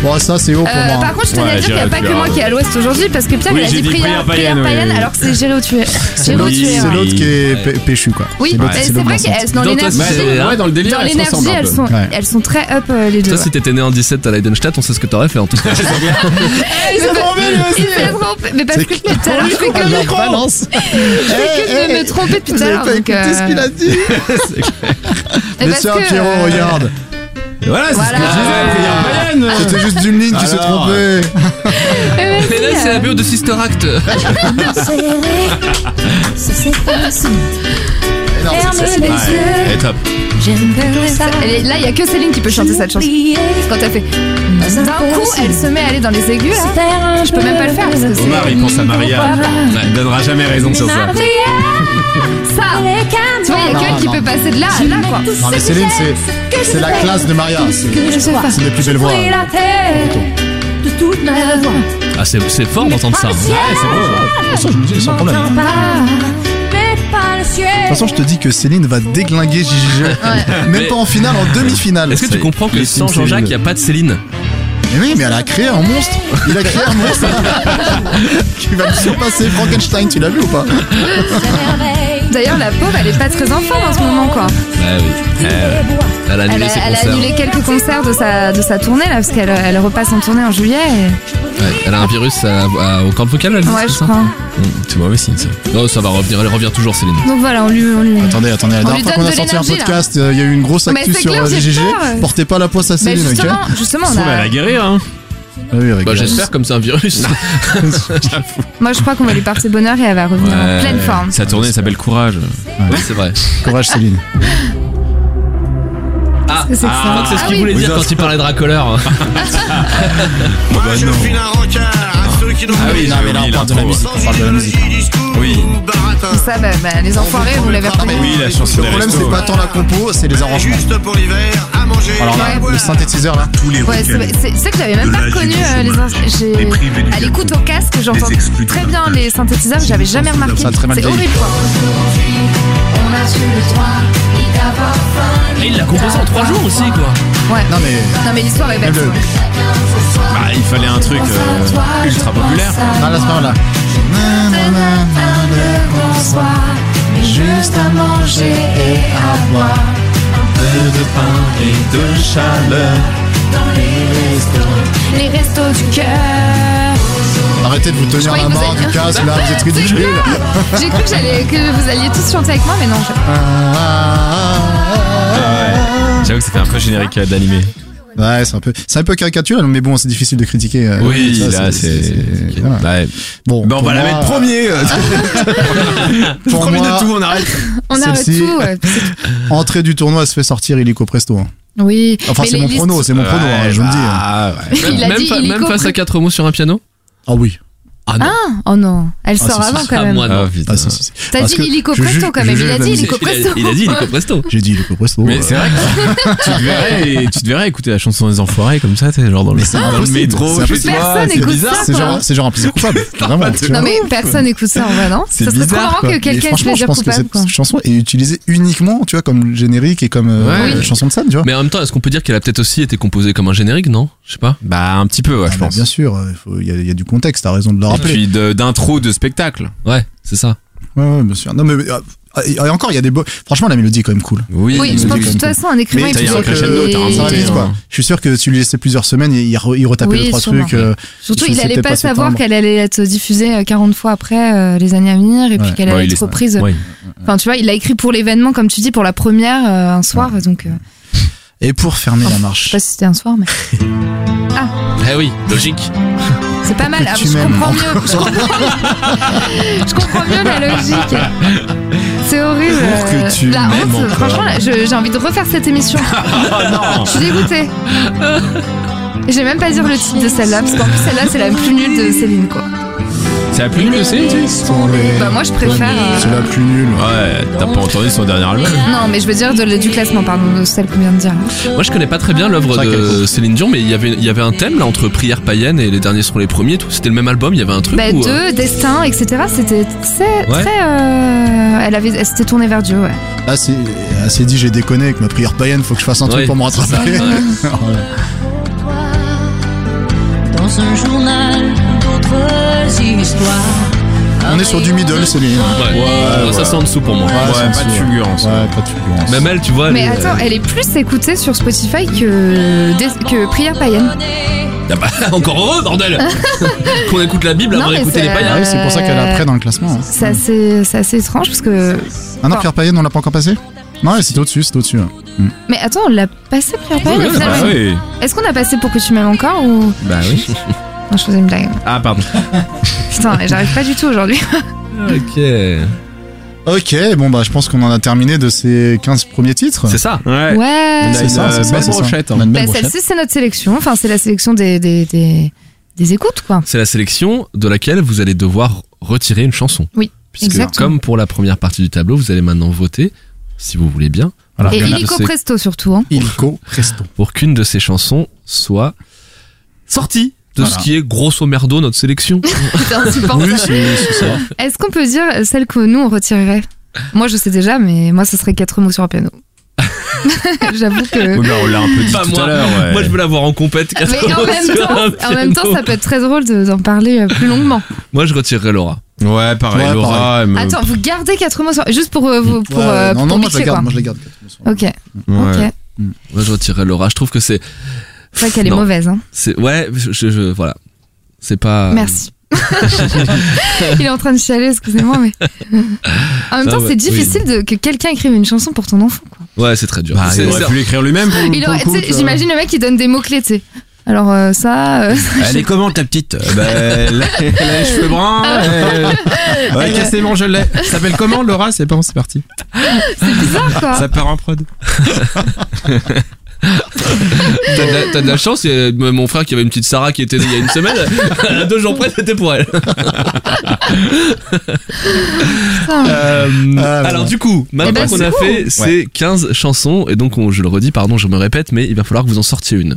S4: Bon, ça c'est haut pour
S3: Euh,
S4: moi.
S3: par
S4: hein.
S3: contre, je tenais
S2: Ouais,
S3: à dire qu'il n'y a
S2: j'irai
S3: pas
S2: plus
S3: que moi
S2: loin.
S3: qui est à l'ouest aujourd'hui parce que Pierre
S2: Oui,
S3: il a
S2: j'ai
S3: dit prière, prière,
S2: oui,
S3: païenne
S2: oui, oui.
S3: alors que c'est gérer au tuer. Gérer au
S2: l'autre-
S3: tuer.
S4: C'est
S2: Ouais.
S4: l'autre qui est pé- péchu quoi.
S3: Oui,
S4: l'autre,
S3: mais c'est
S4: l'autre
S3: vrai euh,
S4: enceinte.
S3: qu'elles dans
S1: Dans ta
S3: l'énergie.
S1: société, hein.
S2: Ouais, dans le délire,
S3: Dans
S2: elles se ressemblent
S3: l'énergie,
S2: un
S3: elles
S2: peu.
S3: sont,
S4: Ouais.
S3: elles sont très up euh, les deux.
S1: Toi, si t'étais né en 17 à Leidenstadt, on sait ce que t'aurais fait en tout cas.
S3: Il s'est trompé, il s'est trompé. Mais parce que depuis tout à l'heure, euh, je fais que
S4: La
S3: *laughs* je
S4: balance. Eh,
S3: fais que de me tromper depuis tout à l'heure. donc, euh,
S4: dit
S3: mais
S4: Mais
S3: parce
S4: tiens,
S3: que,
S4: Pierrot,
S3: euh,
S4: regarde
S2: Voilà, c'est
S3: Voilà.
S2: ce que je disais, prière païenne.
S4: C'était juste d'une ligne qui s'est
S2: Alors,
S4: trompée
S3: euh,
S1: Mais là, c'est la bio de Sister Act.
S6: Ah. *laughs* Fermez les yeux,
S2: Ouais, et top.
S6: j'aimerais ça.
S3: elle est- Là, il n'y a que Céline qui peut chanter cette chanson.
S6: Oublier,
S3: Quand elle fait. D'un coup, elle se met à aller dans les aigus. là.
S6: faire un
S3: Je peux même pas le faire parce que
S2: Omar,
S3: c'est.
S2: il pense à Maria. Il donnera jamais raison sur ça.
S3: Ça Tu vois, il n'y a
S4: Non,
S3: qu'elle qui
S4: non.
S3: peut passer de là à là, quoi.
S4: Non mais Céline, c'est c'est la classe de Maria C'est
S6: je sois.
S4: c'est les plus belles voix
S6: Et la terre de toute ma voix.
S1: Ah, c'est c'est fort d'entendre ça.
S6: Ciel
S4: ça je me dis, sans problème De
S6: pas, mais pas le ciel.
S4: toute façon, je te dis que Céline va déglinguer Gigi Même
S1: Mais-
S4: pas en finale, en demi-finale
S1: Est-ce que tu comprends que
S2: les
S1: sans
S2: Céline.
S1: Jean-Jacques, il n'y a pas de Céline
S4: Mais oui, mais elle a créé un monstre Il a créé un
S1: *laughs*
S4: monstre Qui va le surpasser Frankenstein, tu l'as vu ou pas
S6: merveille
S3: D'ailleurs, la pauvre, elle est pas très en forme en ce moment, quoi.
S1: Bah oui. Elle a annulé
S3: Elle a,
S1: ses
S3: elle a
S1: concerts.
S3: annulé quelques concerts de sa, de sa tournée, là, parce qu'elle elle repasse en tournée en juillet.
S1: Ouais, elle a un virus à- à- aux cordes vocales, elle
S3: et-
S1: dit,
S3: Ouais,
S1: Ah, c'est
S3: je
S1: ça
S3: crois.
S2: C'est mauvais signe ça.
S1: Non, ça va revenir. Elle revient toujours, Céline.
S3: Donc voilà, on lui. On lui... bah,
S4: Attendez, attendez, la
S3: On
S4: dernière
S3: lui
S4: fois
S3: donne
S4: qu'on a
S3: de
S4: sorti un
S3: l'énergie, là.
S4: podcast, euh, il y a eu une grosse
S3: Mais
S4: actu
S3: c'est
S4: sur
S3: clair,
S4: euh,
S3: j'ai
S4: GGG.
S3: peur.
S4: Portez pas la poisse à
S3: Bah
S4: Céline, ok
S3: justement, justement, on
S2: On va
S3: a-
S2: la guérir, hein.
S4: Ah oui, avec
S1: Bah,
S4: la-
S1: j'espère, comme c'est un virus.
S3: moi je crois qu'on va lui partir bonheur et elle va revenir *laughs*
S1: Euh,
S3: en pleine forme.
S2: Sa tournée s'appelle Courage.
S1: Oui, c'est vrai.
S4: Courage, Céline.
S1: Ah,
S3: que c'est que ça
S1: je crois que c'est ce
S3: Ah
S1: qu'il
S3: oui.
S1: voulait dire quand il parlait de *laughs* racoleur. Ah,
S4: Bah
S9: Moi je file un rencard à ceux qui n'ont
S2: Ah oui,
S9: pas
S4: non, mais là, on
S2: oublié
S4: parle de
S2: l'intro.
S4: la musique. On parle de la musique.
S9: Oui. baratin.
S3: Ça, bah, bah, les enfoirés, vous l'avez reconnu.
S2: Oui, la chanson
S4: Le
S2: des
S4: problème,
S2: restos.
S4: c'est pas tant la compo, c'est les arrangements.
S9: Juste pour l'hiver, à manger. Bah
S4: Alors là,
S9: à boire.
S4: le synthétiseur, là.
S10: tous les
S3: Ouais,
S10: week-ends.
S3: c'est- c'est c'est que j'avais même
S10: De
S3: pas
S10: la
S3: reconnu
S10: vie du
S3: euh, les.
S10: chômage,
S3: en- j'ai-
S10: des privés du
S3: À l'écoute au
S10: gâteau,
S3: casque, j'entends
S10: des exclus du
S3: très bien
S10: partage.
S3: les synthétiseurs, j'avais jamais remarqué.
S4: Ça a très mal
S3: C'est
S4: vieilli.
S3: horrible quoi.
S6: On a su le droit d'y avoir faim.
S1: il l'a composé en 3 jours aussi, quoi.
S3: Ouais.
S4: Non, mais.
S3: Non mais l'histoire est belle.
S4: Le-
S2: Bah, il fallait un truc euh, ultra populaire.
S4: Ah, là, c'est pas mal, là. Na, na, na, na, le bonsoir.
S6: Mais juste à manger et à boire.
S8: de pain et de chaleur.
S6: Les restos du cœur.
S4: Arrêtez de vous tenir
S3: croyais
S4: la
S3: que vous
S4: main
S3: alliez-
S4: du casque, là, vous êtes ridicule.
S3: *laughs* J'ai cru que, j'allais- que vous alliez tous chanter avec moi, mais non. je-
S2: J'avoue que ça fait un peu générique euh, d'animé.
S4: Ouais, c'est un peu, c'est un peu caricatural, mais bon, c'est difficile de critiquer. euh,
S2: Oui,
S4: ça,
S2: là, c'est.
S4: voilà.
S2: Ouais.
S4: Bon,
S2: Bon, bah, on
S4: pour
S2: va la
S4: moi,
S2: mettre premier. euh,
S4: Ah, pour
S2: Premier
S4: moi,
S2: de tout, on arrête.
S3: On a
S4: Celle-ci-
S3: tout. ouais, puis c'est-
S4: Entrée du tournoi se fait sortir illico presto. hein.
S3: Oui.
S4: Enfin,
S3: mais
S4: c'est
S3: les
S4: mon
S3: listes-
S4: prono, c'est mon prono, hein,
S2: bah,
S4: je vous le dis. hein.
S2: dis.
S3: Il a
S1: même
S3: dit
S1: fa-
S3: illico
S1: même face
S3: pre-
S1: à 4 mots sur un piano
S4: Ah oui.
S1: Ah non.
S3: Oh non, elle
S4: Ah,
S3: sort
S4: si, si,
S3: avant
S4: si.
S3: quand
S1: Ah,
S3: même.
S1: moi non.
S2: Ah, putain.
S4: Ah, si, si, si.
S3: T'as
S4: Parce
S3: dit
S4: que
S3: illico
S4: je
S3: presto
S4: ju-
S3: quand même.
S4: je
S3: Il
S4: juge
S3: a dit
S4: la
S1: Il
S3: illico
S1: a,
S3: presto.
S1: il a dit illico presto.
S4: J'ai dit illico presto.
S2: Mais
S4: euh,
S2: c'est vrai
S1: *laughs*
S2: que tu te verrais, tu te verrais écouter la chanson des enfoirés comme ça, t'es genre dans le, dans le
S4: impossible,
S2: métro,
S4: c'est
S2: chez toi,
S3: Personne
S2: c'est
S3: écoute
S2: bizarre.
S3: ça.
S4: c'est
S3: quoi.
S4: genre, c'est genre un plaisir
S2: *laughs*
S4: coupable. Vraiment. tu vois.
S3: Non mais personne écoute ça en vrai, non
S2: C'est
S3: Ça serait trop
S2: bizarre,
S3: marrant
S2: quoi.
S3: que
S4: Mais
S3: quelqu'un se
S4: franchement, je
S3: plaisir
S4: pense que
S3: coupable.
S4: cette
S3: quoi.
S4: chanson est utilisée uniquement, tu vois, comme générique et comme euh,
S2: Ouais.
S4: euh, chanson de scène, tu vois.
S1: Mais en même temps, est-ce qu'on peut dire qu'elle a peut-être aussi été composée comme un générique, non Je sais pas.
S2: Bah, un petit peu, ouais,
S4: Ah,
S2: je
S4: bah,
S2: pense.
S4: Bien sûr, euh, faut- il y, a- il y a du contexte, t'as raison de le
S2: Et
S4: rappeler.
S2: puis de- d'intro de spectacle.
S1: Ouais, c'est ça.
S4: Ouais, ouais, bien sûr. Non, mais euh, et- et encore, il y a des beaux. Franchement, la mélodie est quand même cool.
S3: Oui, je pense que de toute façon, un écrivain
S4: Mais
S3: il
S4: t'as
S3: peut
S4: eu un
S3: dire que-
S4: crescendo,
S2: t'as un
S3: et-
S4: Ça va
S2: monté,
S4: vite,
S2: hein.
S4: quoi. Je suis sûr que tu lui laissais plusieurs semaines, il, il re- il retapait
S3: Oui,
S4: deux, trois
S3: sûrement.
S4: trucs. euh,
S3: Surtout,
S4: Je
S3: il
S4: sais
S3: allait
S4: pas
S3: pas
S4: si
S3: savoir
S4: attendre.
S3: qu'elle allait être diffusée euh, 40 fois après euh, les années à venir et puis
S4: Ouais.
S3: qu'elle
S2: Bah,
S3: allait
S2: il
S3: être
S2: est-
S3: reprise.
S2: Ouais.
S3: Enfin, tu vois, il l'a écrit pour l'événement, comme tu dis, pour la première euh, un soir. Donc, euh,
S4: Et pour fermer la marche.
S3: je sais pas si c'était un soir, mais
S1: Eh oui, logique.
S3: c'est pas mal.
S4: que
S3: Ah,
S4: tu
S3: je
S4: m'aimes
S3: comprends mieux. *laughs* Je comprends, je comprends mieux la logique. C'est horrible.
S2: Pour que
S3: euh,
S2: tu
S3: la
S2: m'aimes
S3: honte.
S2: encore. Oh
S3: Franchement, là, je- j'ai envie de refaire
S2: *laughs*
S3: cette émission. Je suis dégoûtée. Je vais même pas dire le titre de celle-là, parce qu'en plus, celle-là, c'est la plus nulle de Céline, quoi.
S2: C'est la plus nulle aussi, tu sais
S3: Bah, moi, je préfère. euh,
S4: C'est la plus nulle.
S2: Ouais, t'as pas entendu son dernier album.
S3: Non, mais je veux dire de- du classement, pardon, de celle qu'on vient de dire. hein.
S1: Moi, je connais pas très bien l'œuvre
S4: C'est vrai qu'elle
S1: de Céline Dion, mais il y avait, il y avait un thème là entre Prières païennes et Les derniers seront les premiers. et Tout. C'était le même album. Il y avait un truc.
S3: Bah,
S1: où, euh,
S3: deux, Destin, etc. C'était très.
S1: Ouais.
S3: très euh, elle avait, elle s'était tournée vers Dieu, ouais.
S4: Là, c'est elle s'est dit, j'ai déconné avec ma prière païenne, faut que je fasse un truc
S1: Ouais,
S4: pour me rattraper. *laughs*
S1: c'est ça,
S4: Ouais.
S5: Dans un journal d'autres histoires.
S4: On est sur du middle, Céline.
S1: ouais.
S2: Ouais,
S1: Ça
S2: ouais.
S1: c'est en dessous pour moi.
S4: Ouais, c'est
S2: Ouais,
S4: en
S2: pas de
S4: dessous,
S2: fulgurance.
S4: Ouais, pas de fulgurance.
S1: Même elle, tu vois.
S3: Mais
S1: elle-
S3: attends, elle est plus écoutée sur Spotify que, Des- que Prière païenne.
S1: Ah bah, *laughs* encore heureux,
S3: *laughs*
S1: bordel. Qu'on écoute la Bible
S3: Non,
S1: avant
S3: mais
S1: d'écouter les
S3: c'est-
S1: païens.
S4: Ah oui, c'est pour ça qu'elle est après dans le classement. hein.
S3: C'est assez, c'est assez étrange parce que.
S4: Ah non, prière païenne, on l'a pas encore passé Non, ouais, c'est au-dessus, c'est au-dessus.
S3: Mais attends, on l'a passé Prière païenne
S1: Ouais,
S3: au final,
S2: Bah
S3: ouais.
S2: oui.
S3: Est-ce qu'on a passé pour que tu m'aimes encore ou.
S2: Bah oui.
S3: Non, je faisais une blague.
S2: *laughs* Ah, pardon.
S3: Putain, mais j'arrive pas du tout aujourd'hui.
S1: Ok.
S4: Ok, bon, bah, je pense qu'on en a terminé de ces 15 premiers titres.
S1: C'est ça.
S2: Ouais.
S3: Ouais.
S2: On a une, euh, belle brochette, hein.
S4: On a une
S3: Bah,
S4: belle brochette.
S3: celle-ci, c'est notre sélection. Enfin, c'est la sélection des, des, des, des écoutes, quoi.
S1: C'est la sélection de laquelle vous allez devoir retirer une chanson.
S3: Oui,
S1: Puisque
S3: exactement.
S1: comme pour la première partie du tableau, vous allez maintenant voter, si vous voulez bien,
S4: Voilà.
S3: Et
S1: il y en a
S3: illico
S1: de ces-
S3: presto surtout. Hein.
S4: Ilco Presto.
S1: pour qu'une de ces chansons soit sortie de
S4: Voilà.
S1: ce qui est grosso merdo notre
S3: *laughs*
S1: sélection.
S3: C'est insupportable. Est-ce qu'on peut dire euh, celle que nous on retirerait Moi je sais déjà, mais moi ce serait quatre mots sur un piano. J'avoue que.
S2: Oui, bah, on l'a un peu dit
S1: Pas
S2: tout
S1: moi.
S2: à l'heure. ouais.
S1: Moi, je veux l'avoir en compète.
S3: Mais en même,
S1: sur un
S3: temps, en
S1: piano.
S3: même temps, ça peut être très drôle de- d'en parler euh, plus longuement.
S1: Moi, je retirerai Laura.
S2: Ouais, pareil,
S4: Ouais,
S2: Laura. elle me-
S3: Attends, vous gardez quatre mots sur- juste pour euh, vous- pour
S4: Ouais,
S3: euh,
S4: non,
S3: pour
S4: non, moi je
S3: mixer,
S4: la garde,
S3: quoi.
S4: moi je la garde.
S3: Ok,
S2: Ouais.
S3: ok.
S1: Moi, je retirerais Laura. Je trouve que c'est.
S3: C'est vrai qu'elle est
S1: Non.
S3: mauvaise. Hein.
S1: c'est- Ouais, je, je- je- Voilà. C'est pas. *laughs*
S3: Merci. Il est en train de chialer, excusez-moi,
S1: *laughs*
S3: mais. En même
S1: Ah
S3: temps,
S1: ouais,
S3: c'est difficile de, que quelqu'un écrive une chanson pour ton enfant. quoi.
S1: Ouais, c'est très dur.
S2: Bah,
S1: C'est-
S2: il aurait
S1: c'est-
S2: pu l'écrire lui-même. pour-
S3: Il
S2: pour
S3: aurait-
S2: le coup,
S3: tu sais,
S2: tu
S4: euh.
S2: vois.
S3: J'imagine le mec qui donne des mots-clés, tu sais. Alors, euh, ça. euh, *laughs*
S2: Elle est comment ta petite Euh, Bah, elle a elle a les cheveux bruns.
S3: Ah
S2: euh, Ouais, cassément, je
S3: *laughs*
S2: l'ai. Ça s'appelle comment Laura C'est bon, c'est parti.
S3: c'est bizarre, quoi.
S2: Ça part en prod.
S1: T'as de, la- t'as de la chance, il y a mon frère qui avait une petite Sarah qui était née il y a une semaine, à deux jours près, c'était pour elle.
S3: Putain.
S2: Ah,
S1: Euh, alors du coup,
S3: Eh
S1: maintenant
S3: ben,
S1: qu'on
S3: c'est
S1: a
S3: cool.
S1: fait ces 15 chansons, et donc on- je le redis, pardon, je me répète, mais il va falloir que vous en sortiez une.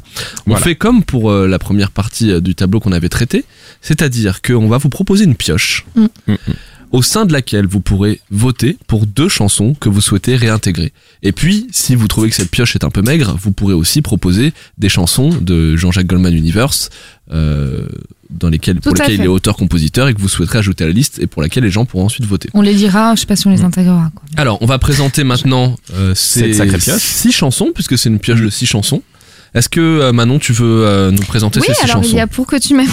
S1: On
S2: Voilà.
S1: fait comme pour euh, la première partie euh, du tableau qu'on avait traité, c'est-à-dire qu'on va vous proposer une pioche.
S3: Mm.
S2: Mm.
S1: Au sein de laquelle vous pourrez voter pour deux chansons que vous souhaitez réintégrer. Et puis, si vous trouvez que cette pioche est un peu maigre, vous pourrez aussi proposer des chansons de Jean-Jacques Goldman Universe, euh, dans lesquelles, pour
S3: Tout à
S1: lesquelles il
S3: fait.
S1: est auteur-compositeur et que vous souhaiterez ajouter à la liste et pour laquelle les gens pourront ensuite voter.
S3: On les lira, je sais pas si on
S1: Mm.
S3: les intégrera. Quoi.
S1: Alors, on va présenter maintenant *laughs* euh, ces
S2: Cette sacrée pioche.
S1: six chansons, puisque c'est une pioche de six chansons. Est-ce que euh, Manon, tu veux euh, nous présenter
S3: Oui,
S1: ces six
S3: alors il
S1: chansons
S3: y a pour que tu
S1: *laughs*
S3: m'aimes.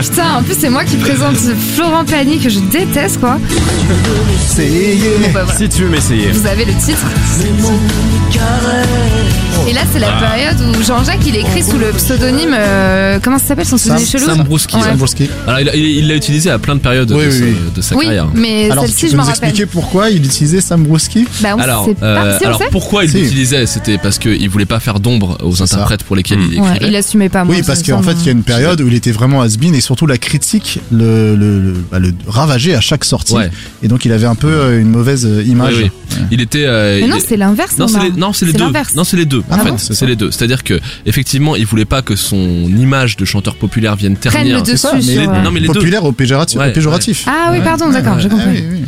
S3: Putain, en plus, c'est moi qui présente Florent Pagny que je déteste, quoi. Bon, bah, voilà.
S2: Si tu veux m'essayer.
S3: Vous avez le titre. Et là, c'est
S1: Ah.
S3: la période où Jean-Jacques il écrit sous le pseudonyme. euh, comment ça s'appelle son
S4: Sam,
S3: pseudonyme chelou
S1: Sam Brouski.
S3: Ouais.
S1: Sam Brouski.
S4: Zambrowski.
S1: Alors, il a- il il l'a utilisé à plein de périodes
S4: Oui,
S1: de,
S4: oui,
S1: sa-
S4: oui.
S1: de sa
S3: Oui,
S1: carrière.
S3: mais
S4: Alors,
S3: celle-ci,
S4: tu
S3: je
S4: peux
S3: m'en
S4: nous
S3: rappelle.
S4: expliquer pourquoi il utilisait Sam Brouski
S3: Bah, on
S1: Alors,
S3: sait pas.
S1: euh,
S3: Si, on
S1: alors
S3: sait
S1: pourquoi il
S4: Si.
S1: l'utilisait C'était parce qu'il voulait pas faire d'ombre aux
S4: C'est ça.
S1: interprètes pour lesquels il
S3: Ouais,
S1: écrivait.
S3: il assumait pas. Ah, moi,
S4: Oui, parce
S3: ça
S4: qu'en
S3: me
S4: fait,
S3: semble.
S4: il y a une période où il était vraiment has-been et surtout la critique le, le, le- bah, le ravageait à chaque sortie.
S1: Ouais.
S4: Et donc, il avait un peu euh, une mauvaise euh, image.
S1: Oui, Il était. euh,
S3: Mais non,
S1: il-
S3: c'est l'inverse.
S1: Non, c'est
S3: Barbara.
S1: les, non, c'est les
S3: C'est
S1: deux.
S3: l'inverse.
S1: Non, c'est les deux.
S4: Ah
S1: en
S4: bon
S1: fait,
S4: C'est
S1: c'est
S4: ça.
S1: les deux. C'est-à-dire que effectivement, il voulait pas que son image de chanteur populaire vienne
S3: Prennent
S1: ternir.
S3: le dessus
S4: ça, mais
S3: sur.
S1: non,
S3: euh,
S1: mais les deux.
S4: Populaire au péjoratif.
S1: Ouais,
S4: au péjoratif.
S3: Ah oui, pardon, d'accord, j'ai
S4: Ah
S3: compris.
S4: oui, oui.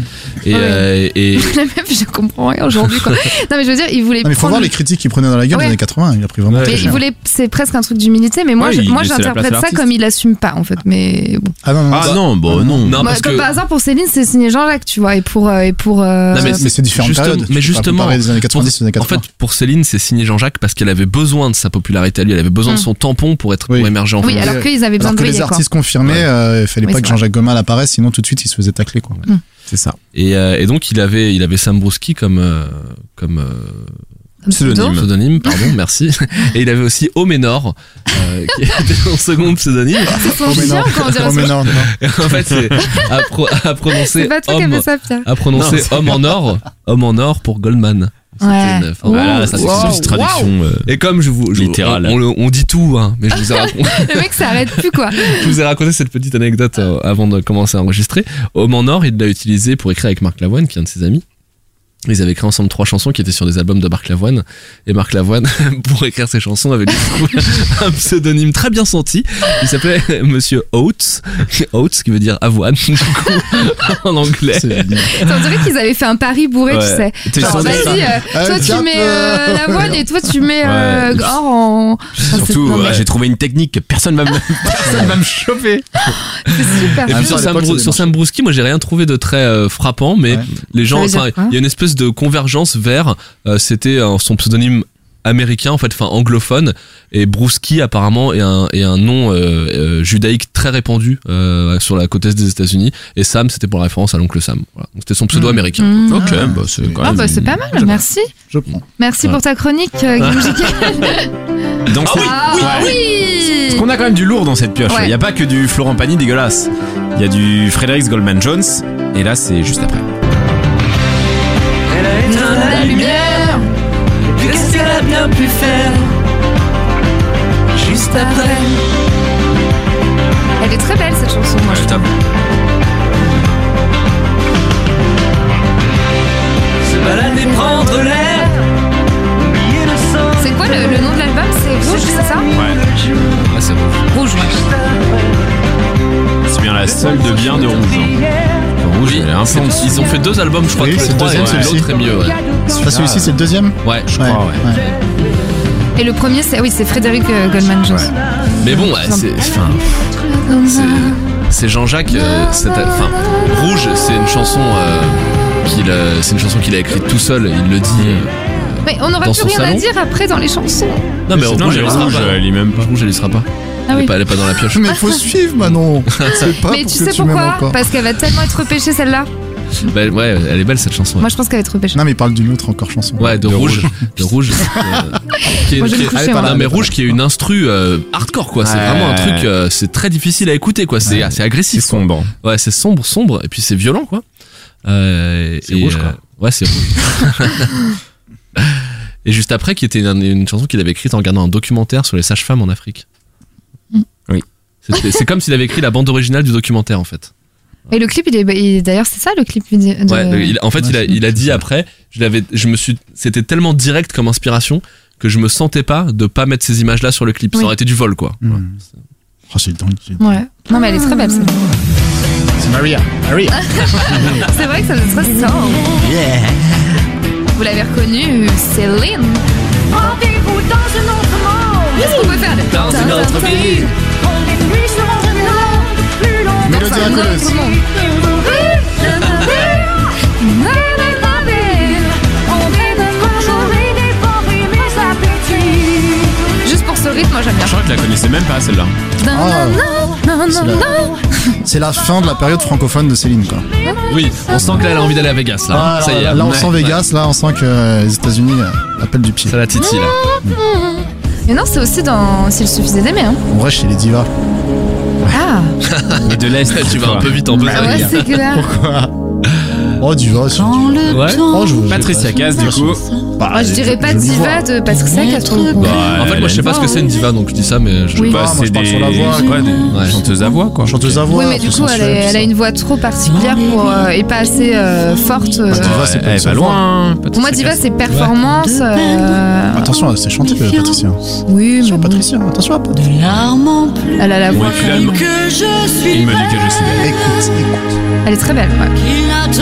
S1: Et, euh, et-
S3: *laughs* La meuf, je comprends rien
S4: *laughs*
S3: aujourd'hui. Quoi. non, mais je veux dire, il voulait.
S4: Non, mais faut
S3: prendre-
S4: voir les critiques qu'il prenait dans la gueule
S3: Ouais.
S4: des années 80. Il a pris vraiment
S1: Ouais.
S4: très
S3: Mais il
S4: cher.
S3: voulait, c'est presque un truc d'humilité, mais moi,
S2: Ouais,
S3: je-
S2: il
S3: moi
S2: laissait la place
S3: j'interprète
S2: à
S3: ça
S2: l'artiste.
S3: comme il assume pas, en fait. Mais bon.
S4: Ah non, non,
S2: Ah
S4: non.
S2: non, bon, non.
S1: non,
S3: Bah,
S1: parce
S3: comme
S1: que
S3: par hasard, pour Céline, c'est signé Jean-Jacques, tu vois, et pour. euh, et pour euh,
S1: Non, mais
S4: mais c'est différentes
S1: Justement-
S4: périodes. Tu peux
S1: mais
S4: pas
S1: justement,
S4: comparer des années 90 aux années
S1: En
S4: 80.
S1: fait, pour Céline, c'est signé Jean-Jacques parce qu'elle avait besoin de sa popularité à lui, elle avait besoin de
S3: Mm.
S1: son tampon pour être
S4: Oui.
S1: pour émerger en
S3: oui,
S1: France.
S3: alors qu'ils avaient besoin
S4: Alors
S3: de
S4: que les
S3: briller, quoi.
S4: artistes confirmés, euh, il fallait
S3: Oui,
S4: pas
S3: c'est
S4: que
S3: vrai.
S4: Jean-Jacques Gomin apparaisse, sinon tout de suite il se faisait tacler. Quoi.
S2: C'est ça.
S1: Et, euh, et donc il avait il avait Sam Brouski comme euh, comme euh,
S3: Comme pseudo.
S1: pseudonyme,
S3: *laughs*
S1: pardon, merci. Et il avait aussi Oménor euh, qui *laughs* était son second pseudonyme.
S3: C'est son
S4: mais
S3: chien,
S4: non.
S3: quand on dirait
S4: *laughs* Oh, mais
S3: ça.
S4: non, non.
S1: Et en fait, c'est à, pro- à
S3: C'est
S1: prononcer
S3: pas toi qui avais
S1: homme Ah,
S3: ça, Pierre.
S1: à prononcer homme en or, homme en or pour Goldman. C'était
S3: Ouais.
S1: une- enfin,
S3: Ouh.
S1: voilà, ça,
S2: ça,
S1: c'est-
S2: c'est
S3: Wow,
S2: une traduction. euh,
S1: Et comme je vous je-
S2: Littéral.
S1: on, on le- on dit tout, hein, mais je vous ai raconté. *laughs*
S3: Oh, Le mec s'arrête plus, quoi.
S1: Je vous ai raconté cette petite anecdote euh, avant de commencer à enregistrer. Homme en or, il l'a utilisé pour écrire avec Marc Lavoine, qui est un de ses amis. Ils avaient écrit ensemble trois chansons qui étaient sur des albums de Marc Lavoine. Et Marc Lavoine, *laughs* pour écrire ses chansons, avait lui trouvé *laughs* un pseudonyme très bien senti. Il s'appelait *laughs* Monsieur Oates. Oates, qui veut dire avoine, *laughs* du coup, en anglais.
S4: C'est génial.
S3: On dirait qu'ils avaient fait un pari bourré, tu
S2: Ouais.
S3: sais.
S2: t'es
S3: Genre,
S2: sans-
S4: ça.
S3: vas-y, euh,
S4: Ah,
S3: toi tu
S4: tiens,
S3: mets
S4: euh,
S3: euh, l'avoine et toi tu mets euh,
S2: Ouais.
S3: or en. Enfin,
S2: Surtout,
S1: euh,
S3: c'est- non,
S2: ouais,
S3: mais
S2: j'ai trouvé une technique que personne va me, personne va me choper.
S3: c'est super.
S1: Et
S4: Ah,
S1: puis
S4: mais
S1: sur
S4: à
S1: Sam,
S4: l'époque,
S1: Brou-
S4: ça
S1: sur Sam Brouski, moi j'ai rien trouvé de très euh, frappant, mais
S4: Ouais.
S1: les gens,
S3: veut dire
S1: enfin,
S3: quoi
S1: il y a une espèce de convergence vers, euh, c'était euh, son pseudonyme américain en fait, enfin anglophone, et Brouski apparemment est un, est un nom euh, euh, judaïque très répandu euh, sur la côte est des États-Unis, et Sam c'était pour la référence à l'oncle Sam. Voilà. Donc, C'était son pseudo
S4: Mm.
S1: américain.
S3: Mmh.
S2: Ok, bah c'est quand
S3: Ah
S2: même.
S3: bah c'est pas mal, merci.
S4: Je prends.
S3: Merci
S1: Ouais.
S3: pour ta chronique, euh, Guillaume Jiquet.
S2: Dans cette-
S3: Ah,
S2: Ouais.
S3: oui
S2: Parce qu'on a quand même du lourd dans cette pioche. Il
S3: Ouais.
S2: n'y a pas que du Florent Pagny dégueulasse. Il y a du Frédéric Goldman Jones. Et là, c'est juste après.
S3: La lumière
S8: Puis qu'est-ce qu'elle a bien pu faire Juste après
S3: Elle est très belle cette chanson, moi je trouve.
S8: se balader, prendre l'air, oublier le sang.
S3: C'est quoi le, le nom de l'album C'est Rouge, c'est ça
S1: Ah, c'est bon.
S3: Rouge, ouais.
S2: C'est bien la seule de bien de Rouge. hein. Rouge, elle est un peu en dessous.
S1: Ils ont fait deux albums, je crois.
S4: Oui,
S1: tous les
S4: c'est le
S1: trois,
S4: deuxième,
S1: et
S4: celui-ci.
S1: L'autre est mieux. Ouais.
S4: Enfin, celui-ci, c'est le deuxième
S1: Ouais.
S2: Je crois, ouais.
S3: *laughs* Et le premier, c'est oui, c'est Frédéric euh, Goldman Jones.
S1: Mais bon, ouais, c'est. Enfin,
S6: Comme
S1: c'est- c'est Jean-Jacques. euh, cette- enfin, Rouge, c'est une chanson euh, qu'il, euh, c'est une chanson qu'il a écrite tout seul. Il le dit. euh.
S6: Mais on n'aura
S1: Dans
S6: plus
S1: son
S6: rien à
S1: salon
S6: dire après dans les chansons.
S1: Non, mais
S2: Non,
S1: Rouge,
S2: mais
S1: elle y sera
S2: Rouge,
S1: pas.
S2: elle y est même pas.
S1: Rouge, elle y sera pas.
S6: Ah
S1: Elle est
S6: oui.
S1: pas, Ah, elle est pas dans la pioche.
S4: Mais faut suivre, Manon. *laughs* C'est pas
S3: Mais
S4: pour
S3: tu
S4: que
S3: sais
S4: m'aimes
S3: pourquoi
S4: encore.
S3: Parce qu'elle va tellement être repêchée celle-là.
S1: Bah, ouais, elle est belle cette chanson. ouais.
S3: Moi je pense qu'elle va être repêchée.
S4: Non, mais il parle d'une autre encore chanson.
S1: Ouais, de,
S2: De
S1: rouge. De rouge. euh, qui est-
S3: Moi, je
S1: qui
S3: vais me
S1: est-
S3: coucher,
S1: Ah,
S3: moi.
S1: non, mais rouge qui est une instru euh, hardcore quoi. C'est
S2: Ouais.
S1: vraiment un truc. euh, c'est très difficile à écouter quoi. C'est c'est
S2: C'est
S1: agressif. quoi.
S2: sombre.
S1: Ouais, c'est sombre, sombre. Et puis c'est violent quoi. Euh,
S2: C'est
S1: et,
S2: rouge, quoi.
S1: euh, ouais, c'est rouge. et juste après, qui était une, une chanson qu'il avait écrite en regardant un documentaire sur les sages-femmes en Afrique. Mm.
S2: Oui.
S1: C'était- C'est comme s'il avait écrit la bande originale du documentaire en fait.
S3: Et le clip, il est, il- d'ailleurs, c'est ça le clip. de- de-
S1: Ouais, Euh, il- en fait, il a, il a dit après, je l'avais, je me suis, c'était tellement direct comme inspiration que je me sentais pas de pas mettre ces images-là sur le clip. Ça
S3: Oui.
S1: aurait été du vol, quoi.
S4: Hmm. Oh, c'est dingue. c'est dingue.
S3: Ouais. Non, mais elle est très belle. celle-là.
S4: C'est Maria. Maria.
S3: C'est vrai que ça faisait très ça. Vous l'avez reconnue, Céline.
S6: Rendez-vous dans un autre monde.
S3: Qu'est-ce qu'on peut faire de-
S1: Dans une autre vie.
S6: Quand les nuits seront de blanc, plus longues.
S4: Mélodie
S3: Dans un autre
S4: racoleuse.
S3: monde.
S6: On est de bonne journée, des porcs et mes appétits.
S3: Juste pour ce rythme, moi j'aime bien.
S2: Je crois que je la connaissais même pas celle-là.
S4: Ah, c'est la- C'est la fin de la période francophone de Céline, quoi.
S1: Oui, on sent que là, elle a envie d'aller à Vegas, là.
S4: Ah,
S1: ça y est.
S4: là, on sent Vegas, là, on sent que euh, les États-Unis euh, appellent du pied.
S1: Ça la titille. là.
S3: Ah. Mais non, c'est aussi dans S'il suffisait d'aimer. Hein.
S4: On reste chez les divas.
S3: Ah,
S2: Mais de l'Est.
S1: tu
S2: cette
S1: vas un
S2: fois.
S1: peu vite en besogne.
S3: ouais, c'est clair.
S4: Oh, diva, c'est du-
S1: Ouais.
S4: Oh, je
S2: Patrice Lacasse, du coup.
S4: Bah,
S3: Moi, Ah, je dirais pas euh,
S4: le vois.
S3: diva de Patricia Castro.
S1: En fait, moi, je sais pas ce que c'est une diva, donc je dis ça, mais je.
S3: Oui.
S2: Bah,
S4: Ah, moi,
S2: c'est
S4: je parle
S2: des...
S4: sur la voix,
S2: ouais, des
S1: Ouais.
S2: chanteuses à voix, quoi.
S4: Chanteuse à voix.
S3: Oui, mais du
S4: plus
S3: coup, elle, est-
S4: sensuelle, tout
S3: elle a
S4: ça.
S3: une voix trop particulière pour, euh, et pas assez euh, forte. euh.
S4: Bah, diva, c'est pas une
S2: Elle est pas
S4: seule voix.
S2: loin.
S3: Pour moi, diva, c'est performance. euh,
S4: Attention, c'est chanté, Patricia.
S3: Oui, mais
S4: Attention,
S3: bon,
S4: Patricia, attention à Patricia.
S3: elle a la voix.
S2: Ouais,
S3: quand
S2: finalement. Il me
S3: même.
S2: dit que je suis belle.
S4: Écoute, écoute.
S3: Elle est très belle. Ouais.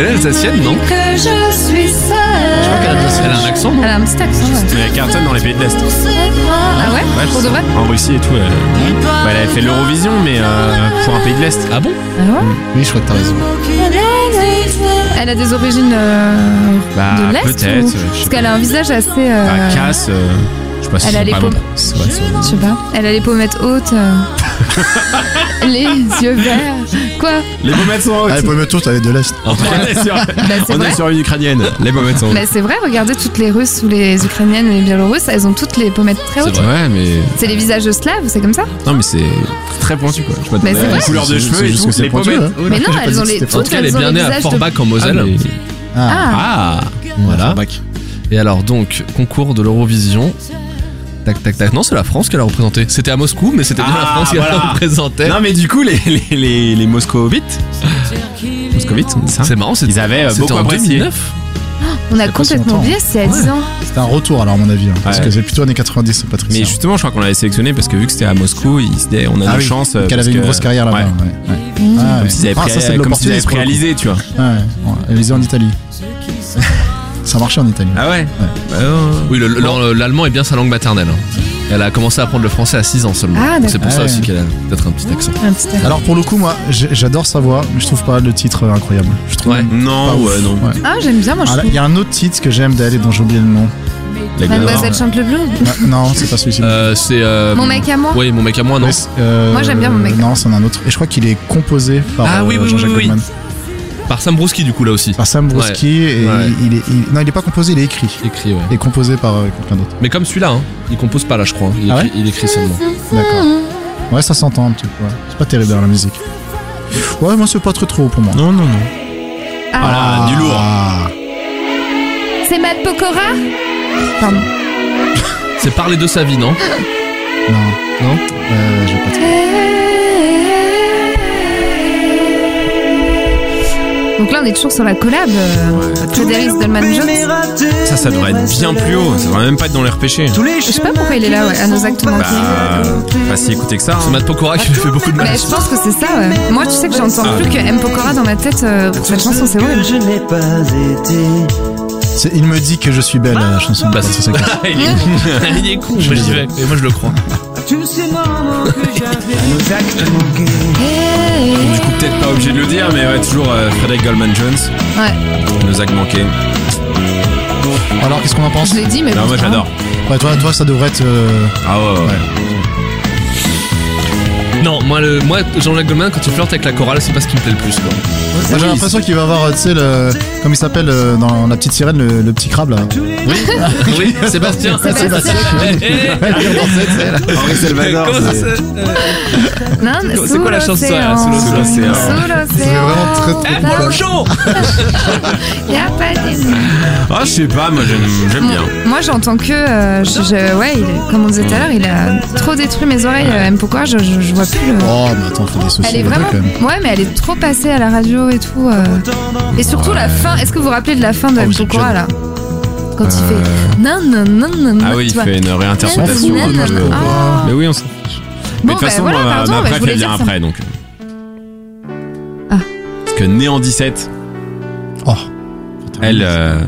S1: Elle est alsacienne, non
S6: Que je suis seule.
S1: Elle a un accent, non
S3: Elle a un petit accent. ouais.
S2: Mais elle cartonne dans les pays de l'Est.
S3: Ah ouais,
S2: Ouais,
S3: Pour de vrai
S2: En Russie et tout. Elle, bah, elle avait fait l'Eurovision, mais euh, pour un pays de l'Est.
S1: Ah bon
S3: Ah ouais.
S4: Oui, je crois que t'as raison.
S3: Elle a des origines euh,
S2: Bah,
S3: de l'Est
S2: peut-être,
S3: ou-
S2: je sais
S3: Parce
S2: pas.
S3: qu'elle a un visage assez. euh,
S2: Bah, casse. euh, je sais pas si
S3: Elle
S2: c'est
S3: a les
S2: pas
S3: paumes.
S2: bon. Ouais, c'est-
S3: Je sais pas. Elle a les pommettes hautes. euh, *laughs* les yeux verts. Quoi
S2: Les pommettes sont
S4: Allez,
S2: hautes.
S4: premier tour, t'avais de l'Est.
S2: On
S4: *laughs*
S2: est sur-
S3: Bah, c'est
S2: On
S3: vrai.
S2: est sur une ukrainienne. Les pommettes sont hautes.
S3: Bah, c'est vrai, regardez toutes les Russes ou les Ukrainiennes et les Biélorusses, elles ont toutes les pommettes très hautes.
S2: Ouais, mais.
S3: C'est les visages slaves, c'est comme ça
S2: Non, mais c'est très pointu, quoi. Je
S3: Bah, c'est
S2: m'attendais à
S3: vrai.
S2: la couleur de
S4: C'est-
S2: cheveux
S4: c'est
S2: et
S4: juste
S2: tout.
S4: que c'est
S2: Les
S4: pointu,
S2: pommettes.
S4: hein.
S3: Mais
S4: J'ai
S3: non,
S4: pas dit
S3: elles ont
S4: que
S3: les
S4: c'était
S1: En
S3: toutes
S1: tout cas, elle est
S3: elles ont
S1: bien
S3: les
S1: née à
S3: visages de-
S1: Forbach en Moselle.
S2: Ah, mais-
S4: Ah,
S3: Ah,
S2: Ah
S1: Voilà.
S4: Bac.
S1: Et alors, donc, concours de l'Eurovision. Tac, tac, tac. Non, c'est la France qu'elle a représenté. C'était à Moscou, mais c'était bien la
S2: Ah,
S1: France qu'elle
S2: voilà.
S1: représentait.
S2: Non mais du coup les les les, les moscovites, moscovites, on dit ça.
S1: C'est marrant, c'est
S2: Ils avaient euh,
S1: C'était
S2: beaucoup
S1: en
S2: apprécié.
S1: 2009
S3: on a
S4: pas si
S3: complètement
S4: longtemps.
S3: oublié, c'est à 10 ans.
S4: C'était un retour, alors, à mon avis. hein, Parce
S2: Ouais.
S4: que c'est plutôt années 90, Patricia.
S2: Mais justement, je crois qu'on l'avait sélectionné parce que vu que c'était à Moscou, ils se disaient, on a
S4: Ah
S2: de
S4: oui,
S2: chance. euh,
S4: qu'elle
S2: parce
S4: avait une
S2: que-
S4: grosse carrière là-bas.
S2: Ouais.
S4: ouais, ouais.
S3: Mmh.
S4: Ah, ouais.
S2: Comme s'ils avaient,
S4: Ah,
S2: pré-
S4: ça, c'est de
S2: comme s'ils avaient
S4: l'opportunisme, pour le coup.
S2: préalisé, tu vois.
S4: Ouais, ouais. Elle les a en Italie. Ça marchait en Italie.
S2: Ah ouais.
S1: Oui, le- le- l'allemand est bien sa langue maternelle. hein. Elle a commencé à apprendre le français à 6 ans seulement.
S3: Ah,
S1: Donc c'est pour
S4: d'accord.
S1: ça
S4: Ah, ouais.
S1: aussi qu'elle a peut-être un petit accent.
S3: Un
S2: Ah.
S3: petit air.
S4: Alors pour le coup, moi, j'ai- j'adore sa voix, mais je trouve pas le titre euh, incroyable. Je trouve
S1: Ouais.
S4: pas
S2: Non,
S4: ouf.
S2: ouais, non.
S4: Ouais.
S3: Ah, j'aime bien, moi je
S4: Ah, là, Il
S3: trouve.
S4: y a un autre titre que j'aime d'aller dont j'ai oublié le nom.
S2: La
S3: Mademoiselle chante le bleu.
S4: Ah, non, c'est pas celui-ci.
S1: Euh, c'est. euh,
S3: Mon mec à moi.
S1: Oui, mon mec à moi, non.
S4: Mais c'est- euh,
S3: Moi, j'aime bien mon mec.
S4: Non, c'en est un autre. Et je crois qu'il est composé par
S1: Ah
S4: euh,
S1: oui, oui,
S4: Jean-Jacques
S1: oui, oui.
S4: Goldman.
S1: Par Sam Brouski, du coup, là aussi.
S4: Par Sam Broski. Et
S1: Ouais.
S4: il, il est, il- Non, il est pas composé, il est écrit.
S1: Écrit, ouais.
S4: Il est composé par euh, quelqu'un d'autre.
S1: Mais comme celui-là, hein. il compose pas là, je crois. hein. Il,
S4: Ah
S1: écrit, il écrit seulement.
S4: D'accord. Ouais, ça s'entend un petit peu. ouais. C'est pas terrible dans la musique. Ouais, moi, c'est pas trop trop pour moi.
S2: Non, non, non.
S3: Ah,
S2: Ah, du lourd.
S4: Ah,
S3: c'est Mad Pokora Pardon.
S1: C'est parler de sa vie, non
S4: non.
S1: Non
S4: Euh, je vais pas te-
S3: Donc là, on est toujours sur la collab. euh, Frédéric Dolman Jones.
S2: Ça, ça devrait être bien plus haut. Ça devrait même pas être dans les repêchés.
S3: Je sais pas pourquoi il est là, ouais, à nos actes
S2: Bah,
S3: manqués.
S2: pas si écouté que ça. hein.
S1: C'est Matt Pokora qui lui fait beaucoup de mal.
S3: Mais je pense que c'est ça, ouais. Moi, tu sais que j'entends
S2: Ah.
S3: plus que M. Pokora dans ma tête. euh, cette chanson, c'est horrible.
S4: C'est- Il
S3: Ah.
S4: me dit que je suis belle, la chanson. de
S1: *laughs* Bah,
S4: Patricia
S1: c'est
S4: Cass.
S1: *laughs* il est con. il est con, mais j'y vais. Et moi, je le crois.
S8: tous ces moments *laughs* que j'avais
S2: Du coup, peut-être pas obligé de le dire, mais ouais, toujours euh, Frédéric Goldman Jones,
S3: Ouais,
S2: Nozac manqué.
S4: Alors, qu'est-ce qu'on en pense
S3: je l'ai dit, mais.
S2: Non, moi j'adore.
S4: Ouais, toi, toi, ça devrait être. euh,
S2: Ah ouais, ouais. ouais.
S1: Non, moi, le, moi Jean-Jacques Goldman, quand il flirte avec la chorale, c'est pas ce qui me plaît le plus. Quoi.
S4: Moi, j'ai l'impression qu'il va avoir, euh, tu sais, le. Comme il s'appelle euh, dans La Petite Sirène, le, le petit crabe là.
S1: *laughs* Oui, Sébastien. *laughs* Eh,
S4: Sébastien.
S2: Henri
S1: Comment ça
S2: Salvador, c'est-
S1: se-
S3: Non, mais
S1: C'est quoi la
S3: sous
S1: chanson ouais,
S3: l'océan,
S1: sous l'océan.
S2: c'est un-
S3: Sous
S4: C'est vraiment très
S3: l'océan.
S4: très.
S3: Là,
S1: Eh, Bonjour
S3: y a pas des-
S2: Ah, je sais pas, moi j'aime j'aime bien.
S3: Mm. Moi, j'entends que. euh, je, je- ouais, il- comme on disait tout à l'heure, il a trop détruit mes oreilles. euh, M. Pourquoi je, je, je vois plus le.
S4: Oh, mais attends, faut des soucis.
S3: Elle est
S4: là,
S3: vraiment.
S4: quand même.
S3: Ouais, mais elle est trop passée à la radio et tout. euh. Et surtout la fin. Est-ce que vous vous rappelez de la fin de
S4: Oh,
S3: M.
S4: oui,
S3: Pokora
S4: j'aime.
S3: là Quand il fait. Non, non, non, non, non.
S2: Euh. Ah oui,
S3: tu
S2: il
S3: vois.
S2: fait hein, une réinterprétation.
S3: Nan, nan,
S2: de-
S3: nan, nan. Ah.
S2: Mais oui, on s'en fiche. Mais
S3: Bon,
S2: de toute
S3: bah,
S2: façon,
S3: voilà,
S2: ma-
S3: pardon,
S2: ma
S3: bah, je
S2: préf,
S3: voulais
S2: elle vient
S3: dire ça.
S2: après donc. euh.
S3: Ah.
S2: Parce que née en 17,
S4: Oh.
S2: elle. euh,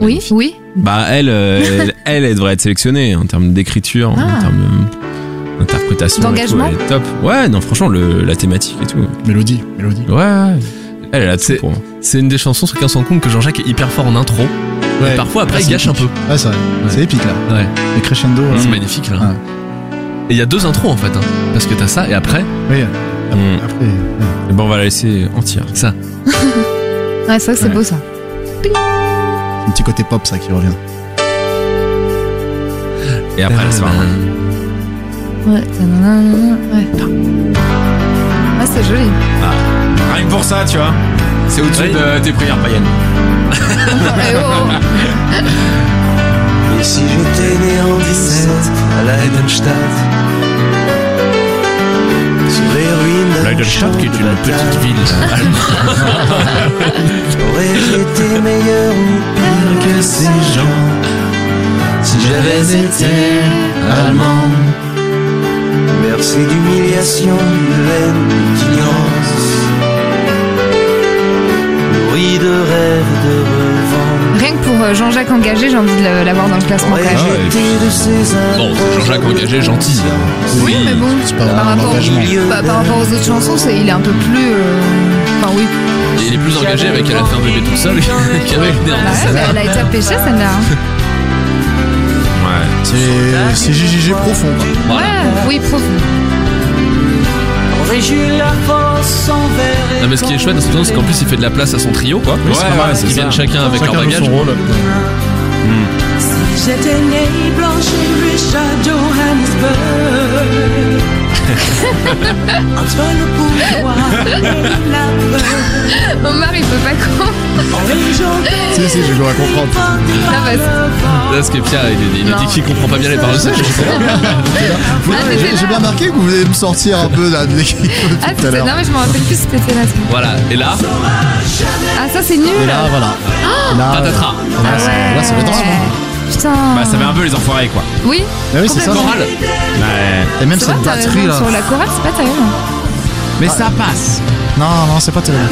S3: Oui, oui.
S2: Bah elle, euh, elle, elle, elle devrait être sélectionnée en termes d'écriture, en
S3: Ah.
S2: termes de- d'interprétation. et tout,
S3: D'engagement
S2: elle est top. Ouais, non, franchement, le, la thématique et tout. Ouais,
S4: Mélodie, mélodie.
S2: ouais. Elle, elle a tout
S1: C'est-
S2: pour moi.
S1: C'est une des chansons, sur qui on se rend compte que Jean-Jacques est hyper fort en intro.
S4: Ouais.
S1: Et parfois, après,
S4: Ah,
S1: il
S4: c'est
S1: gâche un peu.
S4: épique. Ouais, c'est vrai. C'est épique là.
S1: Ouais.
S4: Les crescendo. là.
S1: C'est magnifique, là.
S4: Ouais.
S1: Et il y a deux intros, en fait. hein. parce que t'as ça, et après,
S4: Oui,
S2: Mm.
S4: après. ouais.
S2: Bon, on va la laisser entière.
S1: ça.
S3: Ouais, c'est vrai que c'est
S4: Ouais.
S3: beau ça.
S4: Un petit côté pop ça qui revient.
S2: Et après, elle se va.
S3: Ouais, ta- nan, nan, nan, nan, ouais. Ah, c'est
S2: *laughs*
S3: joli.
S2: Rien que pour ça, tu vois. C'est au-dessus
S1: Oui.
S2: de tes prières païennes.
S3: Eh oh, oh.
S8: Et si j'étais né en 17 à Leidenstadt Sur les ruines d'un champ de bataille,
S1: ville.
S8: Aurais-je été meilleur ou pire que ces gens Si j'avais été allemand Bercé d'humiliation, de haine, d'ignorance Nourri de rêves, de revanche
S3: Rien que pour euh, Jean-Jacques engagé, j'ai envie de le- l'avoir dans le classement quand même.
S8: Aurais-je
S2: ouais.
S8: été de ces
S1: Ah Bon,
S8: imposants
S1: Jean-Jacques engagé, gentil.
S3: Oui, mais bon,
S4: c'est pas
S3: par
S4: vraiment
S3: rapport,
S4: l'engagement.
S3: bah, par rapport aux autres chansons, c'est- il est un peu plus. euh, Enfin, oui.
S1: Et il est plus engagé avec Elle a fait un bébé tout seul *laughs* qu'avec Né en
S4: Ah
S3: Bah ouais,
S1: 17.
S3: bah, elle a été empêchée celle-là. hein.
S2: Ouais.
S4: C'est c'est JJG profond. quoi.
S3: Ouais, oui, profond.
S8: Aurais-je la force envers
S1: Non, mais ce qui est chouette dans cette chanson, c'est qu'en plus, il fait de la place à son trio, quoi.
S2: Ouais, ouais, c'est
S1: Ils
S2: ça.
S1: viennent chacun avec
S4: Chacun
S1: leur
S4: joue
S1: bagage.
S4: son rôle.
S5: J'étais née blanche et riche à
S4: *laughs*
S5: Johannesburg. Entre le pouvoir et la peur.
S3: Mon mari peut pas con.
S5: Les gens
S4: Si, si, je dois comprendre.
S3: Ah, bah, c'est-
S1: Là, ce que Pierre, il, il a dit
S3: Non.
S1: qu'il comprend pas bien les
S3: *laughs*
S1: paroles.
S4: Vous-
S3: Ah, t'étais
S4: J'ai
S3: là.
S4: j'ai bien marqué que vous voulez me sortir un peu là, de
S3: *laughs*
S4: l'équipe
S3: Ah,
S4: tout à
S3: c'est- non,
S4: l'heure.
S3: mais je me rappelle plus si t'étais là. c'est-
S1: Voilà, et là,
S3: Ah, ça, c'est nul.
S4: Et là, voilà.
S3: Ah
S4: Là,
S1: patatras.
S4: là, c'est- là, c'est le drame. hein.
S3: Putain.
S2: Bah, ça fait un peu les enfoirés, quoi.
S3: Oui,
S4: Mais oui, c'est ça.
S1: Chorale.
S2: Ouais.
S4: Et même
S3: c'est vrai,
S4: cette
S3: t'as
S4: batterie
S3: raison.
S4: là.
S3: Sur la chorale, c'est pas terrible. hein.
S2: Mais ça passe.
S4: Non, non, c'est pas terrible.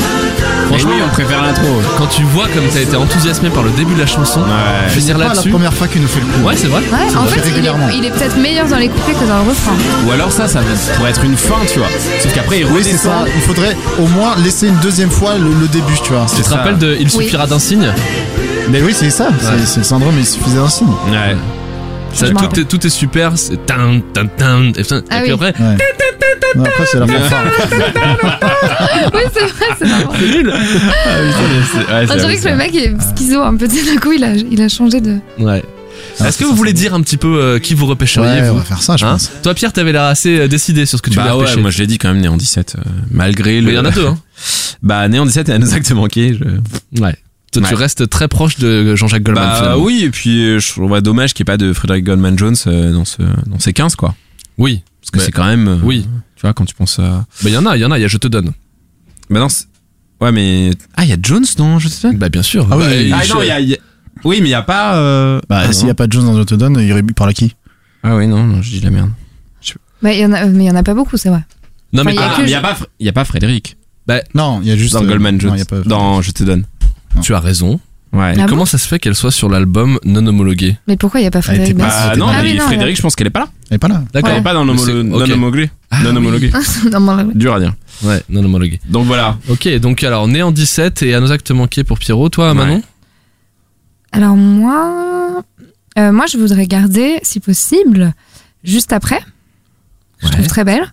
S2: Franchement,
S1: oui,
S2: on préfère l'intro.
S1: quand tu vois comme t'as été enthousiasmé par le début de la chanson,
S2: Ouais.
S1: finir
S4: C'est pas la
S1: là-dessus.
S4: première fois qu'il nous fait le coup.
S1: Ouais, c'est vrai.
S3: Ouais, en
S4: vrai.
S3: fait, il est,
S4: Régulièrement.
S3: il est peut-être meilleur dans les couplets que dans le refrain.
S2: Ou alors ça, ça pourrait être une fin, tu vois. Sauf qu'après, il
S4: Oui, c'est ça.
S2: redescend.
S4: Il faudrait au moins laisser une deuxième fois le, le début, tu vois.
S1: Tu te
S2: ça.
S1: rappelles de Il
S3: Oui.
S1: suffira d'un signe
S4: Mais oui, c'est ça. C'est- C'est le syndrome, il suffisait d'un signe.
S2: Ouais.
S1: Ça,
S3: Je m'en
S1: tout, est, tout est super, c'est tin, tin, tin, et putain,
S3: Ah
S1: et puis
S3: oui.
S1: après,
S4: Ouais. Non, après, c'est la
S3: *laughs*
S4: fanfare.
S3: Ah, oui, c'est vrai, c'est marrant.
S1: c'est nul
S2: Ah Ouais,
S3: On dirait que le mec il est schizo un peu. D'un coup, il a, il a changé de.
S1: Ouais.
S4: Ah,
S1: Est-ce
S4: c'est
S1: que vous
S4: ça,
S1: voulez
S4: c'est
S1: dire un petit peu euh, qui vous repêcheriez,
S4: Ouais, on
S1: vous
S4: va faire ça, je
S1: Hein
S4: pense.
S1: Toi, Pierre, t'avais l'air assez euh, décidé sur ce que tu
S2: bah
S1: voulais
S2: ouais,
S1: repêcher.
S2: moi je l'ai dit quand même, né en 17. euh, malgré le.
S1: Mais il y en a deux, hein.
S2: Bah, né en 17 et à nos actes manqués. Je...
S1: Ouais. Toi, tu
S2: *laughs* Ouais.
S1: restes très proche de Jean-Jacques Goldman.
S2: Bah
S1: finalement.
S2: oui, et puis euh, je trouve bah, dommage qu'il n'y ait pas de Frédéric Goldman Jones euh, dans, ce, dans ces 15, quoi.
S1: Oui.
S2: Parce que
S1: Mais-
S2: c'est quand même. euh,
S1: Oui.
S2: Tu vois, quand tu penses à.
S1: Bah, il y en a, il y en a, il y a Je te donne.
S2: Bah non, c'est- ouais, mais. Ah, il y a Jones, non Je sais pas.
S1: Bah, bien sûr.
S4: Ah oui,
S1: Bah,
S4: oui, oui.
S1: il-
S2: Ah non, il y a. il y a- Oui, mais il n'y a pas. euh,
S4: Bah,
S2: ah,
S4: s'il n'y
S2: non.
S4: a pas de Jones dans Je te donne, il aurait bu par la qui
S2: Ah oui, non, non, je dis de la merde.
S3: Bah, il y en a, mais il y en a pas beaucoup, c'est vrai.
S1: Non, mais
S3: Enfin, Il y a
S2: Ah,
S3: que-
S2: mais il n'y a, pas Fr- il y a pas Frédéric.
S4: Non, il y a juste.
S2: Dans
S4: euh,
S2: Goldman
S4: non,
S2: Jones.
S4: il y a pas-
S2: dans Je te donne.
S1: tu as raison.
S2: Ouais.
S3: Ah bon
S1: Comment ça se fait qu'elle soit sur l'album non homologué
S3: Mais pourquoi il n'y a pas
S4: Elle était
S3: Frédéric
S4: pas-
S3: Bastien
S2: Bah
S4: c'était
S2: non,
S4: pas-
S3: Ah
S2: mais
S3: oui, non,
S2: Frédéric, je pense qu'elle est pas là.
S4: Elle est pas là.
S1: D'accord.
S2: Elle est pas dans l'homo-
S1: C'est- ok. Ah
S2: non homologué. Non homologué.
S3: Non, *laughs* mais-
S2: Ah, Dur à dire.
S1: Ouais, non homologué.
S2: Donc voilà.
S1: Ok, donc alors né en 17 et à nos actes manqués pour Pierrot, toi
S2: Ouais.
S1: Manon
S3: Alors moi, euh, moi je voudrais garder, si possible, juste après. Je
S1: Ouais.
S3: trouve très belle.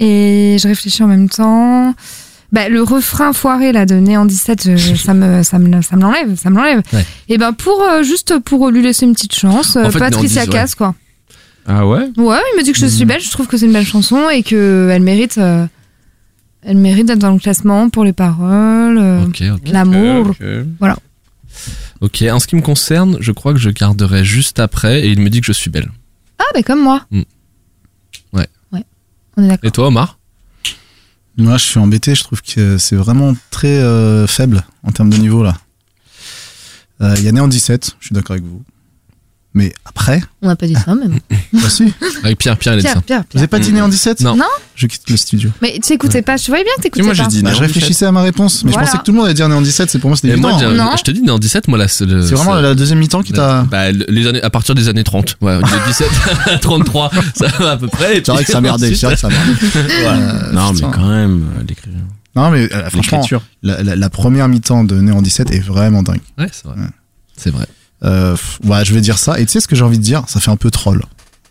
S3: Et je réfléchis en même temps. Bah, le refrain foiré là de Né en 17, je- ça me ça me ça me l'enlève, ça me l'enlève.
S1: Ouais.
S3: Et ben pour euh, juste pour lui laisser une petite chance,
S1: En
S3: euh,
S1: fait, Né en
S3: Patricia
S1: 10, ouais. Mhm.
S3: Cass quoi.
S2: Ah ouais
S3: Ouais, il me dit que je suis belle, je trouve que c'est une belle chanson et que elle mérite euh, elle mérite d'être dans le classement pour les paroles, euh,
S1: Ok, ok.
S3: l'amour.
S1: Ok, en ce qui me concerne, je crois que je garderai juste après et il me dit que je suis belle.
S3: Ah bah comme moi.
S1: Mm. Ouais.
S3: Ouais. On est d'accord.
S1: Et toi Omar
S4: Moi, je suis embêté. Je trouve que c'est vraiment très euh, faible en termes de niveau là. Euh, Il y en a né en 17. Je suis d'accord avec vous. Mais après,
S10: On n'a pas dit ça, même.
S4: bah si.
S1: Avec Pierre, Pierre il a dit ça.
S3: Pierre, Pierre,
S4: Vous
S3: Pierre.
S4: n'avez pas dîné en 17
S1: Non.
S3: Non.
S4: Je quitte le studio.
S3: Mais tu écoutais pas, je voyais bien que t'écoutais
S2: moi, j'ai
S3: pas.
S2: dit-
S4: Bah, je réfléchissais à ma réponse, mais
S3: Voilà.
S4: je pensais que tout le monde allait dire né en 17. C'est pour moi, c'était
S1: Et moi,
S4: évident. hein.
S1: je-
S3: Non.
S1: je te dis né en 17, moi là c'est le-
S4: C'est vraiment
S1: ça-
S4: la euh, deuxième mi-temps qui
S1: *laughs*
S4: t'a.
S1: Bah, le- les années, à partir des années 30. Ouais,
S4: *laughs*
S1: de 17 à 33, ça va à peu près. et
S4: C'est vrai
S1: puis
S4: que ça merdait.
S1: ensuite-
S4: C'est vrai que ça merdait. *laughs* Euh,
S2: *laughs* Non, mais
S4: putain.
S2: quand même, euh, l'écrivain.
S4: Non, mais euh, franchement,
S2: L'écriture.
S4: la, la- la première mi-temps de Néon 17 est vraiment dingue.
S1: Ouais, c'est vrai.
S4: Ouais.
S1: C'est vrai.
S4: Euh, pff, ouais, je vais dire ça. Et tu sais ce que j'ai envie de dire Ça fait un peu troll.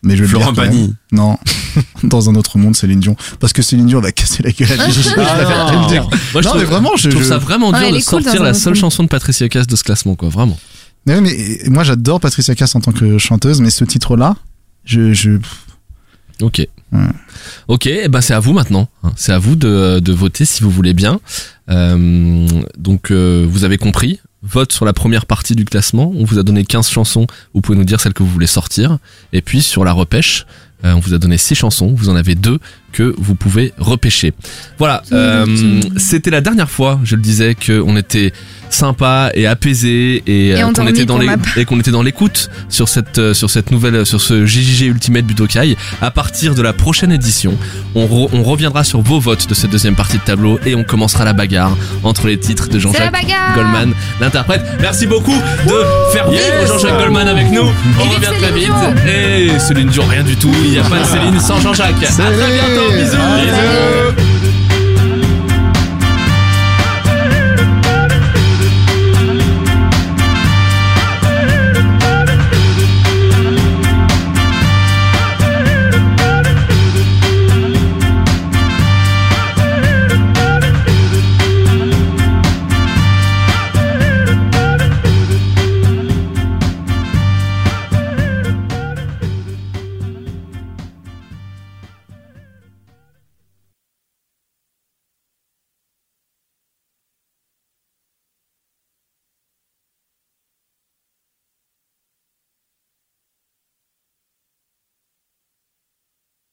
S4: Mais je vais le
S2: Florent
S4: dire quand même.
S2: Pagny.
S4: Non. *laughs* Dans un autre monde, Céline Dion. Parce que Céline Dion va casser la gueule à Gigi.
S2: Ah,
S4: Je préfère te le dire.
S1: Moi, je
S4: non,
S1: trouve,
S4: mais vraiment, je.
S1: je trouve
S4: je-
S1: ça vraiment
S3: Ouais,
S1: dur
S3: elle
S1: de
S3: est cool
S1: sortir
S3: dans
S1: la
S3: un
S1: seule
S3: film.
S1: chanson de Patricia Cass de ce classement, quoi. Vraiment.
S4: Mais, oui, mais- et moi, j'adore Patricia Cass en tant que chanteuse, mais ce titre-là, je. je...
S1: Ok.
S4: Ouais.
S1: Ok, eh ben c'est à vous maintenant. hein. C'est à vous de, de voter si vous voulez bien. Euh, donc euh, vous avez compris. Vote sur la première partie du classement. On vous a donné 15 chansons. Vous pouvez nous dire celles que vous voulez sortir. Et puis sur la repêche, euh, on vous a donné 6 chansons. Vous en avez deux que vous pouvez repêcher. Voilà. euh, C'était la dernière fois, je le disais, qu'on était sympa et apaisé et, euh, qu'on
S3: endormi
S1: était dans
S3: pour
S1: les
S3: ma
S1: et qu'on était dans l'écoute sur cette euh, sur cette nouvelle sur ce JJG Ultimate Budokai. À partir de la prochaine édition, on, re- on reviendra sur vos votes de cette deuxième partie de tableau et on commencera la bagarre entre les titres de
S3: C'est la
S1: Jean-Jacques
S3: bagarre
S1: Goldman, l'interprète. Merci beaucoup de faire vivre
S2: Yes
S1: Jean-Jacques Goldman avec nous. On
S3: Et vive
S1: revient très
S3: Céline
S1: vite. Et Céline Dion, rien du tout. Il n'y a pas de Céline sans Jean-Jacques. À très bientôt. Bisous.
S4: Allez.
S1: Bisous.